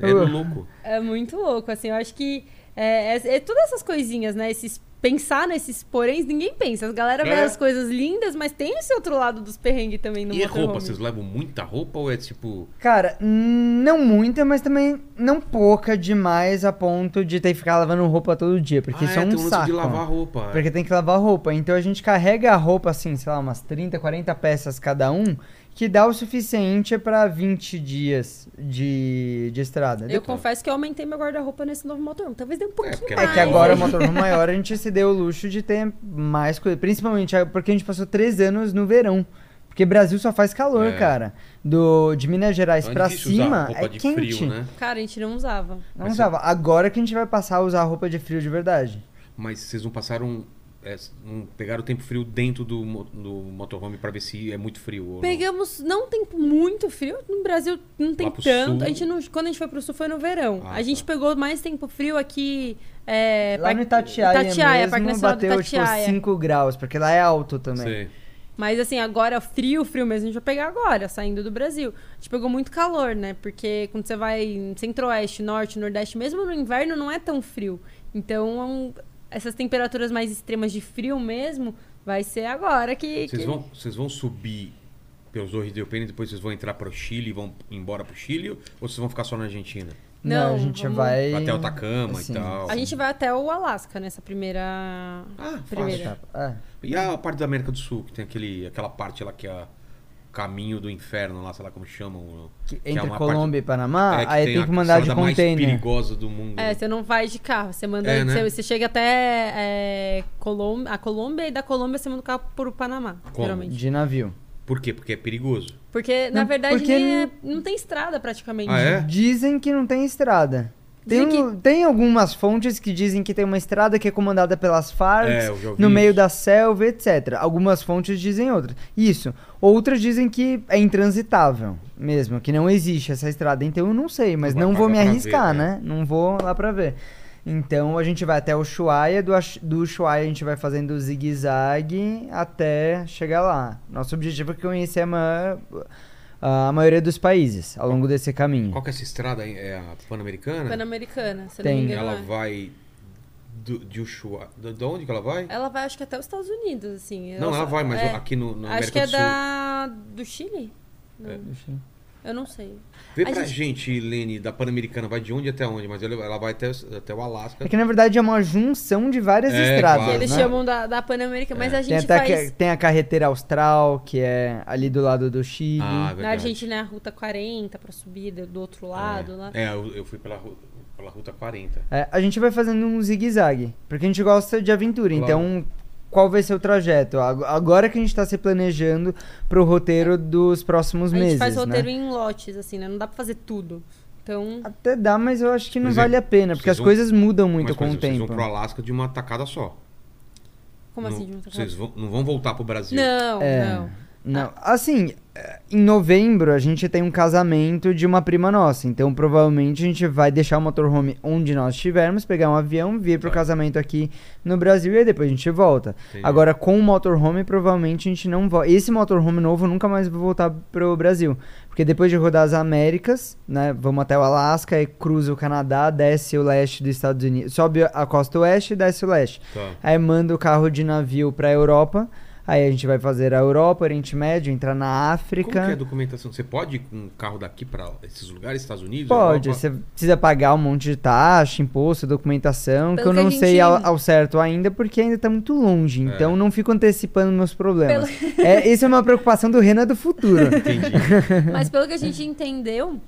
é louco.
É muito louco, assim, eu acho que é, é- é todas essas coisinhas, né? Esses pensar nesses poréns, ninguém pensa. A galera vê
É.
as coisas lindas, mas tem esse outro lado dos perrengues também no
E
motorhome.
roupa, vocês levam muita roupa ou é tipo.
Cara, não muita, mas também não pouca demais a ponto de ter que ficar lavando roupa todo dia, porque
ah,
isso é,
é,
um
tem um lance
saco.
de lavar roupa.
Porque tem que lavar roupa. Então a gente carrega a roupa, assim, sei lá, umas 30, 40 peças cada um, que dá o suficiente pra 20 dias de, de estrada.
Eu confesso que eu aumentei meu guarda-roupa nesse novo motorhome. Talvez dê um pouquinho
porque-
É
mais.
que agora o motorhome maior a gente se deu o luxo de ter mais coisa. Principalmente a- porque a gente passou três anos no verão. Porque Brasil só faz calor,
É.
cara. Do, de Minas Gerais
Então é
pra
difícil usar
cima
roupa
é
de
quente.
frio, né?
Cara, a gente não usava.
Não
Mas
usava. Agora que a gente vai passar a usar roupa de frio de verdade.
Mas vocês não passaram. é, não pegaram o tempo frio dentro do, mo- do motorhome pra ver se é muito frio ou não?
Pegamos, não um tempo muito frio. No Brasil não tem
Lá pro
tanto.
sul.
A gente não, quando a gente foi pro sul foi no verão.
Ah,
a gente pegou mais tempo frio aqui. É,
Lá
Parque-
no Itatiaia,
Itatiaia, Parque
mesmo
Nacional do
bateu tipo
Itatiaia.
5 graus, porque lá é alto também.
Sei.
Mas assim, agora frio, frio mesmo, a gente vai pegar agora, saindo do Brasil. A gente pegou muito calor, né? Porque quando você vai em centro-oeste, norte, nordeste, mesmo no inverno não é tão frio. Então, é um- essas temperaturas mais extremas de frio mesmo, vai ser agora que.
Vocês
que-
vão, vocês vão subir pelos dois de Pena e depois vocês vão entrar pro Chile e vão embora pro Chile? Ou vocês vão ficar só na Argentina?
Não,
Não,
a gente
vamos-
vai.
Até o Atacama e
Sim.
tal.
A gente vai até o Alasca nessa primeira.
Ah, fácil.
Primeira.
É.
E a parte da América do Sul, que tem aquele, aquela parte lá que é a, caminho do inferno lá, sei lá como chamam.
Que-
que é
entre
uma
Colômbia e Panamá,
parte- é,
aí tem,
a
que mandar de
estrada mais
container.
perigosa do mundo. né?
É, você não vai de carro, você manda.
É, né?
você, você chega até é, Colômbia, a Colômbia e da Colômbia você manda o carro pro Panamá,
Como?
geralmente.
De navio.
Por quê? Porque é perigoso.
Porque, na
Não,
verdade,
porque
nem é- não tem estrada praticamente.
Ah, é?
Dizem que não tem estrada. Tem,
Dizem
um- tem algumas fontes que dizem que tem uma estrada que é comandada pelas Farc,
É, eu já ouvi
no meio
isso.
da selva, etc. Algumas fontes dizem outras. Isso. Outras dizem que é intransitável mesmo, que não existe essa estrada. Então eu não sei, mas
Vai
não vou me
pagar pra
arriscar,
ver,
né? Não vou lá pra ver. Então a gente vai até o Ushuaia, do, Ash- do Ushuaia a gente vai fazendo zigue-zague até chegar lá. Nosso objetivo é conhecer a, ma- a maioria dos países ao longo desse caminho.
Qual que é essa estrada? aí? É a Pan-Americana?
Pan-Americana, se
Tem.
não me engano.
Ela
é.
vai do, de Ushuaia. De, de onde que ela vai?
Ela vai, acho que até os Estados Unidos, assim.
não, ela
É, só-
vai, mas
é.
aqui no, no
Acho
América
que é
do Sul.
da. do Chile? Não,
Deixa eu-
eu não sei.
Vê
a
pra gente, Lene, da Pan-Americana, vai de onde até onde, mas ela, ela vai até, até o Alasca.
É que na verdade é uma junção de várias
É,
estradas.
claro.
Eles
né?
chamam da, da Pan-Americana,
É.
mas a
tem,
gente
até
faz.
que- tem a carretera austral, que é ali do lado do Chile.
Ah, é
Na
verdade.
Argentina é a Ruta 40 pra subir do do outro lado
é.
lá.
É, eu, eu fui pela, ru- pela Ruta 40.
É, a gente vai fazendo um zigue-zague, porque a gente gosta de aventura.
Claro.
Então, qual vai ser o trajeto? Ag- Agora que a gente tá se planejando pro roteiro dos próximos
a gente
meses.
faz roteiro
né?
em lotes, assim, né? Não dá pra fazer tudo. Então,
Até dá, mas eu acho que não
Por exemplo,
vale a pena,
é.
porque
vocês
as
vão-
coisas mudam muito
mas, por
com
exemplo,
o tempo.
Vocês vão pro Alasca de uma tacada só.
como
não,
assim de uma outra
Vocês vão- não vão voltar pro Brasil.
Não,
É.
não.
Não, assim, é, em novembro a gente tem um casamento de uma prima nossa, então provavelmente a gente vai deixar o motorhome onde nós estivermos, pegar um avião, vir pro
Tá.
casamento aqui no Brasil e aí depois a gente volta.
Entendi.
Agora com o motorhome provavelmente a gente não volta. Esse motorhome novo nunca mais vai voltar pro Brasil, porque depois de rodar as Américas, né, vamos até o Alasca, aí cruza o Canadá, desce o leste dos Estados Unidos, sobe a costa oeste e desce o leste.
Tá.
Aí manda o carro de navio pra Europa. Aí a gente vai fazer a Europa, Oriente Médio, entrar na
Como que
África.
é a documentação? Você pode ir com o carro daqui pra esses lugares, Estados Unidos?
Pode,
Europa?
você precisa pagar um monte de taxa, imposto, documentação, que
Pelo
eu
que a
não sei
gente-
ao, ao certo ainda, porque ainda tá muito longe,
É.
então não fico antecipando meus problemas. É, essa é uma preocupação do Renan do futuro.
Entendi.
Mas pelo que a gente entendeu,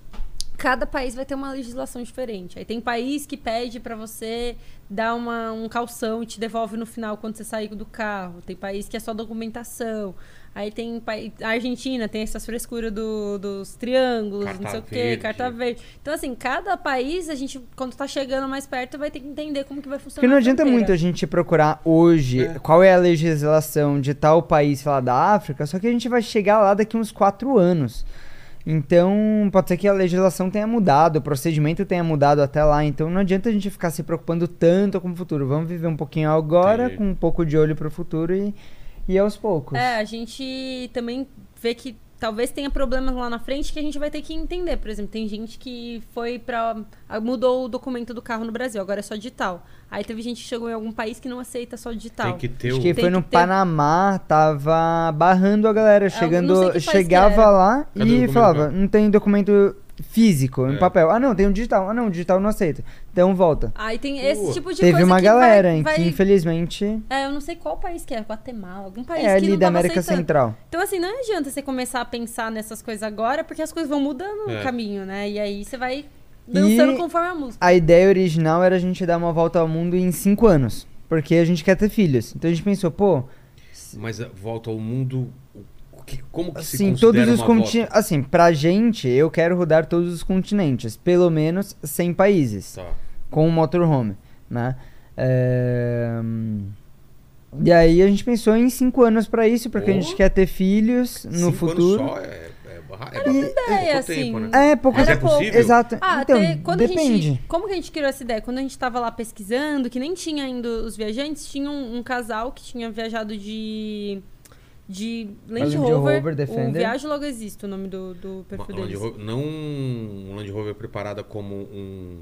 cada país vai ter uma legislação diferente. Aí tem país que pede pra você dar uma, um calção e te devolve no final quando você sair do carro. Tem país que é só documentação. Aí tem pai- a Argentina, tem essas frescuras do- dos triângulos,
Carta
não sei o quê,
verde.
carta verde. Então, assim, cada país, a gente, quando tá chegando mais perto, vai ter que entender como que vai funcionar.
Porque não
a
adianta
fronteira.
muito a gente procurar hoje qual é a legislação de tal país sei lá da África, só que a gente vai chegar lá daqui uns quatro anos. Então, pode ser que a legislação tenha mudado, o procedimento tenha mudado até lá. Então, não adianta a gente ficar se preocupando tanto com o futuro. Vamos viver um pouquinho agora,
Entendi.
com um pouco de olho pro futuro e, e aos poucos.
É, a gente também vê que talvez tenha problemas lá na frente que a gente vai ter que entender. Por exemplo, tem gente que foi pra. ah, mudou o documento do carro no Brasil, agora é só digital. Aí teve gente que chegou em algum país que não aceita só digital.
Tem que ter
Acho
o...
que é foi
Tem
no
que ter- É,
Panamá, tava barrando a galera,
não sei
chegando,
que país que
chegava
era.
lá
Cadê o
e
documento?
falava, não tem documento físico,
É.
no papel. Ah, não, tem um digital. Ah, não, o digital não aceita. Então volta.
Aí tem esse
Pô.
tipo Um de coisa.
Teve uma
que
galera
vai,
em
vai-
que infelizmente
É, eu não sei qual país que é, Guatemala, algum país
é
que
ali
não
da
tava
América
aceitando.
Central.
Então, assim, não adianta você começar a pensar nessas coisas agora, porque as coisas vão mudando
É.
no caminho, né? E aí você vai dançando
E-
conforme a música.
A ideia original era a gente dar uma volta ao mundo em cinco anos, porque a gente quer ter filhos. Então a gente pensou, pô,
Mas ah, volta ao mundo... o que- Como que se
Sim,
considera
assim, todos os
uma volta?
continentes. Assim, pra gente, eu quero rodar todos os continentes, pelo menos 100 países.
Tá.
com o motorhome, né? É, hum, E aí a gente pensou em cinco anos pra isso, porque a gente
Oh.
quer ter filhos no
Cinco
futuro.
Anos só é, é, barra- é, bastante
ideia,
pouco tempo,
assim.
né?
É, pouco
Mas é
tempo.
possível?
Exato.
Ah,
então,
te- quando a
depende.
gente. Como que a gente criou essa ideia? Quando a gente tava lá pesquisando, que nem tinha ainda os viajantes, tinha um, um casal que tinha viajado de. De Land
Land
Rover.
um Rover,
o
Defender.
Viagem Logo Existe, o nome do, do
Uma
perfil
Land
deles.
Rover- não um Land Rover preparada como um...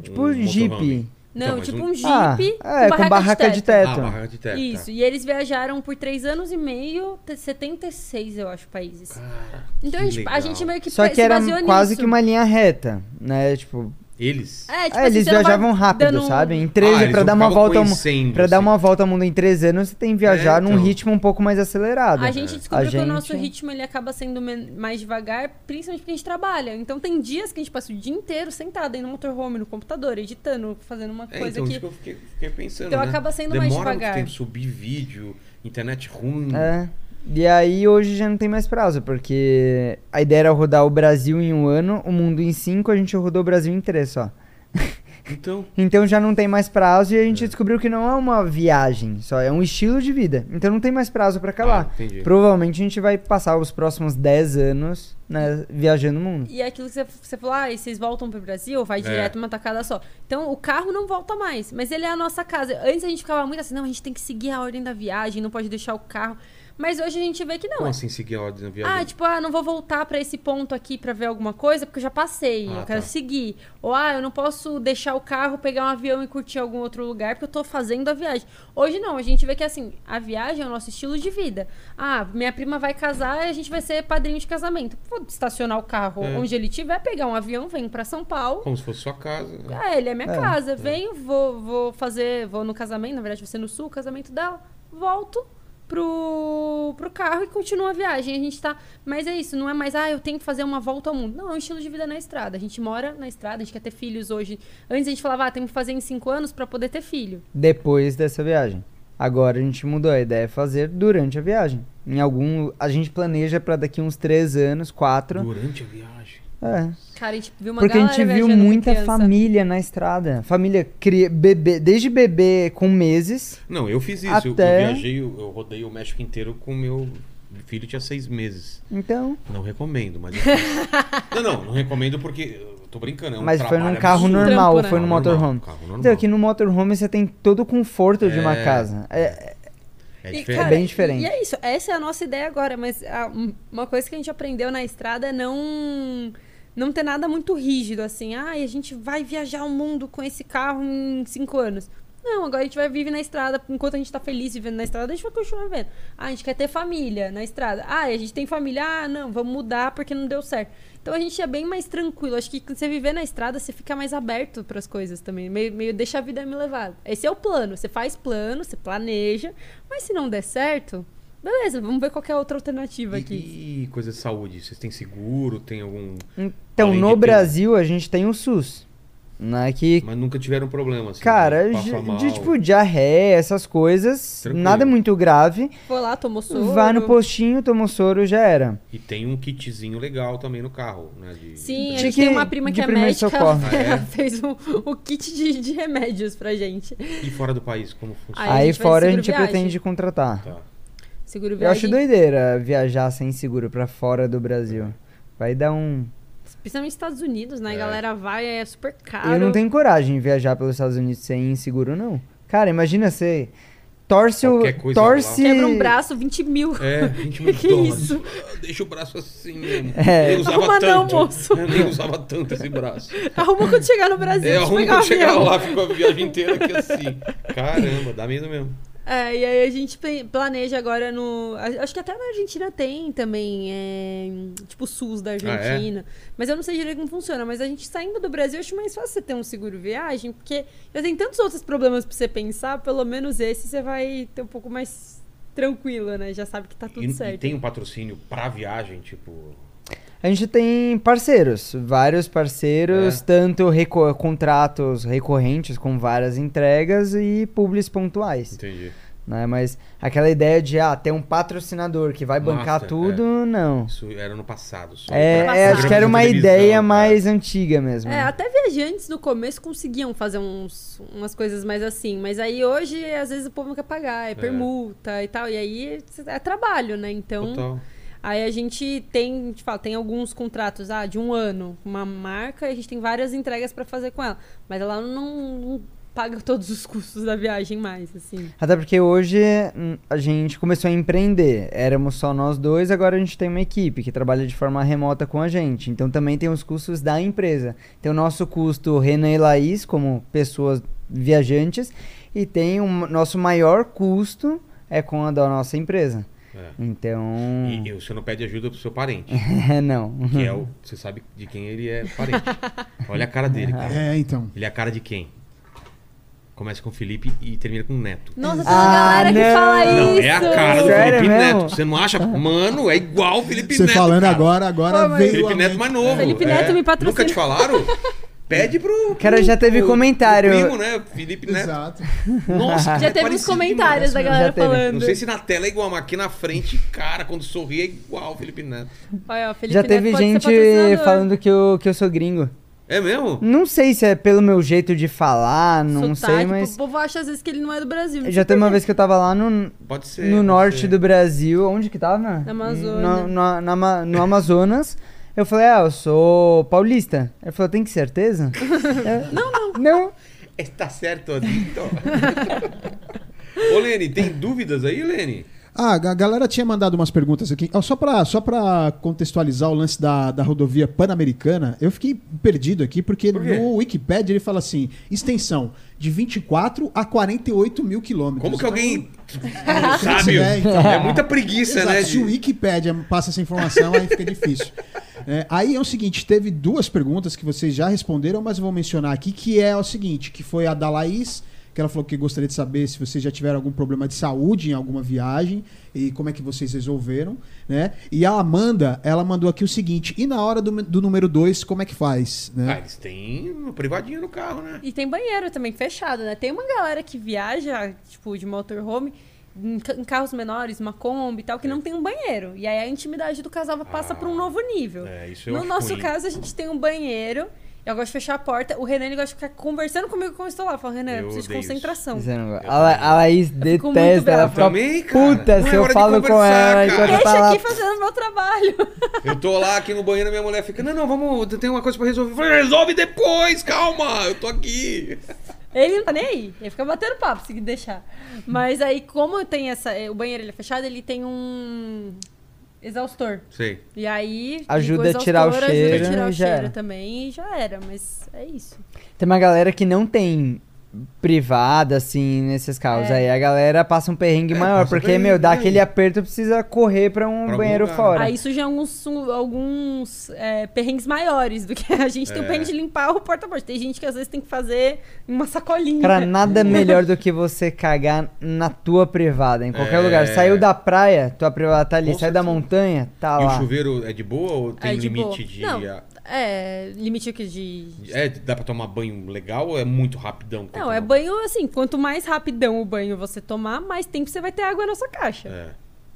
Tipo
um
Jeep.
motorhome. Então,
Não,
mas
tipo
um-
um Jeep
Ah, é, com barraca de teto.
Ah, barraca de teto. tá.
Isso, e eles viajaram por três anos e meio, t- 76, eu acho, países.
Cara,
Então a
Ah, que
gente, a
legal.
gente meio que
Só
pe-
que
se
era
baseou
quase
nisso.
que uma linha reta, né? Tipo,
Eles?
É, tipo assim,
É, eles
você não vai
viajavam rápido,
dando um-
sabe? Em 13,
Ah, eles
é pra
não
dar uma
ficavam
volta ao
com
mu-
incêndio,
pra dar
assim.
uma volta ao mundo em 13 anos, você tem que viajar
É,
num
então.
ritmo um pouco mais acelerado.
A gente descobriu
A
que o nosso
gente-
ritmo ele acaba sendo men- mais devagar, principalmente porque a gente trabalha. Então tem dias que a gente passa o dia inteiro sentado aí no motorhome, no computador, editando, fazendo uma
É,
coisa
então
que.
isso que eu fiquei, fiquei pensando.
Então
né?
acaba sendo mais
Demora
devagar.
muito tempo subir vídeo, internet ruim.
É. E aí hoje já não tem mais prazo, porque a ideia era rodar o Brasil em um ano, o mundo em cinco, a gente rodou o Brasil em três só.
Então,
Então já não tem mais prazo e a gente descobriu que não é uma viagem, só é um estilo de vida. Então não tem mais prazo pra acabar.
Ah, entendi.
Provavelmente a gente vai passar os próximos 10 anos né, viajando o mundo.
E é aquilo que você, você falou, ah, e vocês voltam pro Brasil,
É.
vai direto uma tacada só. Então o carro não volta mais, mas ele é a nossa casa. Antes a gente ficava muito assim, não, a gente tem que seguir a ordem da viagem, não pode deixar o carro. Mas hoje a gente vê que não. é
como assim seguir a ordem da viagem?
Ah, tipo, ah, não vou voltar pra esse ponto aqui pra ver alguma coisa, porque eu já passei,
Ah,
eu quero
tá.
seguir. Ou ah, eu não posso deixar o carro, pegar um avião e curtir algum outro lugar, porque eu tô fazendo a viagem. Hoje não, a gente vê que assim, a viagem é o nosso estilo de vida. Ah, minha prima vai casar e a gente vai ser padrinho de casamento. Vou estacionar o carro
É.
onde ele tiver, pegar um avião, venho pra São Paulo.
Como se fosse sua casa.
Ah, ele é minha
É.
casa. Venho, vou, vou fazer, vou no casamento, na verdade vai ser no sul, o casamento dela. Volto pro, pro carro e continuo a viagem. A gente tá. Mas é isso, não é mais, ah, eu tenho que fazer uma volta ao mundo. Não, é um estilo de vida na estrada. A gente mora na estrada, a gente quer ter filhos hoje. Antes a gente falava, ah, temos que fazer em cinco anos pra poder ter filho.
Depois dessa viagem. Agora a gente mudou a ideia é fazer durante a viagem. Em algum. A gente planeja pra daqui uns 3 anos, 4.
Durante a viagem.
É.
Cara, a gente viu uma
Porque a
galera
gente viu
viajando com
muita
criança.
família na estrada. Família cria, bebê, desde bebê com meses.
Não, eu fiz isso. Eu-
Até-
Eu, viajei, eu, eu rodei o México inteiro com meu filho, tinha seis meses.
Então.
Não recomendo, mas. eu fiz. não, não, não recomendo porque. Eu tô brincando. É um
mas foi num
trabalho
carro
absurdo.
absurdo.
normal,
Trampo, né?
foi no
Carro normal,
motorhome.
carro
Então,
normal.
aqui no motorhome você tem todo o conforto de uma
É.
casa. É,
É
E,
diferente.
cara,
bem diferente.
E é isso, essa é a nossa ideia agora, mas ah, um- uma coisa que a gente aprendeu na estrada é não não ter nada muito rígido, assim, ah, a gente vai viajar o mundo com esse carro em cinco anos. Não, agora a gente vai viver na estrada, enquanto a gente tá feliz vivendo na estrada, a gente vai continuar vivendo. Ah, a gente quer ter família na estrada. Ah, a gente tem família, ah, não, vamos mudar porque não deu certo. Então a gente é bem mais tranquilo. Acho que quando você viver na estrada, você fica mais aberto pras coisas também. Meio, meio deixa a vida me levar. Esse é o plano. Você faz plano, você planeja, mas se não der certo, beleza, vamos ver qual que é a outra alternativa aqui.
E, e coisa de saúde? Vocês têm seguro? Tem algum.
então,
Além de
no
ter-
Brasil a gente tem o SUS. Né, que,
Mas nunca tiveram problema, assim.
cara,
de
de,
passar
de,
mal.
tipo diarreia, essas coisas,
Tranquilo.
nada é muito grave.
Foi lá, tomou soro.
Vai no postinho, tomou soro, já era.
E tem um kitzinho legal também no carro, né? de-
Sim, a
De
gente
que-
tem uma prima
de
que é
primeiro
médica,
socorro.
Ah, é?
ela fez um, o kit de, de remédios pra gente.
E fora do país, como
Aí a
funciona?
Aí,
gente vai
fora a
seguro
gente
viagem.
pretende contratar.
Tá.
Seguro
Eu acho
viagem.
doideira viajar sem seguro pra fora do Brasil. Vai dar um.
Principalmente nos Estados Unidos, né? A
É.
galera vai, é super caro.
Eu não tenho coragem de viajar pelos Estados Unidos sem seguro, não. Cara, imagina você torce o.
Qualquer coisa
Torce.
Quebra um braço, 20 mil.
É, 20 mil
Que
dólares.
isso?
Ah, Deixa o braço assim mesmo.
É.
Nem usava
Arruma não,
tanto.
moço.
Eu nem usava tanto esse braço.
Arruma quando chegar no Brasil,
É,
deixa eu
arruma
pegar um
pra chegar
avião.
lá, ficou a viagem inteira aqui assim. Caramba, dá medo mesmo.
É, e aí a gente pe- planeja agora no. a- Acho que até na Argentina tem também, é, tipo, SUS
Ah,
da Argentina. Mas eu não sei direito como funciona. Mas a gente saindo do Brasil, eu acho mais fácil você ter um seguro viagem, porque já tem tantos outros problemas pra você pensar, pelo menos esse você vai ter um pouco mais tranquilo, né? Já sabe que tá tudo
E, e
certo.
tem um patrocínio pra viagem, tipo.
A gente tem parceiros, vários parceiros,
É.
tanto reco- contratos recorrentes com várias entregas e publis pontuais.
Entendi.
Né? Mas aquela ideia de ah, ter um patrocinador que vai bancar
Nossa,
tudo, não.
Isso era no passado. Só
É,
Pra-
Passado.
é, acho que era uma
programas de
ideia
televisão,
mais antiga mesmo. né?
É, até viajantes no começo conseguiam fazer uns, umas coisas mais assim, mas aí hoje, às vezes, o povo não quer pagar, é permuta e tal, e aí é trabalho, né?
é,
Então,
Total.
aí a gente tem, a gente fala, tem alguns contratos, ah, de um ano, com uma marca, e a gente tem várias entregas pra fazer com ela, mas ela não, não paga todos os custos da viagem mais, assim.
Até porque hoje hum, a gente começou a empreender. Éramos só nós dois, agora a gente tem uma equipe que trabalha de forma remota com a gente. Então também tem os custos da empresa. Tem o nosso custo Renan e Laís, como pessoas viajantes, e tem o m- nosso maior custo é com a da nossa empresa. Então.
E, e você não pede ajuda pro seu parente,
É, não.
que é o. Você sabe de quem ele é parente. Olha a cara dele, cara.
É, então.
Ele é a cara de quem? Começa com Felipe e termina com Neto.
Nossa, tem uma
Ah,
galera que
não.
fala
Não,
isso.
é a cara do
Sério
Felipe
mesmo? Ah.
Neto. Você não acha? Mano, é igual o Felipe
Você
Neto.
falando
cara.
agora, agora
Pô, mas-
veio.
Felipe
a
Neto mais novo. é.
Felipe Neto me patrocina.
Nunca te falaram? Pede pro.
Cara, já teve
pro-
comentário.
pro primo, né? Felipe Neto.
Exato.
Nossa, cara,
Já
é
teve uns
parecido
comentários
demais,
da
meu.
galera
né? Já teve.
falando.
Não sei se na tela é igual, mas aqui na frente, cara, quando sorri é igual o Felipe Neto.
Olha, ó, Felipe
Já
Neto
teve
pode é ser
gente
patrocinador.
falando que eu, que eu sou gringo.
É mesmo?
Não sei se é pelo meu jeito de falar, não
Sotaque,
sei, mas.
O povo acha às vezes que ele não é do Brasil. não
Já
sei
teve uma
por quê.
vez que eu tava lá no,
Pode ser.
no
pode
norte
ser.
do Brasil. Onde que tava?
Na Amazônia.
No, no- na Ama- no Amazonas. Eu falei, ah, eu sou paulista. Ele falou, tem que certeza? Eu, não, não. Não.
Está É, tá certo, Adito. Ô, Lene, tem dúvidas aí, Lene?
Ah, a galera tinha mandado umas perguntas aqui. Ó, só para só pra contextualizar o lance da, da rodovia pan-americana, eu fiquei perdido aqui, porque
Por quê?
no Wikipedia ele fala assim: extensão de 24 a 48 mil quilômetros.
Como que alguém
Então,
não sabe?
é, então.
É muita preguiça,
Exato,
né?
Se o
de-
Wikipédia passa essa informação, aí fica difícil. É, aí é o seguinte, teve duas perguntas que vocês já responderam, mas eu vou mencionar aqui, que é o seguinte, que foi a da Laís, que ela falou que gostaria de saber se vocês já tiveram algum problema de saúde em alguma viagem e como é que vocês resolveram, né? E a Amanda, ela mandou aqui o seguinte, e na hora do, do número 2, como é que faz, né?
Ah, eles têm uma privadinha no carro, né?
E tem banheiro também fechado, né? Tem uma galera que viaja, tipo, de motorhome, em, ca- em carros menores, uma Kombi e tal, que não tem um banheiro. E aí a intimidade do casal passa
É. Ah,
pra um novo nível.
é, isso eu
no
acho
nosso
ruim.
caso, a gente tem um banheiro. Eu gosto de fechar a porta. O Renan ele gosta de ficar conversando comigo quando eu estou lá. Fala, Renan, eu
Eu
preciso de
odeio isso.
concentração.
Você não- A, La- a Laís
Então. fico muito
detesta, ela
brava.
fica
Também, cara.
puta
Não
se
é
eu
hora de
falo com
conversar,
ela
cara.
enquanto
Deixa
ela tá lá.
aqui fazendo o meu trabalho.
Eu tô lá aqui no banheiro, minha mulher fica, não, não, vamos, tem uma coisa pra resolver. Eu falei, resolve depois, calma, eu tô aqui.
Ele não tá nem aí, ele fica batendo papo se deixar. Mas aí, como tem essa. eh, O banheiro ele é fechado, ele tem um exaustor.
Sei.
E aí.
Ajuda
ligou
a tirar o
exaustor,
cheiro
Ajuda a tirar o
e já
cheiro
era.
também e já era, mas é isso.
Tem uma galera que não tem privada, assim, nesses carros.
É.
Aí a galera passa um perrengue
É,
maior,
passa um
porque, meu, dá
perrengue.
aquele aperto, precisa correr pra um
Pra algum
banheiro
lugar. né?
fora.
Aí surgem alguns, alguns eh, perrengues maiores do que a gente tem o
É.
perrengue de limpar o porta-porta. Tem gente que às vezes tem que fazer uma sacolinha.
Cara, nada melhor do que você cagar na tua privada, em qualquer
É.
lugar. Saiu da praia, tua privada tá ali.
Com
Saiu da
certeza.
montanha, tá
E o
lá.
chuveiro é de boa ou tem
É, de
limite
boa.
de.
Não. É, limite aqui de.
É, dá pra tomar banho legal ou é muito rapidão?
Não, é banho assim, quanto mais rapidão o banho você tomar, mais tempo você vai ter água na sua caixa.
É.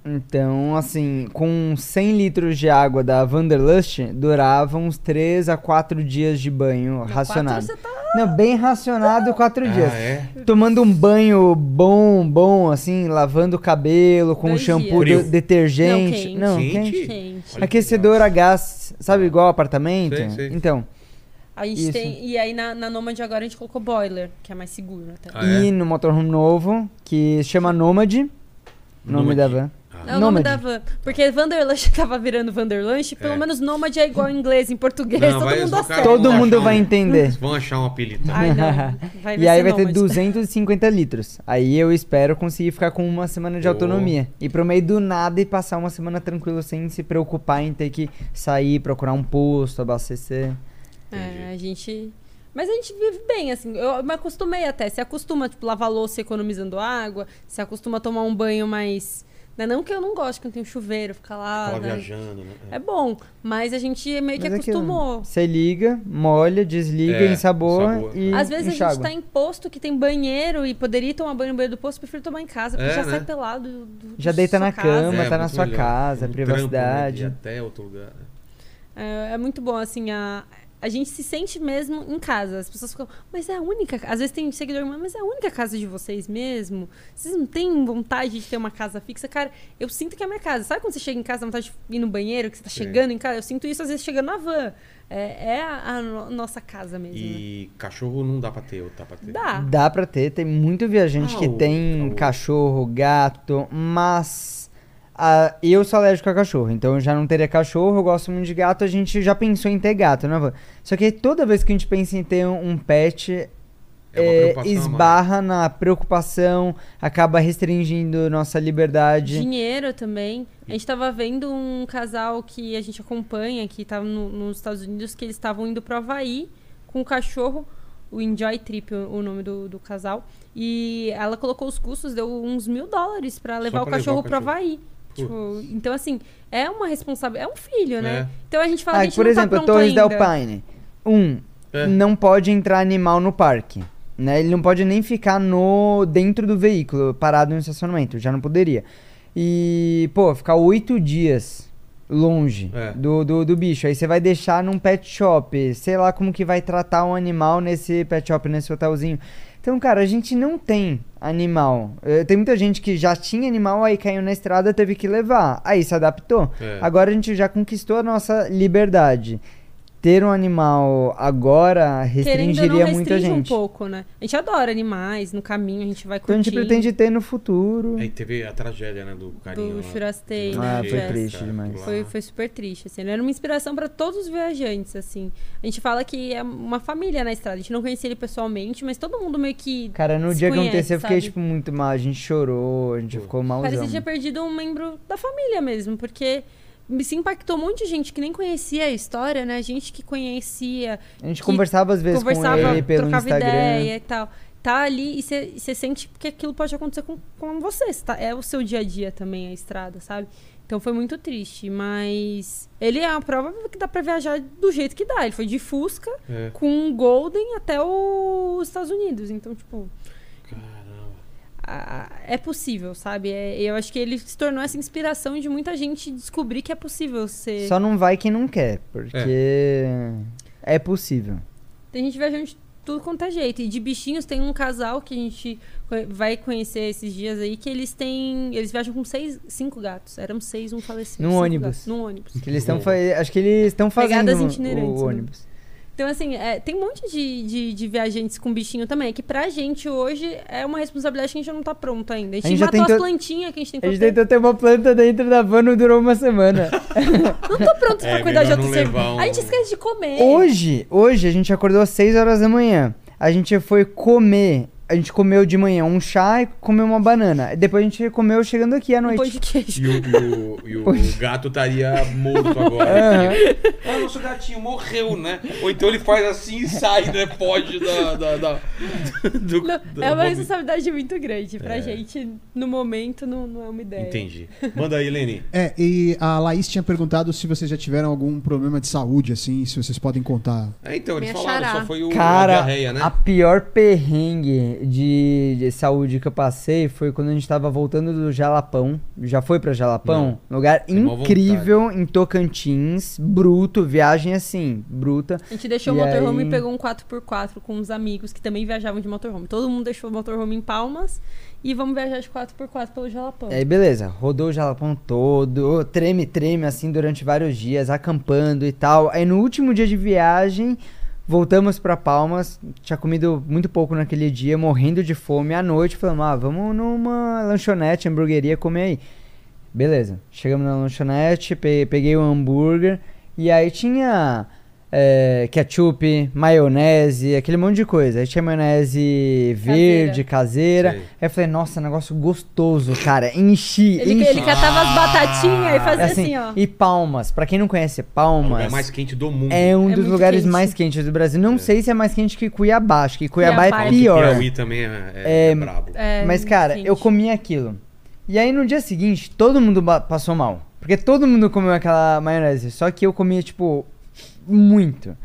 Então, assim, com 100 litros de água da Wanderlust, durava uns 3 a 4 dias de banho
Não,
racionado.
quatro você tá-
Não, bem racionado, 4 dias.
Ah, é?
Tomando um banho bom, bom, assim, lavando o cabelo com
Dois
shampoo
dias.
de-
Frio.
detergente.
Não,
quente.
quente.
Gente.
Gente.
Olha que É.
Aquecedor a gás, sabe, igual apartamento?
Sei, sei.
Então,
A gente
Isso.
tem, e aí na, na Nomad agora a gente colocou boiler, que é mais seguro até.
Ah, é?
e no motorhome novo, que chama Nômade. Nome
Nômade.
da van.
Ah.
É o nome
Nomad.
da van. Porque Vanderlunch tava virando Vanderlunch, pelo
É.
menos Nomad é igual em inglês, em português,
Não,
todo
vai-
mundo
os
acerta.
caras vão
Todo
achar
mundo
um-
vai entender.
Eles Vão achar um apelido.
Ai, não. né? Vai
e aí
ser
vai ter
Nomad.
250 litros. Aí eu espero conseguir ficar com uma semana de
Pô.
autonomia. E pro meio do nada e passar uma semana tranquilo sem se preocupar em ter que sair, procurar um posto, abastecer.
É,
Entendi.
a gente. Mas a gente vive bem, assim. Eu me acostumei até. Se acostuma, tipo, lavar louça economizando água, se acostuma a tomar um banho mais. Não, é não que eu não gosto, que eu tenho chuveiro, ficar lá.
Tava
né?
viajando, né?
É bom, mas a gente meio que
Mas é que
acostumou.
Você liga, molha, desliga,
É,
ensaboa,
ensaboa.
e
Às vezes a gente
enxágua.
tá em posto que tem banheiro e poderia tomar banho no banheiro do posto, prefiro tomar em casa, porque
É,
já
né?
sai pelado. do- do-
Já
da
deita
sua
na
casa.
cama,
É,
tá na
muito
sua
melhor.
casa,
Um trampo, né,
privacidade.
de ir até outro lugar.
É, é muito bom, assim, a, a gente se sente mesmo em casa. As pessoas ficam, mas é a única. Às vezes tem seguidor, mas é a única casa de vocês mesmo? Vocês não têm vontade de ter uma casa fixa? Cara, eu sinto que é a minha casa. Sabe quando você chega em casa, dá vontade de ir no banheiro, que você tá
Sim.
chegando em casa? Eu sinto isso às vezes chegando na van. É, é a, a no- nossa casa mesmo. né?
E cachorro não dá pra ter, ou dá pra ter.
Dá.
Dá pra ter, tem muito viajante
Ah,
que
o-
tem
o-
cachorro, gato, mas ah, eu sou alérgico a cachorro, então eu já não teria cachorro, eu gosto muito de gato, a gente já pensou em ter gato, né, Van? Só que toda vez que a gente pensa em ter um um pet,
É uma
eh,
preocupação a mais.
esbarra na preocupação, acaba restringindo nossa liberdade.
Dinheiro também. A gente tava vendo um casal que a gente acompanha, que tava no- nos Estados Unidos, que eles estavam indo pro Havaí com o cachorro, o Enjoy Trip, o o nome do, do casal. E ela colocou os custos, deu uns mil dólares pra levar
pra
o
levar
cachorro
o
pro
cachorro.
Havaí. Tipo, então, assim, é uma responsabilidade. É um filho, né?
É.
Então a gente fala
Ah,
a gente
por
não
exemplo,
tá pronto
Torres
ainda.
Del Paine. Um,
É.
não pode entrar animal no parque. Né? Ele não pode nem ficar no dentro do veículo, parado no estacionamento. Já não poderia. E, pô, ficar oito dias longe
É.
do, do, do bicho. Aí você vai deixar num pet shop. Sei lá como que vai tratar um animal nesse pet shop, nesse hotelzinho. Então, cara, a gente não tem animal. Eh, Tem muita gente que já tinha animal, aí caiu na estrada, teve que levar. Aí se adaptou.
É.
Agora a gente já conquistou a nossa liberdade. Ter um animal agora
Querendo ou não,
restringiria muita
restringe um
gente.
pouco, né? A gente adora animais, no caminho a gente vai
então a
curtindo.
gente pretende ter no futuro.
Aí teve a tragédia, né, do carinho.
Do
lá.
Churastei,
né? Ah, foi
Churastei,
triste
cara,
demais.
lá.
Foi, foi super triste, assim. Ele era uma inspiração para todos os viajantes, assim. A gente fala que é uma família na estrada. A gente não conhecia ele pessoalmente, mas todo mundo meio que.
Cara, no
se
dia que
conhece,
aconteceu, eu fiquei,
sabe?
tipo, muito mal. A gente chorou, a gente ficou malzão.
Parecia que tinha perdido um membro da família mesmo, porque me- se impactou muito de gente que nem conhecia a história, né? Gente que conhecia,
A gente
que
conversava às vezes com
conversava,
ele pelo
trocava
Instagram.
ideia e tal. Tá ali e você sente que aquilo pode acontecer com, com você. cê tá- é o seu dia a dia também, a estrada, sabe? Então foi muito triste, mas ele é a prova que dá pra viajar do jeito que dá. Ele foi de Fusca
É.
com um Golden até o- os Estados Unidos. Então, tipo,
Caramba.
a- a- é possível, sabe? É- eu acho que ele se tornou essa inspiração de muita gente descobrir que é possível ser.
Só não vai quem não quer, porque é, possível.
Tem gente viajando de tudo quanto é jeito. E de bichinhos tem um casal que a gente co- vai conhecer esses dias aí, que eles têm. Eles viajam com seis, cinco gatos. Eram seis, um faleceu.
Num
cinco
ônibus.
gatos, Num ônibus.
Que eles estão fa- acho que eles estão fazendo
Pegadas
o-
itinerantes,
o
né?
ônibus.
Então, assim, é, tem um monte de, de, de viajantes com bichinho também. É que pra gente hoje é uma responsabilidade que a gente não tá pronto ainda. A gente,
A gente já
matou
tentou-
as plantinhas que a gente tem
A
que
gente tentou ter uma planta dentro da van, não durou uma semana.
Não tô pronto
É,
pra cuidar de
melhor não
outro ser.
levar um-
A gente esquece de comer.
Hoje, hoje a gente acordou às 6 horas da manhã. A gente foi comer. A gente comeu de manhã um chá e comeu uma banana. Depois a gente comeu chegando aqui à
um pão de
noite.
queijo.
E o, e o- e o gato estaria morto agora.
É.
Ah, nosso gatinho morreu, né? Ou então ele faz assim e sai, né? Pode da. da, da- do-
Não,
do-
é uma responsabilidade muito grande. Pra
É.
gente, no momento, não, não é uma ideia.
Entendi. Manda aí, Leni.
É, e a Laís tinha perguntado se vocês já tiveram algum problema de saúde, assim, se vocês podem contar.
É, então, eles
Minha
falaram,
xará.
só foi o a
Cara,
diarreia, né?
a pior perrengue de, de saúde que eu passei foi quando a gente tava voltando do Jalapão. Já foi pra Jalapão? Lugar
Tem mó
incrível em Tocantins, bruto, viagem assim, bruta.
A gente deixou
E
o motorhome
aí-
e pegou um 4x4 com uns amigos que também viajavam de motorhome. Todo mundo deixou o motorhome em Palmas e vamos viajar de 4x4 pelo Jalapão.
E aí, beleza, rodou o Jalapão todo, treme, treme, assim, durante vários dias, acampando e tal. Aí, no último dia de viagem, voltamos pra Palmas, tinha comido muito pouco naquele dia, morrendo de fome. À noite, falamos, ah, vamos numa lanchonete, hamburgueria, comer aí. Beleza, chegamos na lanchonete, pe- peguei o hambúrguer, e aí tinha é, ketchup, maionese, aquele monte de coisa. Aí tinha maionese verde, caseira.
Sei.
Aí eu falei, nossa, negócio gostoso, cara. Enchi,
Ele,
enchi.
ele catava as batatinhas e
É
fazia
assim,
assim, ó.
E Palmas, pra quem não conhece
É o
Palmas,
lugar mais quente do mundo.
é
É
um dos
muito
lugares
quente.
mais quentes do Brasil. Não sei se é mais quente que Cuiabá, acho que Cuiabá,
Cuiabá
é
é
pior.
Piauí também é, é,
É,
brabo.
É,
Mas, cara,
gente.
eu comi aquilo. E aí no dia seguinte, todo mundo ba- passou mal. Porque todo mundo comeu aquela maionese. Só que eu comia, tipo, muito.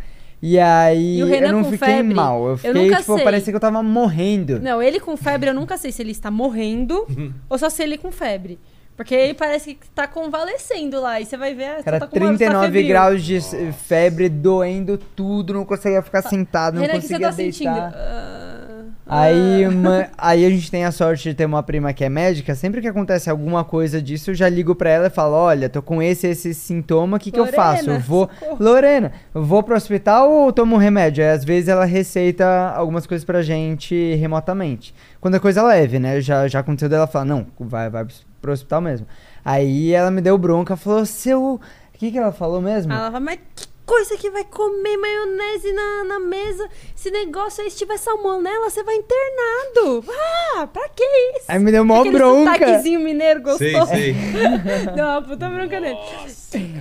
E aí
E o
eu
Renan
não
com
fiquei
febre?
mal. Eu
Eu
fiquei,
nunca
tipo,
sei.
parecia que eu tava morrendo.
Não, ele com febre, eu nunca sei se ele está morrendo ou só se ele com febre. Porque ele parece que tá convalescendo lá. E você vai ver. ah,
Cara,
tá com uma- tá
39
febril.
graus de s- febre, doendo tudo, não conseguia ficar sentado, não
Renan, o que você
conseguia
tá sentindo?
deitar.
Ah,
Aí, ma- aí a gente tem a sorte de ter uma prima que é médica, sempre que acontece alguma coisa disso, eu já ligo pra ela e falo, olha, tô com esse esse sintoma, o que, que eu
Lorena,
faço? Eu vou...
socorro.
Lorena, eu vou pro hospital ou tomo um remédio? Aí, às vezes ela receita algumas coisas pra gente remotamente. Quando é coisa leve, né? Já, já aconteceu dela falar, não, vai, vai pro hospital mesmo. Aí ela me deu bronca, falou, seu... O que, que ela falou mesmo?
Ela vai, mas coisa que vai comer maionese na, na mesa. Esse negócio aí, se tiver salmonela, você vai internado. Ah, pra que isso?
Aí me deu É mó
Aquele
bronca.
sotaquezinho mineiro
Sei,
gostoso.
sei.
Deu uma puta bronca nele.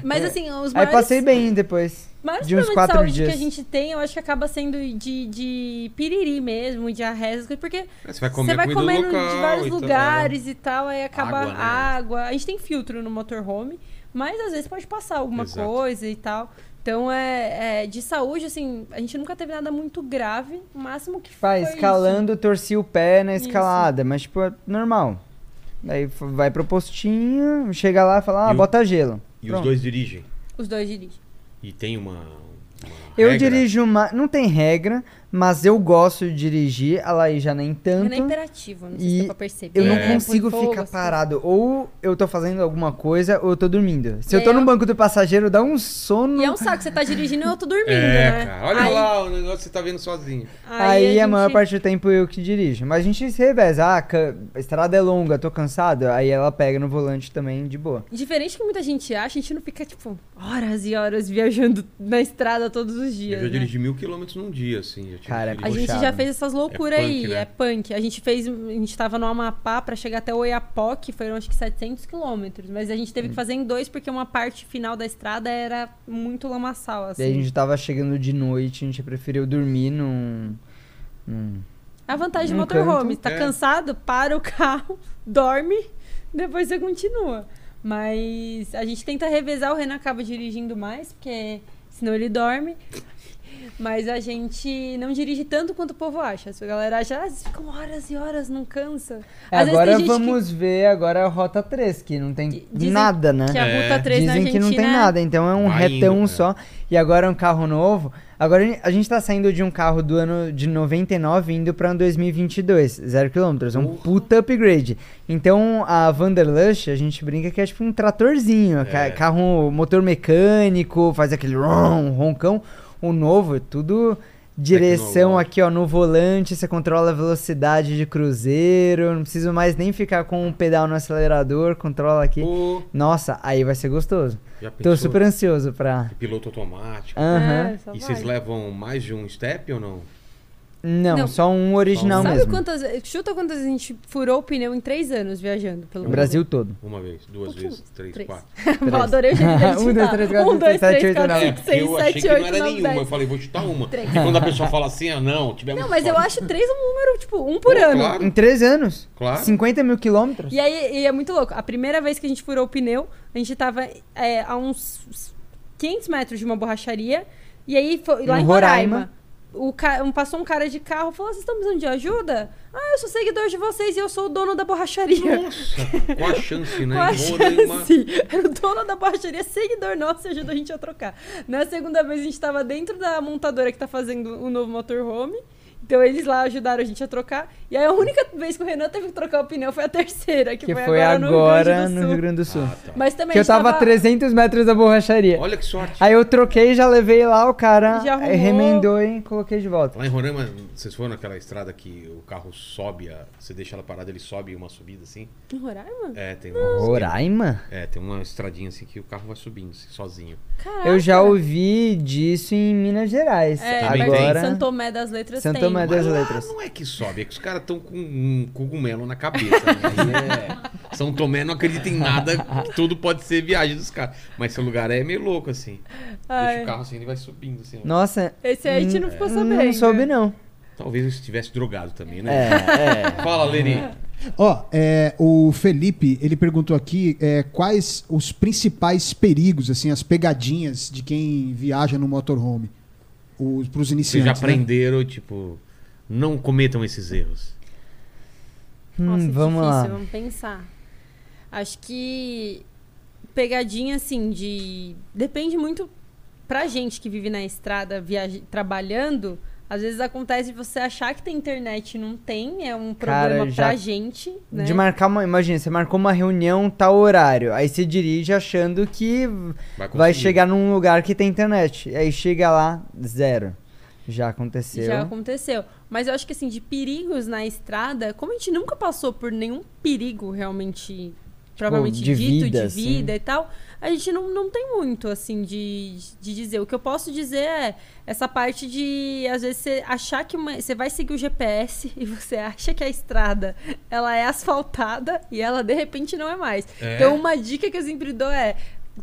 Mas assim, os
É. Aí
maiores,
passei bem depois.
maiores
de uns
problemas de
quatro
saúde
dias.
que a gente tem, eu acho que acaba sendo de, de piriri mesmo, diarreia, essas coisas, porque
Você vai comer
você vai
comida
comendo
local
de vários
e tal.
lugares e tal, aí acaba
Água, né?
água. A gente tem filtro no motorhome, mas às vezes pode passar alguma
Exato.
coisa e tal. Então, é, é, de saúde, assim, a gente nunca teve nada muito grave. O máximo que
Pá,
foi isso.
escalando, torci o pé na
Isso.
escalada, mas tipo, é normal. Daí f- vai pro postinho, chega lá e fala, ah,
E o-
bota gelo.
E os
Pronto.
dois dirigem.
Os dois dirigem.
E tem uma. uma
Eu
regra.
dirijo uma. Não tem regra, mas eu gosto de dirigir. A Laís já nem
Ele
tanto.
é imperativo, não sei
E
se dá pra perceber.
Eu não
É.
consigo
Põe fogo,
ficar
assim.
parado. Ou eu tô fazendo alguma coisa, ou eu tô dormindo. Se eu
É,
tô no
eu-
banco do passageiro, dá um sono.
E é um saco, você tá dirigindo e eu tô dormindo,
É,
né?
cara. Olha
Aí-
lá o negócio que você tá vendo sozinho.
Aí, é a,
gente-
maior parte do tempo eu que dirijo. Mas a gente se reveza. Ah, ca- a estrada é longa, tô cansado. Aí ela pega no volante também, de boa.
Diferente que muita gente acha, a gente não fica, tipo, horas e horas viajando na estrada todos os dias.
Eu já
né?
dirigi mil quilômetros num dia, assim. Já tive
Cara,
que
A
dirigir.
gente
Puxado.
já fez essas loucuras
É punk,
aí,
né?
é punk. A gente fez, a gente tava no Amapá pra chegar até Oiapoque, que foram acho que 700 quilômetros, mas a gente
Hum.
teve que fazer em dois porque uma parte final da estrada era muito lamaçal, assim.
Daí a gente tava chegando de noite, a gente preferiu dormir num. num-
A vantagem do
num
motorhome,
canto,
tá
é.
cansado, para o carro, dorme, depois você continua. Mas a gente tenta revezar, o Renan acaba dirigindo mais, porque senão ele dorme. Mas a gente não dirige tanto quanto o povo acha. Se a galera acha, ah, vocês ficam horas e horas, não cansa.
É,
Às vezes
agora
tem gente que-
vamos ver agora a Rota 3, que não tem
Que dizem
nada, né?
Que a
É.
Ruta 3 na
Dizem que
Argentina
não tem nada, então é um
Vai
retão
indo, é.
só. E agora é um carro novo. Agora a gente tá saindo de um carro do ano de 99 indo pra um 2022, zero quilômetros. É um
Porra.
puta upgrade. Então a Wanderlust, a gente brinca que é tipo um tratorzinho. ca-
É.
Carro, motor mecânico, faz aquele ron, roncão. O novo é tudo direção
Tecnológico.
aqui, ó, no volante. Você controla a velocidade de cruzeiro. Não preciso mais nem ficar com o pedal no acelerador. Controla aqui.
Pô,
Nossa, aí vai ser gostoso.
já
um
Tô
pensou?
super ansioso pra.
Piloto automático.
Aham.
É, só
E vocês
vai.
levam mais de um step ou não?
Não,
Não.
só um original
Sabe
mesmo.
quantas. Chuta quantas a gente furou o pneu em três anos viajando pelo
O Brasil todo.
Uma vez, duas
Pouquinho.
vezes, três,
Três.
quatro.
mundo. Eu adorei o jeito dele
Um, dois,
chutar.
três, quatro,
Um, dois,
cinco, sete,
três,
oito,
Um, quatro,
nove.
cinco, seis,
É, eu achei
sete,
que não
oito,
era
nove,
nenhuma. Eu
dez.
falei, vou chutar uma.
Três.
E quando a pessoa fala assim, ah, não, tivemos.
Não, mas eu
sorte.
acho três um número, tipo, um por
Pô,
ano.
claro.
Em três anos?
Claro.
50 mil quilômetros?
E aí, e é muito louco. A primeira vez que a gente furou o pneu, a gente tava é, a uns 500 metros de uma borracharia. E aí, foi, lá
Em
em
Roraima.
Um Roraima, o ca- um- passou um cara de carro e falou: Vocês estão precisando de ajuda? Ah, eu sou seguidor de vocês e eu sou o dono da borracharia.
Nossa, qual a chance, né?
Qual a
Em Roraima.
chance? Era o dono da borracharia, seguidor nosso, e ajudou a gente a trocar. Na segunda vez, a gente estava dentro da montadora que tá fazendo o novo motorhome. Então eles lá ajudaram a gente a trocar. E aí a única vez que o Renan teve que trocar o pneu foi a terceira, que,
que
foi,
foi
agora,
agora
no
no Rio
Rio Grande do Sul.
Grande do Sul.
Ah, tá.
Mas também
Que
a
eu
gente
tava a 300 metros da borracharia.
Olha que sorte.
Aí eu troquei, já levei lá o cara,
Já arrumou.
remendou e coloquei de volta.
Lá em Roraima, vocês foram naquela estrada que o carro sobe, a- você deixa ela parada, ele sobe uma subida assim?
Em Roraima?
É, tem uma.
Roraima?
É, tem uma estradinha assim que o carro vai subindo assim, sozinho.
Caraca.
Eu já ouvi disso em Minas Gerais.
tá. É,
Também
perto de
agora.
Santo Tomé das Letras
Santo
tem.
Tomé das
Mas lá
Letras.
não é que sobe, é que os caras estão com um cogumelo na cabeça. Né? Aí é- São Tomé não acredita em nada, que tudo pode ser viagem dos caras. Mas esse lugar é meio louco, assim. Deixa
Ai,
o carro assim, ele vai subindo, assim. ó.
Nossa.
Esse aí a gente
hum,
não ficou sabendo. né?
Não soube, não.
Talvez eu estivesse drogado também, né?
É, é.
Fala, Leni.
Ó, é, o Felipe, ele perguntou aqui é, quais os principais perigos, assim, as pegadinhas de quem viaja no motorhome. Os, pros
Vocês
iniciantes.
já
né?
aprenderam, tipo, não cometam esses erros.
Nossa,
Hum,
que
vamos
difícil,
lá.
vamos pensar. Acho que pegadinha assim de depende muito pra gente que vive na estrada, viaja... trabalhando, às vezes acontece de você achar que tem internet e não tem, é um
Cara,
problema
já-
pra gente, né?
De marcar uma. Imagina, você marcou uma reunião tal horário. Aí você dirige achando que vai
conseguir.
chegar num lugar que tem internet. Aí chega lá, zero. Já aconteceu.
Já aconteceu. Mas eu acho que assim, de perigos na estrada, como a gente nunca passou por nenhum perigo realmente propriamente
Tipo, de
dito,
vida, assim.
de vida e tal, a gente não, não tem muito, assim, de, de dizer. O que eu posso dizer é essa parte de, às vezes, você achar que uma- você vai seguir o GPS e você acha que a estrada, ela é asfaltada e ela, de repente, não é mais.
É.
Então, uma dica que eu sempre dou é...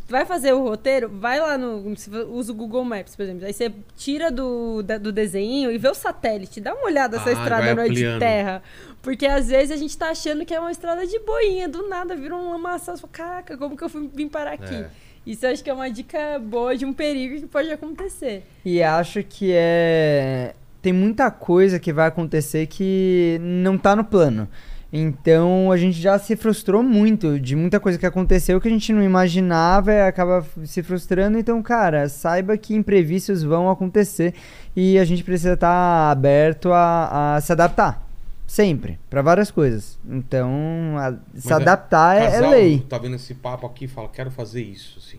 Vai fazer o roteiro, vai lá no. se vo- Usa o Google Maps, por exemplo. Aí você tira do, da- do desenho e vê o satélite. Dá uma olhada se
Ah,
a
vai
estrada não é de
ampliando.
terra terra. Porque às vezes a gente tá achando que é uma estrada de boinha, do nada vira um lamaçal. você fala, Caraca, como que eu fui, vim parar aqui?
É.
Isso eu acho que é uma dica boa de um perigo que pode acontecer.
E acho que é. Tem muita coisa que vai acontecer que não tá no plano. Então a gente já se frustrou muito de muita coisa que aconteceu que a gente não imaginava e acaba f- se frustrando. Então, cara, saiba que imprevistos vão acontecer e a gente precisa estar aberto a, a se adaptar. Sempre, pra várias coisas. Então, a- se
é-
adaptar é, é
Casal
lei.
Tá vendo esse papo aqui e fala, quero fazer isso, assim.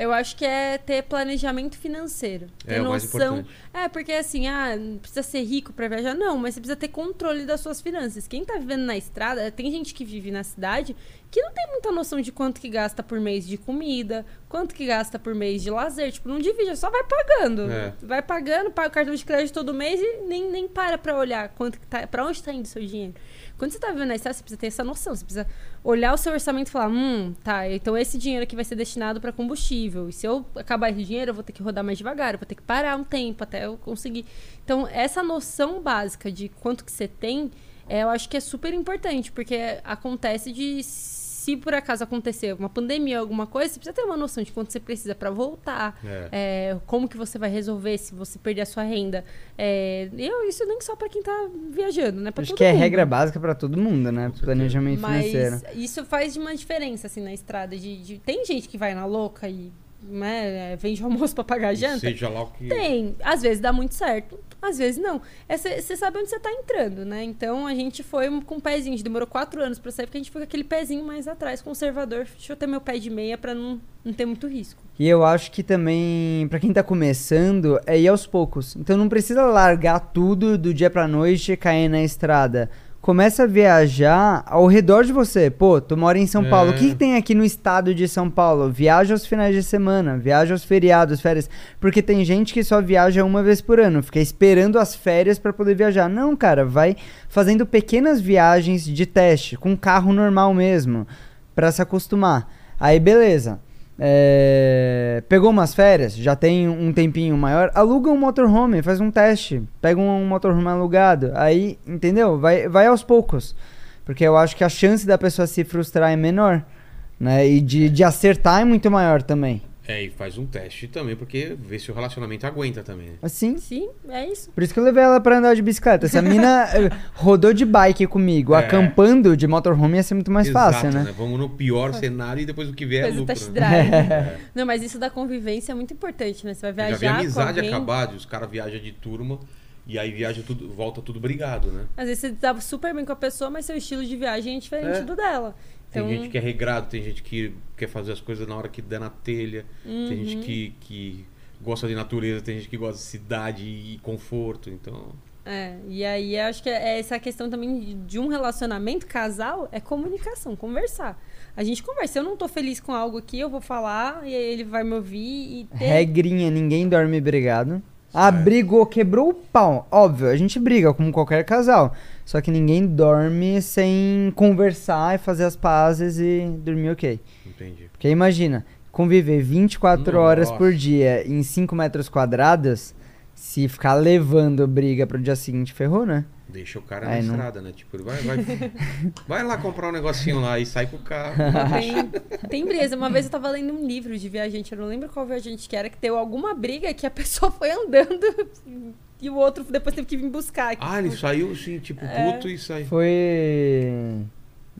Eu acho que é ter planejamento financeiro. Ter
É, o mais
noção.
importante.
É, porque assim, ah, não precisa ser rico pra viajar. Não, mas você precisa ter controle das suas finanças. Quem tá vivendo na estrada, tem gente que vive na cidade que não tem muita noção de quanto que gasta por mês de comida, quanto que gasta por mês de lazer. Tipo, não divide, só vai pagando.
É.
Vai pagando, paga o cartão de crédito todo mês e nem, nem para pra olhar quanto que tá, pra onde tá indo o seu dinheiro. Quando você tá vivendo na estrada, você precisa ter essa noção. Você precisa olhar o seu orçamento e falar, hum, tá, então esse dinheiro aqui vai ser destinado pra combustível. E se eu acabar esse dinheiro, eu vou ter que rodar mais devagar, eu vou ter que parar um tempo até eu conseguir. Então, essa noção básica de quanto que você tem, é, eu acho que é super importante, porque acontece de se por acaso acontecer uma pandemia, alguma coisa, você precisa ter uma noção de quanto você precisa pra voltar,
É.
é, como que você vai resolver se você perder a sua renda. É, eu, isso nem só pra quem tá viajando, né? Pra
Acho
todo
que é
mundo.
regra básica pra todo mundo, né? Planejamento financeiro.
Mas isso faz uma diferença, assim, na estrada. De, de- Tem gente que vai na louca e né, vende almoço pra pagar a janta.
Seja lá o que.
Tem. Às vezes dá muito certo, às vezes não. Você sabe onde você tá entrando, né? Então a gente foi com um pezinho. A gente demorou quatro anos pra sair, porque a gente foi com aquele pezinho mais atrás, conservador. Deixa eu ter meu pé de meia pra não, não ter muito risco.
E eu acho que também, pra quem tá começando, é ir aos poucos. Então não precisa largar tudo do dia pra noite e cair na estrada. Começa a viajar ao redor de você. Pô, tu mora em São
É.
Paulo. O que, que tem aqui no estado de São Paulo? Viaja aos finais de semana, viaja aos feriados, férias. Porque tem gente que só viaja uma vez por ano, fica esperando as férias pra poder viajar. Não, cara, vai fazendo pequenas viagens de teste, com carro normal mesmo, pra se acostumar. Aí, beleza. É, Pegou umas férias, já tem um tempinho maior, aluga um motorhome, faz um teste, pega um, um motorhome alugado, aí, entendeu? Vai, vai aos poucos, porque eu acho que a chance da pessoa se frustrar é menor, né? E de, de acertar é muito maior também.
É, e faz um teste também, porque vê se o relacionamento aguenta também. né?
Assim,
Sim, é isso.
Por isso que eu levei ela pra andar de bicicleta. Essa mina eh, rodou de bike comigo,
É.
acampando de motorhome ia ser muito mais
Exato,
fácil, né?
Vamos no pior cenário e depois o que vier é
Coisa
lucro.
test
né?
drive. Não, mas isso da convivência é muito importante, né? Você vai
Eu Já
viajar
vi a amizade
com alguém.
acabar, de os caras viajam de turma e aí viaja tudo, volta tudo brigado, né?
Às vezes você tá super bem com a pessoa, mas seu estilo de viagem é diferente
É.
do dela.
Tem
Então,
gente que é regrado, tem gente que quer fazer as coisas na hora que der na telha, tem
Uhum.
gente que, que gosta de natureza, tem gente que gosta de cidade e conforto, então...
é, e aí eu acho que é essa questão também de- de um relacionamento casal é comunicação, conversar. A gente conversa, se eu não tô feliz com algo aqui, eu vou falar e ele vai me ouvir e ter
Regrinha, ninguém dorme brigado. Ah, brigou, quebrou o pau. Óbvio, a gente briga como qualquer casal. Só que ninguém dorme sem conversar e fazer as pazes e dormir ok.
Entendi.
Porque imagina, conviver 24 horas
Nossa.
por dia em 5 metros quadrados, se ficar levando briga pro dia seguinte, ferrou, né?
Deixa o cara na
Aí não-
estrada, né? Tipo, ele vai, vai, vai lá comprar um negocinho lá e sai com o carro.
Tem, tem brisa. Uma vez eu tava lendo um livro de viajante, eu não lembro qual viajante que era, que deu alguma briga que a pessoa foi andando e o outro depois teve que vir buscar.
Ah, ele saiu assim, tipo,
É.
puto e sai.
Foi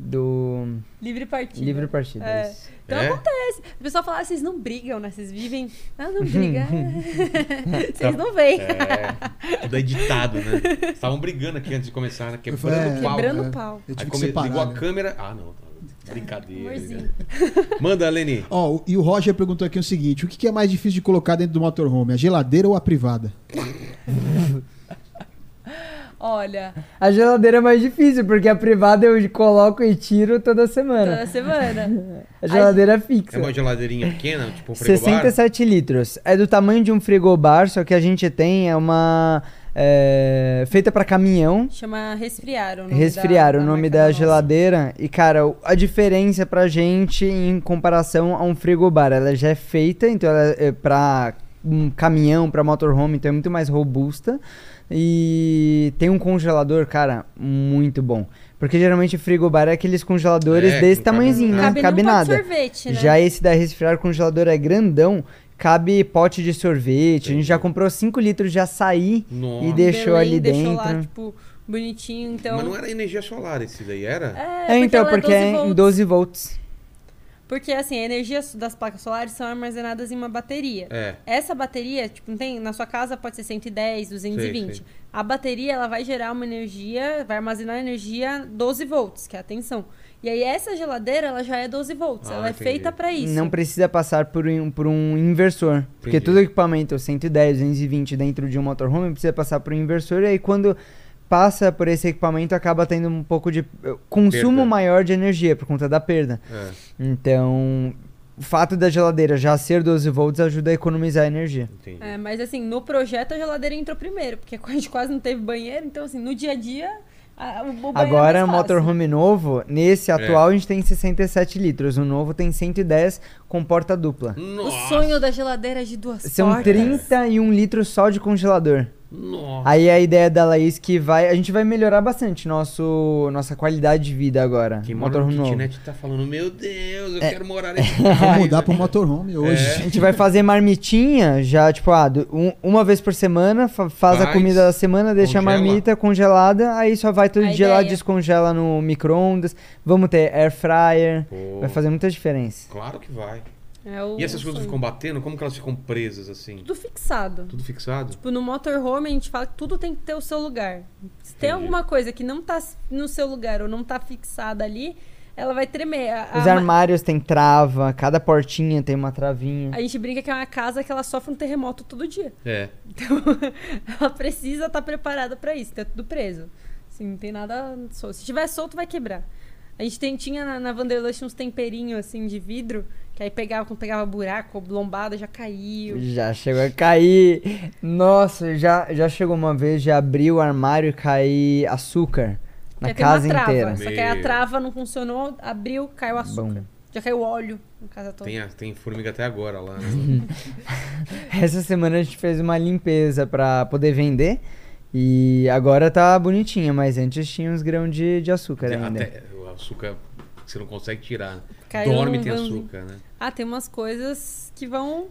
do
Livre partida.
livre partida.
É.
isso.
Então
É?
acontece. O pessoal fala, ah, vocês não brigam, né? Vocês vivem. Ah, não briga. vocês não veem.
É, tudo é editado, né? Estavam brigando aqui antes de começar, né? Quebrando
É,
o pau. né?
Quebrando
é.
o pau.
Aí
Eu tive que
come- ligou
separar.
a
né?
câmera. Ah, não. Brincadeira.
É, Amorzinho.
brincadeira. Manda, Leni.
Ó, o- e o Roger perguntou aqui o seguinte: o que que é mais difícil de colocar dentro do motorhome? A geladeira ou a privada?
Olha,
A geladeira é mais difícil, porque a privada eu coloco e tiro toda semana.
toda semana.
A geladeira é fixa.
É uma geladeirinha pequena, tipo um frigobar?
67 litros. É do tamanho de um frigobar, só que a gente tem é uma é, feita pra caminhão.
Chama resfriar o nome
Resfriar
da,
o
da
nome
marca é
da
nossa.
geladeira. E, cara, o- a diferença pra gente em comparação a um frigobar, ela já é feita, então ela é pra um caminhão, pra motorhome, então é muito mais robusta. E tem um congelador, cara, muito bom. Porque geralmente o frigobar é aqueles congeladores
É,
desse
não cabe
tamanhozinho,
nada.
né?
Cabe,
não cabe
num pote de
nada.
sorvete, né?
Já esse da resfriar congelador é grandão, cabe pote de sorvete. A gente já comprou 5 litros de açaí
Nossa.
e deixou
Belém
ali
deixou
dentro.
lá, tipo, bonitinho, então...
Mas não é era energia solar esse daí, era?
É,
É, então,
ela
porque é em
volts.
12 volts.
Porque, assim, a energia das placas solares são armazenadas em uma bateria.
É.
Essa bateria, tipo, não tem, na sua casa pode ser 110, 220.
Sei, sei.
A bateria, ela vai gerar uma energia, vai armazenar energia 12 volts, que é a tensão. E aí essa geladeira, ela já é 12 volts,
Ah,
ela é
entendi.
feita pra isso.
Não precisa passar por um, por um inversor. Porque
Entendi.
todo equipamento 110, 220 dentro de um motorhome precisa passar por um inversor. E aí quando passa por esse equipamento acaba tendo um pouco de eh, consumo
Perda.
maior de energia por conta da perda.
É.
Então, o fato da geladeira já ser 12 volts ajuda a economizar energia.
Entendi.
É, mas assim, no projeto a geladeira entrou primeiro, porque a gente quase não teve banheiro, então assim, no dia a dia, a, o, o banheiro é
Agora,
mais fácil.
motorhome novo,
É.
nesse atual a gente tem 67 litros. O novo tem 110 com porta dupla.
O
Nossa,
sonho da geladeira é de duas
São
portas.
31 litros só de congelador.
nossa.
Aí a ideia da Laís que vai. A gente vai melhorar bastante nosso, nossa qualidade de vida agora. um
Quem mora no
motorhome novo. É.
kitnet tá falando, meu Deus, eu quero morar nesse
Vou
país."
mudar pro motorhome
A
hoje.
É.
gente vai fazer marmitinha já, tipo, ah, do- um- uma vez por semana, fa- faz, a
Faz,
comida da semana, deixa a
congela.
marmita congelada, aí só vai todo
A
dia lá,
ideia.
descongela no micro-ondas. Vamos ter air fryer,
Pô,
vai fazer muita diferença.
Claro que vai.
É o
E essas coisas
sonho.
ficam batendo? Como que elas ficam presas assim?
Tudo fixado.
Tudo fixado?
Tipo, no motorhome a gente fala que tudo tem que ter o seu lugar. Se tem
Entendi.
alguma coisa que não tá no seu lugar ou não tá fixada ali, ela vai tremer. A,
Os
a-
armários tem trava, cada portinha tem uma travinha.
a gente brinca que é uma casa que ela sofre um terremoto todo dia.
É.
Então, ela precisa estar preparada pra isso, tá tudo preso. Assim, não tem nada solto. Se tiver solto, vai quebrar. A gente tem- tinha na, na Wanderlust uns temperinhos assim de vidro, que aí pegava, quando pegava buraco, lombada, já caiu.
Já chegou a cair. Nossa, já, já chegou uma vez, já abri o armário e caí açúcar na
Porque tem
casa
uma trava,
inteira.
Só que aí a
Meu.
trava não funcionou, abriu, caiu açúcar.
Bom.
Já caiu óleo na casa toda.
Tem, a- tem formiga até agora lá. né?
Essa semana a gente fez uma limpeza pra poder vender. E agora tá bonitinha, mas antes tinha uns grãos de, de açúcar ainda.
Até o açúcar que você não consegue tirar. né?
Caiu
Dorme
num
tem
vãozinho.
açúcar, né?
Ah, tem umas coisas que vão.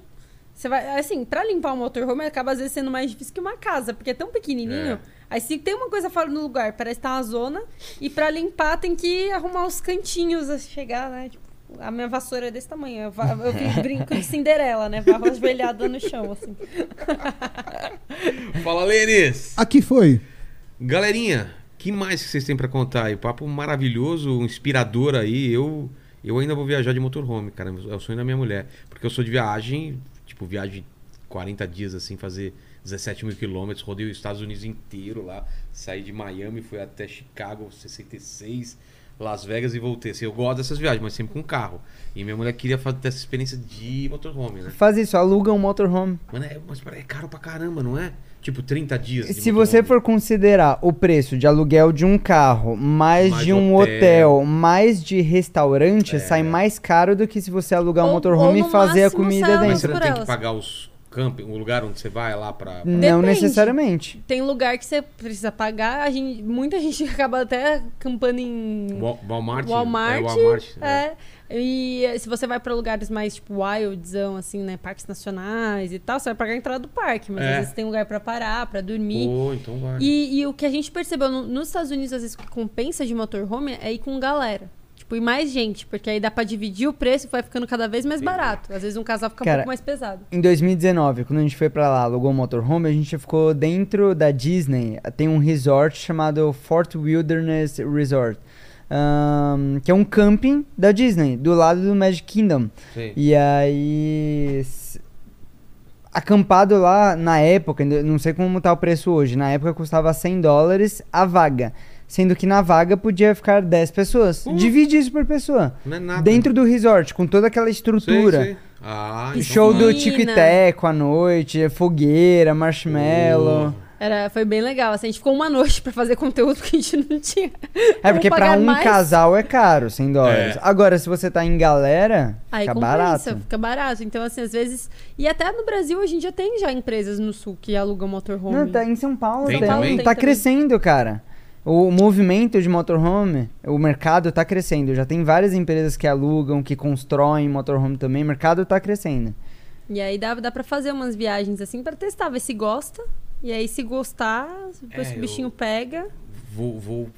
Você vai. Assim, pra limpar o motorhome acaba às vezes sendo mais difícil que uma casa, porque é tão pequenininho.
É.
Aí se tem uma coisa fora do lugar, parece que tá uma zona. E pra limpar tem que arrumar os cantinhos a chegar, né? Tipo, a minha vassoura é desse tamanho. Eu, va- eu vi- brinco de Cinderela, né? Varro ajoelhada no chão, assim.
Fala, Lênis!
Aqui foi.
Galerinha, que mais que vocês têm pra contar aí? Papo maravilhoso, inspirador aí. Eu eu ainda vou viajar de motorhome, cara. É o sonho da minha mulher. Porque eu sou de viagem, tipo, viagem 40 dias assim, fazer 17 mil quilômetros, rodei os Estados Unidos inteiro lá. Saí de Miami, fui até Chicago, 66, Las Vegas e voltei. Assim, eu gosto dessas viagens, mas sempre com carro. E minha mulher queria fa- ter essa experiência de motorhome, né?
Faz isso, aluga um motorhome.
Mano, é, mas peraí, é caro pra caramba, não é? Tipo, 30 dias. de
Se você
motorhome.
for considerar o preço de aluguel de um carro, mais,
Mais
de um
hotel. É.
hotel, mais de restaurante, sai mais caro do que se você alugar um
Ou-
motorhome
ou
e
no
fazer a
máximo sai
comida
uma
Mas
dentro.
você não
por
tem que
elas.
pagar os camping, o lugar onde você vai lá pra. pra-
Não
Depende.
necessariamente.
Tem lugar que você precisa pagar. A gente, muita gente acaba até acampando em
Wa- Walmart?
Hum. Walmart,
É, Walmart. É.
É. E eh, se você vai pra lugares mais tipo wildzão, assim, né? Parques nacionais e tal, você vai pagar a entrada do parque, mas
É.
às vezes tem lugar pra parar, pra dormir.
Pô, então vai.
E, e o que a gente percebeu no- nos Estados Unidos, às vezes, o que compensa de motorhome é ir com galera. Tipo, ir mais gente, porque aí dá pra dividir o preço e vai ficando cada vez mais
Entendi.
barato. Às vezes um casal fica um
Cara,
pouco mais pesado.
Em 2019, quando a gente foi pra lá, alugou o motorhome, a gente ficou dentro da Disney. Tem um resort chamado Fort Wilderness Resort, ahn, que é um camping da Disney, do lado do Magic Kingdom.
Sim.
E aí. s- acampado lá na época, ainda- não sei como tá o preço hoje, na época custava 100 dólares a vaga. Sendo que na vaga podia ficar 10 pessoas.
Uh.
Divide isso por pessoa.
Não é nada.
Dentro do resort, com toda aquela
Sei,
estrutura.
sei. Ah,
E Show do
Piscina.
Tico e Teco à noite, fogueira, marshmallow. É,
Era, foi bem legal. Assim, a gente ficou uma noite pra fazer conteúdo que a gente não tinha.
É porque
Como
pra
Então, pagar
um
mais.
casal é caro, 100 dólares.
É.
Agora, se você tá em galera,
Aí
fica
compensa,
barato.
fica barato. Então, assim, às vezes. E até no Brasil, hoje em dia tem já empresas no sul que alugam motorhome.
Não, tá em São Paulo,
Tem
tá,
também?
tá
Tem também.
crescendo, cara. O movimento de motorhome, o mercado tá crescendo. Já tem várias empresas que alugam, que constroem motorhome também. O mercado tá crescendo.
E aí dá, dá pra fazer umas viagens assim pra testar, ver se gosta. E aí, se gostar, depois
É,
que o bichinho
eu-
pega.
Vou, vou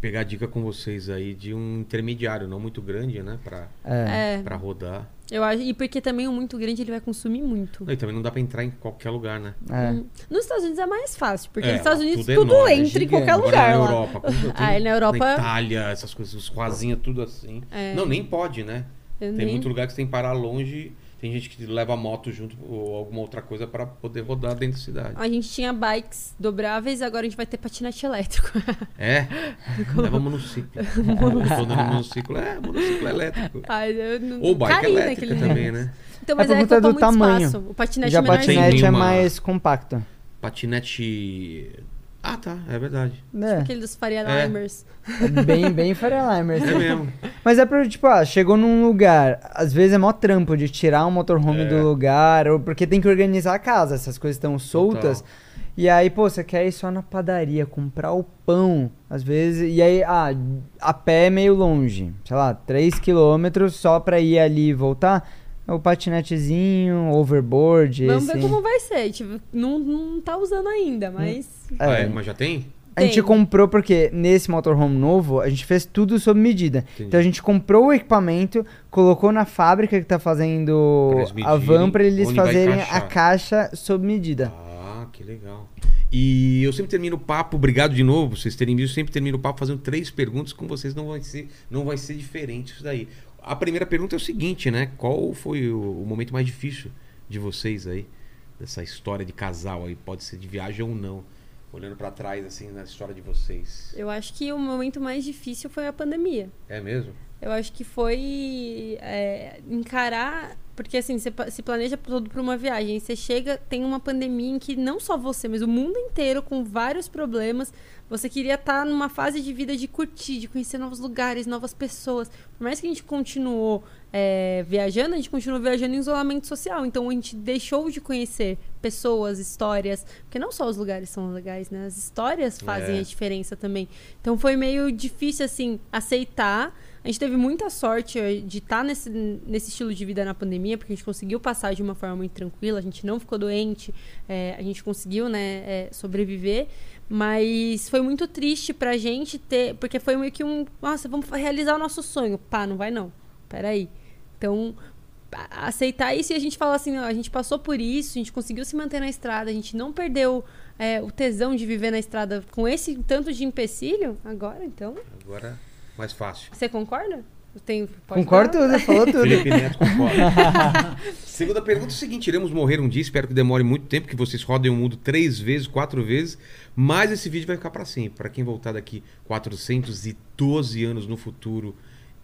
pegar dica com vocês aí de um intermediário, não muito grande, né? Pra,
É.
É.
pra rodar.
Eu acho. E porque também o muito grande ele vai consumir muito.
Não, e também não dá pra entrar em qualquer lugar, né?
é.
Hum. Nos Estados Unidos é mais fácil, porque
É,
nos Estados
lá
Unidos
tudo é
tudo,
enorme, é
entra em
gigante.
qualquer
Agora
lugar
na
lá.
Europa, como eu tenho,
Aí na Europa.
Itália, essas coisas, os ruazinhas, tudo assim.
É.
Não, nem pode, né?
eu
Tem
nem-
muito lugar que você tem que parar longe. Tem gente que leva moto junto ou alguma outra coisa pra poder rodar dentro da cidade.
A gente tinha bikes dobráveis, agora a gente vai ter patinete elétrico.
É? Leva monociclo. Quando no monociclo, é monociclo elétrico.
Ai, eu não-
Ou bike
caí
elétrica
naquele
também,
negócio.
né?
Então, mas
É por
aí
conta
ocupa
do
muito
tamanho.
espaço. O patinete
Já
é menorzinho.
patinete
patinete é
nenhuma-
mais compacto.
Patinete. Ah, tá, é verdade.
né?
Aquele dos Faria Limers.
É bem, bem Fairlimers.
É mesmo.
Mas é pra, tipo, ah, chegou num lugar, às vezes é mó trampo de tirar um motorhome
É.
do lugar, ou porque tem que organizar a casa, essas coisas estão soltas. E aí, pô, você quer ir só na padaria, comprar o pão, às vezes, e aí, ah, a pé é meio longe, sei lá, 3 quilômetros só pra ir ali e voltar, é o patinetezinho, overboard,
Vamos
esse.
ver como vai ser. Tipo, não, não tá usando ainda, mas.
Ah,
É.
é, mas já tem?
A gente
Tem.
comprou porque nesse motorhome novo a gente fez tudo sob medida.
Entendi.
Então a gente comprou o equipamento, colocou na fábrica que tá fazendo
Pra eles
a van
medirem
pra eles
onde vai
fazerem a
encaixar.
caixa sob medida.
Ah, que legal. E eu sempre termino o papo, obrigado de novo por vocês terem visto, eu sempre termino o papo fazendo três perguntas com vocês, não vai ser, não vai ser diferente isso daí. A primeira pergunta é o seguinte, né? Qual foi o, o momento mais difícil de vocês aí, dessa história de casal aí, pode ser de viagem ou não, olhando pra trás assim na história de vocês.
Eu acho que o momento mais difícil foi a pandemia.
É mesmo?
Eu acho que foi é, encarar. Porque assim, você pa- se planeja todo para uma viagem. e Você chega, tem uma pandemia em que não só você, mas o mundo inteiro com vários problemas. Você queria estar numa fase de vida de curtir, de conhecer novos lugares, novas pessoas. Por mais que a gente continuou é, viajando, a gente continuou viajando em isolamento social. Então a gente deixou de conhecer pessoas, histórias. Porque não só os lugares são legais, né? As histórias fazem
É.
a diferença também. Então foi meio difícil, assim, aceitar. A gente teve muita sorte eh, de estar nesse, nesse estilo de vida na pandemia, porque a gente conseguiu passar de uma forma muito tranquila, a gente não ficou doente, eh, a gente conseguiu né, eh, sobreviver. Mas foi muito triste pra gente ter. Porque foi meio que um. Nossa, vamos realizar o nosso sonho. Pá, não vai não. Peraí. Então, a- aceitar isso e a gente fala assim, ó, a gente passou por isso, a gente conseguiu se manter na estrada, a gente não perdeu é, o tesão de viver na estrada com esse tanto de empecilho, agora então.
Agora mais fácil.
Você concorda? Eu tenho- pode
Concordo
dar?
tudo, você falou tudo.
Felipe Neto concorda. Segunda pergunta é o seguinte: iremos morrer um dia, espero que demore muito tempo, que vocês rodem o mundo três vezes, quatro vezes, mas esse vídeo vai ficar pra sempre. Pra quem voltar daqui 412 anos no futuro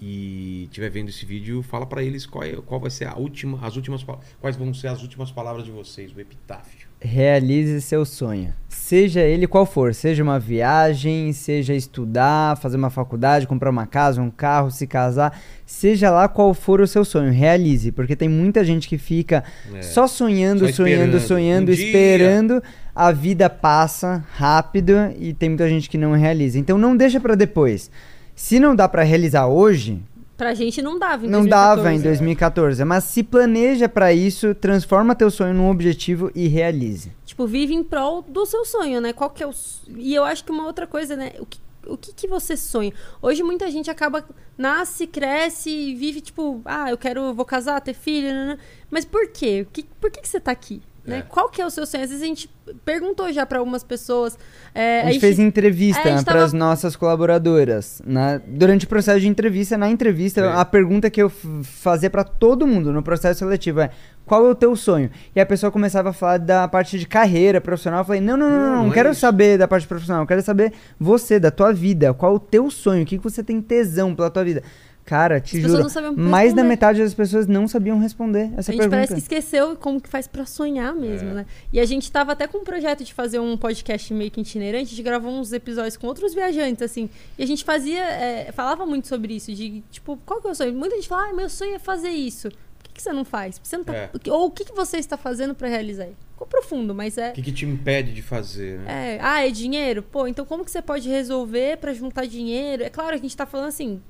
e estiver vendo esse vídeo, fala pra eles qual, é- qual vai ser a última, as últimas pa- quais vão ser as últimas palavras de vocês, o epitáfio.
Realize seu sonho. Seja ele qual for, seja uma viagem, seja estudar, fazer uma faculdade, comprar uma casa, um carro, se casar, seja lá qual for o seu sonho, realize, porque tem muita gente que fica
É.
só sonhando,
Só
sonhando,
esperando.
sonhando,
Um dia.
esperando, a vida passa rápido e tem muita gente que não realiza. Então não deixa pra depois. Se não dá pra realizar hoje,
Pra gente não dava em
não dava em
2014.
2014, mas se planeja pra isso, transforma teu sonho num objetivo e realize.
Tipo, vive em prol do seu sonho, né? Qual que é o. s- E eu acho que uma outra coisa, né? O que, o que, que você sonha? Hoje muita gente acaba. Nasce, cresce né, e vive, tipo, ah, eu quero. Vou casar, ter filho, né? Mas por quê? O que- por que, que você tá aqui? né? Qual que é o seu sonho? Às vezes a gente perguntou já para algumas pessoas. é,
A gente fez entrevista
é, a gente
para as
tava-
nossas colaboradoras. né? Durante o processo de entrevista, na entrevista,
É.
a pergunta que eu f- fazia para todo mundo no processo seletivo é qual é o teu sonho? E a pessoa começava a falar da parte de carreira profissional. Eu falei, não, não, não, não,
Não,
não,
não é
quero
isso.
saber da parte profissional. Eu quero saber você, da tua vida. Qual é o teu sonho? O que, que você tem tesão pela tua vida? Cara, te
As pessoas
juro,
não sabiam
mais da
responder.
metade das pessoas não sabiam responder essa
a gente
pergunta.
parece que esqueceu como que faz pra sonhar mesmo, né? E a gente tava até com um projeto de fazer um podcast meio que itinerante, a gente gravou uns episódios com outros viajantes, assim. E a gente fazia, é, falava muito sobre isso, de tipo, qual que é o sonho? Muita gente fala, ah, meu sonho é fazer isso. Por que, que você não faz? Você não tá-
É.
Ou o que, que você está fazendo pra realizar? Ficou profundo, mas é.
O que, que te impede de fazer, né?
É, ah, é dinheiro? Pô, então como que você pode resolver pra juntar dinheiro? É claro, a gente tá falando assim,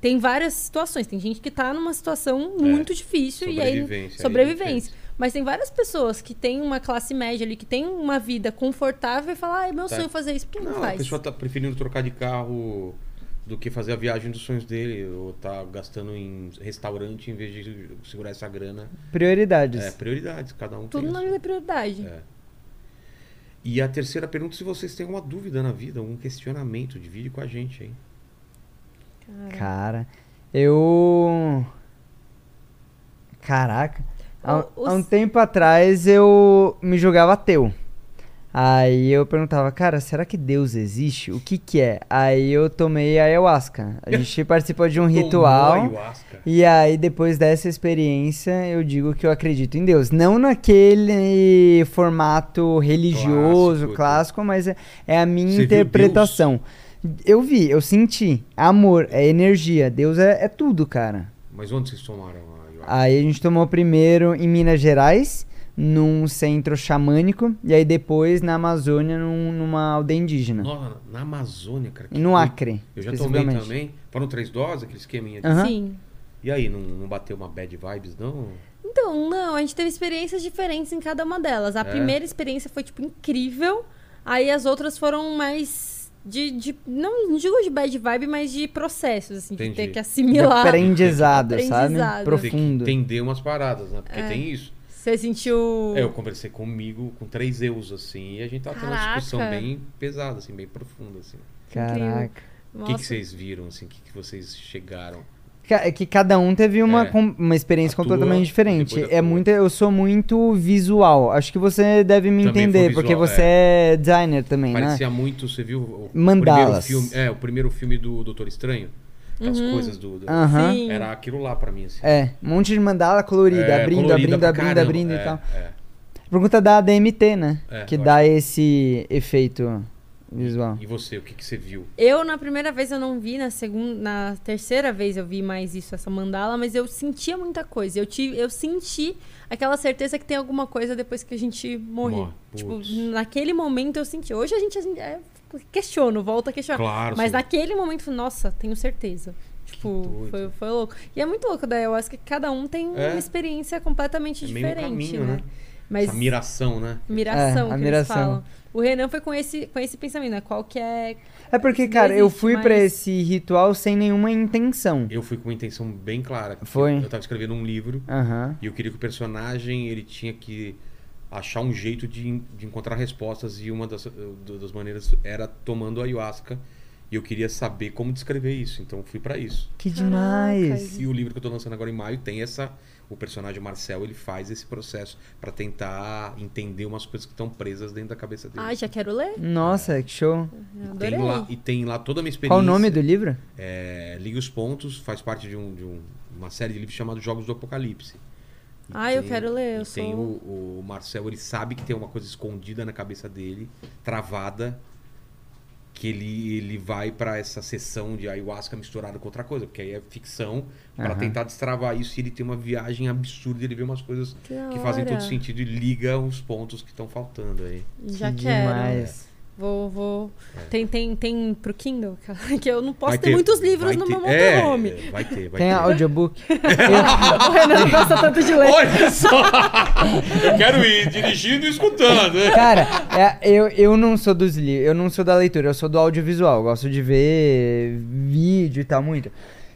tem várias situações. Tem gente que tá numa situação muito difícil e aí
É. Sobrevivência, aí
sobrevivência.
difícil.
Mas tem várias pessoas que têm uma classe média ali, que tem uma vida confortável e fala, ah, é meu
Tá.
sonho fazer isso, por que não,
Não, a
faz?
pessoa tá preferindo trocar de carro do que fazer a viagem dos sonhos dele, ou tá gastando em restaurante em vez de segurar essa grana.
Prioridades.
É, prioridades, cada um
Tudo
tem.
na
isso.
minha prioridade.
É. E a terceira pergunta, se vocês têm alguma dúvida na vida, algum questionamento, divide com a gente, hein?
Cara, eu. Caraca. Há,
O-
há um
os-
tempo atrás eu me julgava ateu. Aí eu perguntava, cara, será que Deus existe? O que que é? Aí eu tomei ayahuasca. A gente participou de um ritual.
Tomou ayahuasca.
E aí, depois dessa experiência, eu digo que eu acredito em Deus. Não naquele formato religioso,
Clássico,
clássico, mas é, é a minha
Você viu
interpretação. Eu vi, eu senti. Amor, é energia. Deus é, é tudo, cara.
Mas onde vocês tomaram a ayahuasca?
Aí a gente tomou primeiro em Minas Gerais, num centro xamânico, e aí depois na Amazônia, num- numa aldeia indígena.
Nossa, na Amazônia, cara. que
No
doido.
Acre.
Eu já tomei
especificamente. Ah.
também. Foram três doses, aquele esqueminha. de-
Aham.
Sim.
E aí, não, não bateu uma bad vibes, não?
Então, não, a gente teve experiências diferentes em cada uma delas. A
É?
primeira experiência foi, tipo, incrível. Aí as outras foram mais de. de- não não digo de bad vibe, mas de processos, assim,
Entendi.
de ter que
De
assimilar.
aprendizado, sabe?
Aprendizado.
Tem que
Profundo. É.
entender umas paradas, né? Porque tem isso.
Você sentiu.
É, eu conversei comigo com três eus, assim, e a gente tava tendo uma
Caraca.
discussão bem pesada, assim, bem profunda, assim.
Caraca.
O que, que
Nossa.
vocês viram, assim, o que, que vocês chegaram?
Ca- que cada um teve uma,
É.
com- uma experiência
A tua,
completamente diferente.
depois a
É
tua.
muito, eu sou muito visual. Acho que você deve me
Também
entender,
foi visual,
porque você é, designer também, né?
Parecia muito, você viu o
Mandalas.
primeiro filme, é, o primeiro filme do Doutor Estranho, aquelas
Uhum.
coisas do, do-
Aham.
Sim.
era aquilo lá pra mim, assim.
Ah. É, um monte de mandala colorida,
É,
abrindo,
colorida
abrindo,
pra
abrindo,
caramba,
abrindo
é,
e tal.
é.
Por conta da DMT, né?
É,
que
eu
dá esse efeito visual.
E você, o que, que você viu?
Eu, na primeira vez, eu não vi, na segunda, na terceira vez eu vi mais isso, essa mandala, mas eu sentia muita coisa. Eu, tive, eu senti aquela certeza que tem alguma coisa depois que a gente morrer.
Morre.
Tipo,
Putz.
naquele momento eu senti. Hoje a gente assim, é, questiona, volta a questionar.
Claro, assim,
Mas
sim.
naquele momento, eu falei, nossa, tenho certeza. Tipo,
doido.
foi, foi louco. E é muito louco da ayahuasca que cada um tem
É.
uma experiência completamente
É meio
diferente,
caminho,
né?
né?
Mas
Essa miração, né?
miração,
É,
que
a
eles
miração.
falam. O Renan foi com esse, com esse pensamento, né? Qual que é.
É porque,
Isso não
cara, eu
existe,
fui
mas-
pra esse ritual sem nenhuma intenção.
Eu fui com uma intenção bem clara. porque
Foi.
Eu tava escrevendo um livro,
Aham.
E eu queria que o personagem ele tinha que achar um jeito de, en- de encontrar respostas e uma das, eh, do- das maneiras era tomando ayahuasca e eu queria saber como descrever isso, então fui pra isso.
Que
Caraca,
demais.
gente.
E o livro que eu tô lançando agora em maio tem essa o personagem Marcel, ele faz esse processo pra tentar entender umas coisas que estão presas dentro da cabeça dele.
Ah, já quero ler?
Nossa, que show.
e,
adorei.
tem lá, e tem lá toda a minha experiência.
Qual o nome do livro?
É, Liga os Pontos, faz parte de, um- de um- uma série de livros chamado Jogos do Apocalipse. E
Ah, eu quero ler, eu
e tem
sou-
o, o Marcel, ele sabe que tem uma coisa escondida na cabeça dele, travada, que ele, ele vai pra essa sessão de ayahuasca misturada com outra coisa, porque aí é ficção, pra
Aham.
tentar destravar isso. E ele tem uma viagem absurda, ele vê umas coisas
Que, da
que fazem
hora.
todo sentido e liga os pontos que estão faltando aí.
Já
que
quero.
demais.
Vou, vou. Tem, tem, tem pro Kindle? Que eu não posso
É. Vai
ter, muitos livros
vai
no
ter-
meu
é,
motorhome.
vai ter, vai
Tem
ter.
audiobook.
O Renan não gosta tanto de ler.
Olha só! Eu quero ir dirigindo e escutando. né?
Cara, é, eu, eu não sou dos li eu não sou da leitura, eu sou do audiovisual, eu gosto de ver vídeo e tal muito.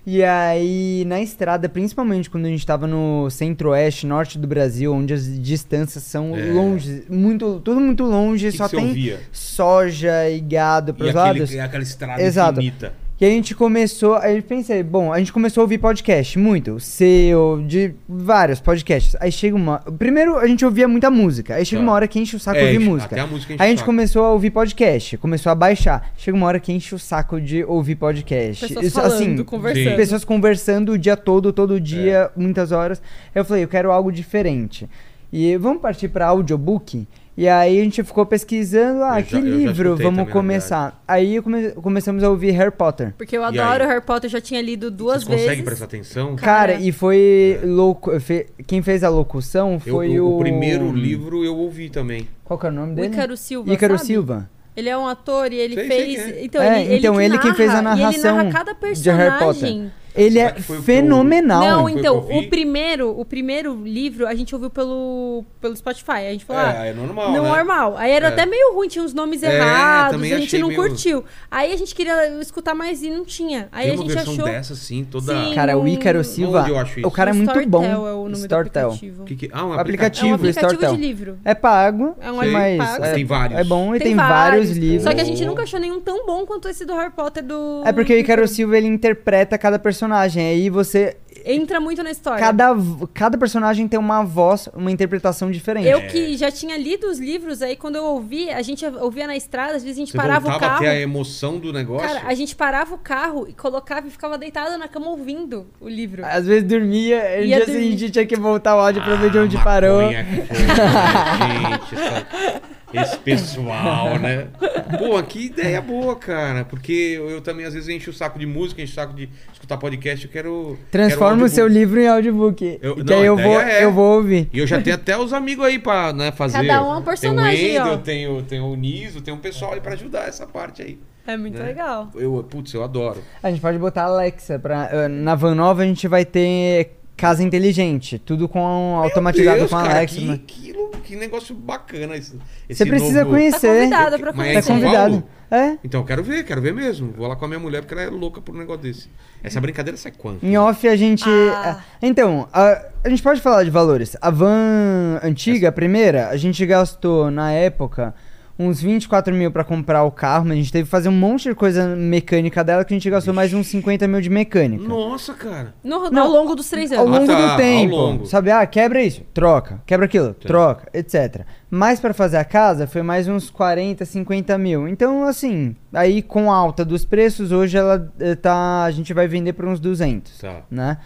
E aí, na estrada, principalmente quando a gente tava no centro-oeste, norte do Brasil, onde as distâncias são
É.
longe, muito, tudo muito longe,
O que
só
que você
tem
ouvia?
soja e gado
E
pros lados.
aquele, é- aquela estrada
Exato.
infinita.
E a gente começou, aí eu pensei, bom, a gente começou a ouvir podcast, muito, o seu, de vários podcasts. Aí chega uma. Primeiro a gente ouvia muita música, aí chega
Tá.
uma hora que enche o saco
É,
de
enche-
música.
até a música enche
aí a
o
gente
saco.
começou a ouvir podcast, começou a baixar. Chega uma hora que enche o saco de ouvir podcast. assim,
Pessoas falando, conversando.
Sim.
pessoas conversando o dia todo, todo dia,
É.
muitas horas. Eu falei, eu quero algo diferente. E vamos partir para audiobook? E aí a gente ficou pesquisando, ah,
Eu
que
já- eu já
livro
escutei
vamos
também, na
começar? Aí come- começamos a ouvir Harry Potter.
Porque eu
E
adoro
aí?
Harry Potter, eu já tinha lido duas
Vocês
vezes.
conseguem prestar atenção?
Cara,
Cara.
e foi louco. fe- Quem fez a locução
É. Eu-
foi
eu-
o.
O primeiro livro eu ouvi também.
Qual que é o nome
O
dele?
Ícaro Silva,
Ícaro
sabe?
Silva.
Ele é um ator e ele
Sei, sei
fez.
quem é.
Então,
É,
ele, ele,
então,
que
ele
narra,
que fez a
E ele
narração
narra cada
de Harry Potter.
personagem.
Ele
Será
é
que foi o que eu-
fenomenal.
Não,
Foi o que
então,
eu vi.
o primeiro, o primeiro livro a gente ouviu pelo, pelo Spotify. A gente falou, ah,
É, é normal,
não
né?
normal. Aí
É.
era até meio ruim, tinha uns nomes
É,
errados,
também
a gente
achei
não
meio-
curtiu. Aí a gente queria escutar mais e não tinha. Aí
Tem
a
uma
gente
versão
achou.
dessa, assim, toda...
Sim.
Cara, o Ícaro
Onde
Silva.
eu acho isso?
O cara é muito
Storytel
bom.
é o nome do
Storytel.
aplicativo.
Que que- Ah, um
É um
aplicativo.
Aplicativo,
aplicativo
Storytel.
de livro.
É pago.
É um
Sei.
mas
pago.
É,
Tem vários.
É bom e tem, vários livros.
Só que a gente
Oh.
nunca achou nenhum tão bom quanto esse do Harry Potter do.
É porque o Icaro Silva ele interpreta cada personagem. Aí você.
Entra muito na história.
Cada, v- cada personagem tem uma voz, uma interpretação diferente.
Eu que já tinha lido os livros, aí quando eu ouvi, a gente ouvia na estrada, às vezes a gente
Você
parava o
voltava a
carro.
ter a emoção do negócio.
Cara, a gente parava o carro e colocava e ficava deitado na cama ouvindo o livro.
Às vezes dormia, e
Ia
dia
dormir.
seguinte tinha que voltar o áudio pra ver de
Ah,
onde parou.
maconha que foi, né, gente, essa- esse pessoal, né? Pô, que ideia boa, cara. Porque eu, eu também, às vezes, encho o saco de música, encho o saco de escutar podcast. Eu quero.
Transforma
quero
o seu
audiobook.
livro em audiobook.
Eu-
que
não,
aí eu
a
vou,
ideia é-
eu vou ouvir.
E eu já tenho até os amigos aí pra né, fazer.
Cada um é um personagem,
Tem o Wendel,
ó.
tenho, tenho o Niso, tem um pessoal aí pra ajudar essa parte aí.
É muito
Né?
legal.
Eu, putz, eu adoro.
A gente pode botar a Alexa pra. eh, na van nova a gente vai ter casa inteligente. Tudo com automatizado
Deus,
com a
cara,
Alexa.
que,
né?
que, lou- que negócio bacana esse. esse
Você precisa
novo-
Tá
conhecer.
convidada
Mas é
pra
Tá
em
conhecer.
São
convidado.
Paulo?
É.
Então, eu quero ver, quero ver mesmo. Vou lá com a minha mulher porque ela é louca por um negócio desse. Essa brincadeira sai quanto?
Em off a gente.
Ah.
eh, Então, a, a gente pode falar de valores. A van antiga, a primeira, a gente gastou na época uns 24 mil pra comprar o carro, mas a gente teve que fazer um monte de coisa mecânica dela que a gente gastou mais uns 50 mil de mecânica.
Nossa, cara.
No,
Não.
Ao longo dos três
Ao
anos.
Ah,
longo
tá,
do
ao
tempo.
longo. Tá.
Sabe, ah, quebra isso, troca, quebra aquilo, troca, etc. Mas pra fazer a casa foi mais uns 40, 50 mil. Então, assim, aí com a alta dos preços, hoje ela eh, tá. A gente vai vender por uns 200.
Tá.
Né?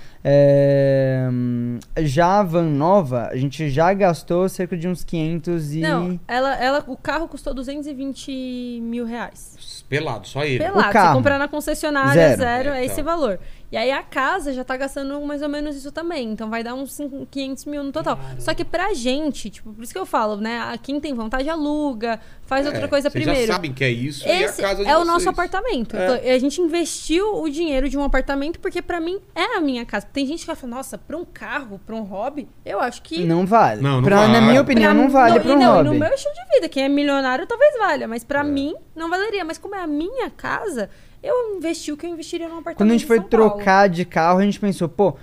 É, hum, já a van nova, a gente já gastou cerca de uns 500 e.
Não, ela, ela, o carro custou 220 mil reais.
Pelado, só ele.
Pelado,
carro.
você comprar na concessionária,
Zero.
zero,
É, tá.
é, esse valor. E aí a casa já tá gastando mais ou menos isso também. Então vai dar uns cinco- 500 mil no total. Só que pra gente, tipo, por isso que eu falo, né? a- Quem tem vontade aluga, faz outra
É,
coisa
vocês
primeiro.
já sabem que é isso e
Esse
a casa de
é o
vocês.
nosso apartamento.
É.
Então, a gente investiu o dinheiro de um apartamento porque pra mim é a minha casa. Tem gente que vai falar, nossa, pra um carro, pra um hobby, eu acho que
Não vale.
Não, não
Pra- Na
vale.
minha opinião, não vale
e
pra um
não, e
hobby.
No meu estilo de vida, quem é milionário talvez valha, mas
É.
pra mim não valeria. Mas como é a minha casa, eu investi o que eu investiria num apartamento.
Quando a gente
em
foi
São Paulo.
trocar de carro, a gente pensou, pô,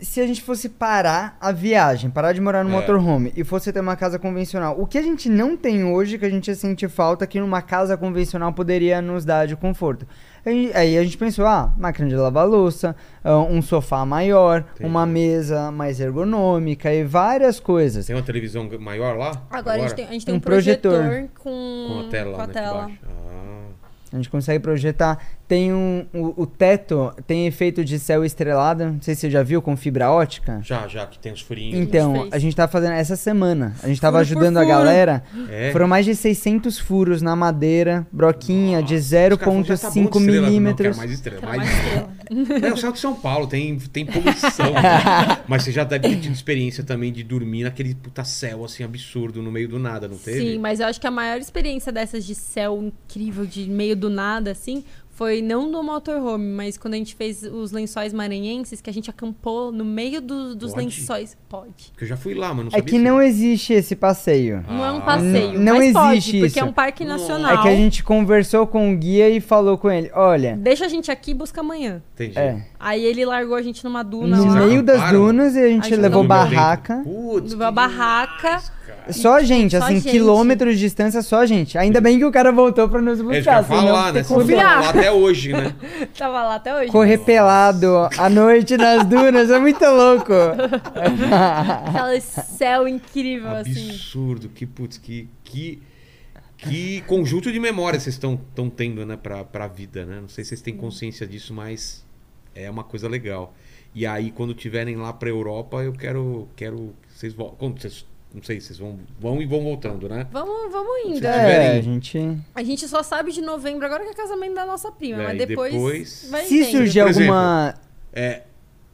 se a gente fosse parar a viagem, parar de morar no
É.
motorhome e fosse ter uma casa convencional, o que a gente não tem hoje que a gente ia sentir falta que numa casa convencional poderia nos dar de conforto? Aí aí a gente pensou, ah, máquina de lavar louça, ah, um sofá maior, uma mesa mais ergonômica e várias coisas.
Tem uma televisão maior lá?
Agora, a gente tem, um a gente tem
Um
um,
projetor.
projetor, com,
Com a tela
com
lá
a
né,
tela.
aqui embaixo. Ah.
A gente consegue projetar. Tem um. O, o teto tem efeito de céu estrelado. Não sei se você já viu com fibra ótica.
Já, já, que tem os furinhos.
Então,
fez.
a gente tá fazendo essa semana. A gente tava
Furo por
ajudando a
furo.
galera.
É.
Foram mais de 600 furos na madeira,
"Tá
broquinha de 0.5 milímetros.
mais estrela,
Tá
É mais
mais
estrela.
estrela.
É, o céu de São Paulo tem, tem poluição. né? Mas você já deve ter tido experiência também de dormir naquele puta céu assim absurdo no meio do nada, não teve?
Sim, mas eu acho que a maior experiência dessas de céu incrível, de meio do nada, assim, Foi não no motorhome, mas quando a gente fez os lençóis maranhenses, que a gente acampou no meio do- dos
Pode?
lençóis. Pode.
Porque eu já fui lá, mas não
É
sabia.
que não existe esse passeio.
Não é um
Ah.
passeio,
Não
mas pode,
existe
porque é
isso.
um parque nacional.
É que a gente conversou com o guia e falou com ele: olha,
Deixa a gente aqui e busca amanhã.
Entendi.
é,
Aí ele largou a gente numa duna
no
lá.
Vocês
meio das
acamparam?
dunas e a gente
Acho que
levou
não.
barraca.
Putz,
Levou a
que
barraca.
demais, cara.
Só a gente,
Só a
assim,
gente.
quilômetros de distância, só a gente. Ainda bem que o cara voltou pra nos
É isso que eu ia
buscar. senão
falar, né?
tem
Vocês
como-
não falam
confiar.
lá até hoje, né?
Tava lá até hoje.
Correr pelado à noite nas dunas é muito louco.
Aquele céu incrível, assim.
Absurdo, que putz, que, que, que conjunto de memórias vocês estão tão tendo, né, pra, pra vida, né? Não sei se vocês
Hum.
têm consciência disso, mas é uma coisa legal. E aí, quando tiverem lá pra Europa, eu quero. quero que vocês vão. quando vocês- Não sei, vocês vão, vão e vão voltando, né?
Vamos, vamos indo.
Se tiver-
É,
tiverem-
a gente.
A gente só sabe de novembro agora que é casamento da nossa prima,
É,
mas
e
depois,
depois-
vai
Se
vendo.
surgir
Por exemplo,
alguma.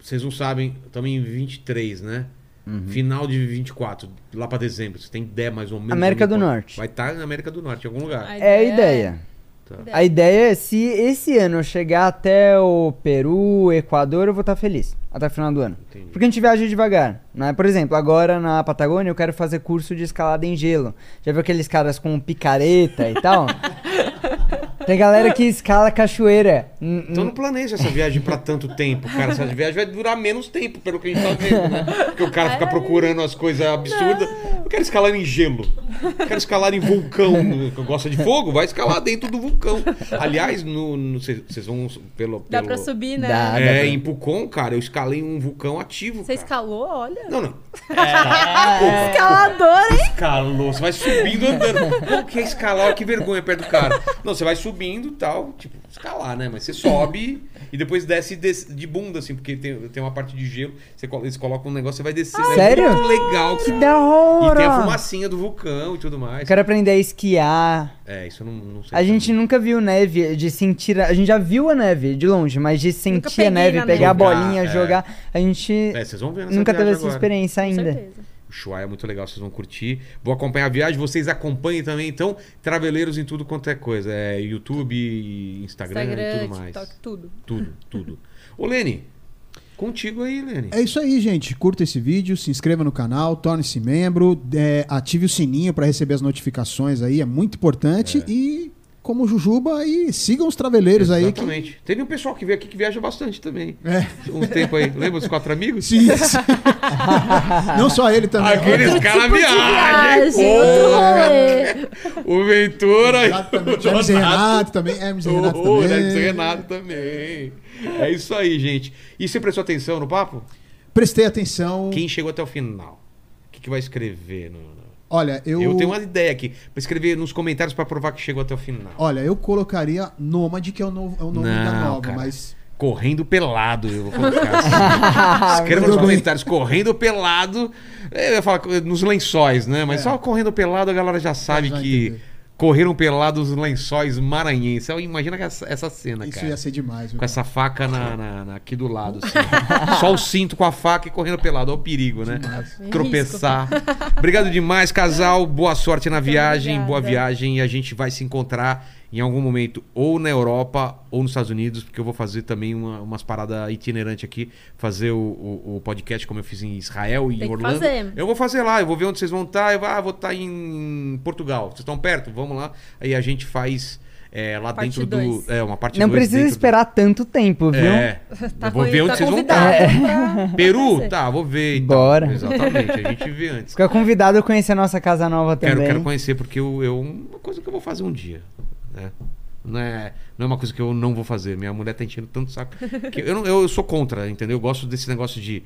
Vocês não sabem, estamos em 23, né?
Uhum.
Final de 24, lá pra dezembro. Você tem ideia mais ou menos.
América
Não
do
importa.
Norte.
Vai estar na América do Norte, em algum lugar.
Ai.
É a
ideia-
ideia.
Tá.
Ideia.
A ideia é se esse ano eu chegar até o Peru, Equador, eu vou estar feliz. Até o final do ano.
Entendi.
Porque a gente viaja devagar, né? Por exemplo, agora na Patagônia eu quero fazer curso de escalada em gelo. Já viu aqueles caras com picareta e tal? Tem galera que escala cachoeira. N-
Então
n-
não planeja essa viagem pra tanto tempo, cara. Essa viagem vai durar menos tempo, pelo que a gente tá vendo, né? Porque o cara fica procurando as coisas absurdas. Eu quero escalar em gelo. Eu quero escalar em vulcão. Gosta de fogo? Vai escalar dentro do vulcão. Aliás, no- no- vocês vocês vão pelo.
Dá
pelo-
pra subir, né?
Ah, Dá.
É,
pra-
em Pucon, cara, eu escalei um vulcão ativo.
Você
cara.
escalou, olha.
Não, não.
É.
É.
Escalador, hein?
Escalou, você vai subindo andando. Como que é escalar? Que vergonha perto do cara. Não, você vai subindo e tal, tipo, escalar, né? Mas você sobe e depois desce des- de bunda, assim, porque tem, tem uma parte de gelo, você col- eles colocam um negócio e vai descer. né?
Ah, sério?
É muito legal.
Que
cara.
da
E tem a
hora!
fumacinha do vulcão e tudo mais.
Eu quero aprender a esquiar.
É, isso eu não, não sei.
A gente nunca viu neve, de sentir. A a gente já viu a neve de longe, mas de sentir
peguei
a neve,
na
pegar a
neve.
bolinha,
Jogar, é.
jogar. A gente
É, vocês vão ver nessa
nunca teve
viagem
essa
agora.
experiência
Com
ainda.
certeza.
Ushuaia é muito legal, vocês vão curtir. Vou acompanhar a viagem, vocês acompanhem também, então, Traveleiros em tudo quanto é coisa. É YouTube, Instagram, e
Instagram,
tudo mais.
TikTok, tudo.
Tudo, tudo. Ô, Lene, contigo aí, Lene.
É isso aí, gente. Curta esse vídeo, se inscreva no canal, torne-se membro, é, ative o sininho para receber as notificações aí, é muito importante. E como Jujuba, aí sigam os traveleiros aí.
Exatamente. Teve um pessoal que veio aqui que viaja bastante também. É. Um tempo aí. Lembra os quatro amigos?
Que... Isso. Não só ele também.
Aqueles caras viajam.
Tipo Viagem, outro rolê.
O Ventura. e
Exatamente.
o
Hermes e
Donato.
Renato também. Hermes e Renato
Oh,
também.
Hermes e Renato também. É isso aí, gente. E você prestou atenção no papo?
Prestei atenção.
Quem chegou até o final? O que, que vai escrever? no- no-
Olha, eu.
Eu... tenho uma ideia aqui. Pra escrever nos comentários pra provar que chegou até o final.
Olha, eu colocaria Nômade, que é o, novo, é o nome da
Não,
nova,
cara.
mas.
Correndo pelado, eu vou colocar assim. Escreva nos
Muito bem.
comentários, correndo pelado. É, Eu ia falar co- nos lençóis, né? Mas só correndo pelado a galera já sabe
É. Já
que
entendeu.
correram pelados os lençóis maranhenses. Olha, Imagina que essa, essa cena,
Isso é
cara.
ia ser demais. viu?
Com essa faca na, na- na- aqui do lado. assim. só o cinto com a faca e correndo pelado. Olha o perigo, né?
É
Tropeçar. Obrigado demais, casal. Boa sorte na viagem, boa
obrigada.
viagem. E a gente vai se encontrar em algum momento, ou na Europa, ou nos Estados Unidos, porque eu vou fazer também uma- umas paradas itinerantes aqui, fazer o, o- o podcast como eu fiz em Israel e
Tem
em
que
Orlando.
fazer.
Eu vou fazer lá, eu vou ver onde vocês vão estar. Eu vou, ah, vou estar em Portugal. Vocês estão perto? Vamos lá. Aí a gente faz é, lá
Parte
dentro
dois.
do. É, uma parte
Não
dois
precisa
dentro do-
esperar tanto tempo, viu?
é.
Tá,
eu vou
convi-
ver onde
tá
vocês vão
convidado
estar.
pra- pra
Peru?
conhecer.
Tá, vou ver. e tal.
Bora.
Exatamente, a gente vê antes.
Fica convidado a conhecer a nossa casa nova também.
Quero, quero conhecer, porque eu, eu- uma coisa que eu vou fazer um dia. Né? Não, é, não é uma coisa que eu não vou fazer. Minha mulher tá enchendo tanto saco. que eu, não- eu, eu sou contra, entendeu? Eu gosto desse negócio de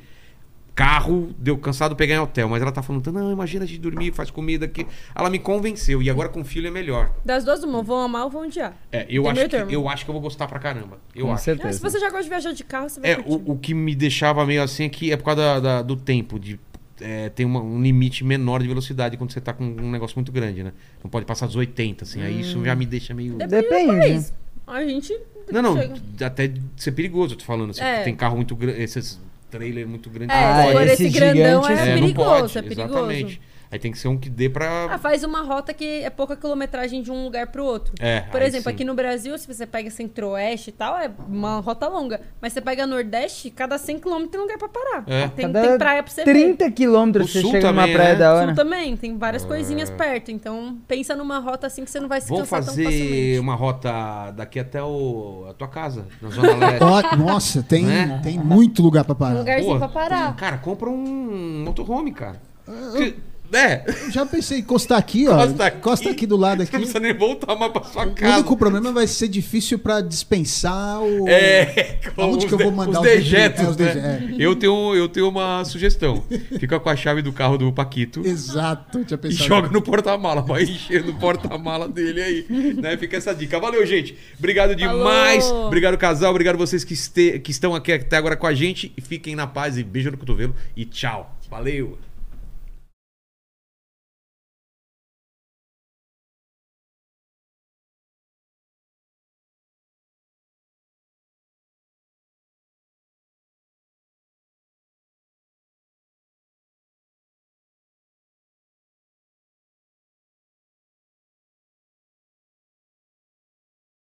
carro, deu cansado pegar em hotel. Mas ela tá falando, não, imagina a gente dormir, faz comida aqui. Ela me convenceu, e agora com filho é melhor.
Das duas, uma, vão amar ou vão odiar.
É, eu,
Tem
acho
meio
que,
termo.
eu acho que eu vou gostar pra caramba. Eu
Com
acho.
Ah, se
certeza.
você já gosta de viajar de carro, você vai
É,
curtir.
o, o que me deixava meio assim é que é por causa da- da- do tempo, de é, tem uma- um limite menor de velocidade quando você tá com um negócio muito grande, né? Não pode passar dos 80, assim, aí isso
Hum.
já me deixa meio...
do
Depende.
né?
país. É A gente.
Não, não,
chega.
até ser perigoso, eu tô falando, assim,
É.
porque tem carro muito grande, esses trailer muito grandes
É,
não
se
Ah,
for
pode.
esse,
esses
grandão,
gigantes,
é,
É, não
perigoso.
pode,
é perigoso.
exatamente. Aí tem que ser um que dê pra.
Ah, faz uma rota que é pouca quilometragem de um lugar pro outro.
É,
Por
aí
exemplo,
sim.
aqui no Brasil, se você pega centro-oeste e tal, é uma rota longa. Mas você pega nordeste, cada 100 km tem lugar pra parar.
É.
Tem,
Cada
tem praia pra você ver.
30
O
quilômetros você
sul
chega numa
também,
praia
né?
da
Sul
hora.
também, tem várias coisinhas perto. Então, pensa numa rota assim que você não vai se
Vamos
cansar tão
É. fazer
facilmente.
uma rota daqui até o... a tua casa, na Zona Leste.
Ó, nossa, tem,
Né?
tem muito lugar pra
Um
parar.
lugarzinho
Pô,
pra parar.
Cara, compra um motorhome, cara.
Ah,
Que- É, você
Já pensei, encostar aqui, ó.
Encosta aqui.
Encosta aqui do lado aqui.
não precisa nem voltar mais pra sua
O
casa.
único problema vai ser difícil pra dispensar o.
É, com
um. Aonde
os
que eu vou
de-
mandar
os
os
dejetos,
dejetos,
né?
é, os
Eu, tenho, eu tenho uma sugestão. Fica com a chave do carro do Paquito
Exato, tinha
e
pensado.
joga no porta-mala. Vai enchendo o porta-mala dele aí. Né? Fica essa dica. Valeu, gente. Obrigado demais.
Falou.
Obrigado, casal. Obrigado vocês que, este- que estão aqui até agora com a gente. E fiquem na paz e beijo no cotovelo. E tchau. Valeu.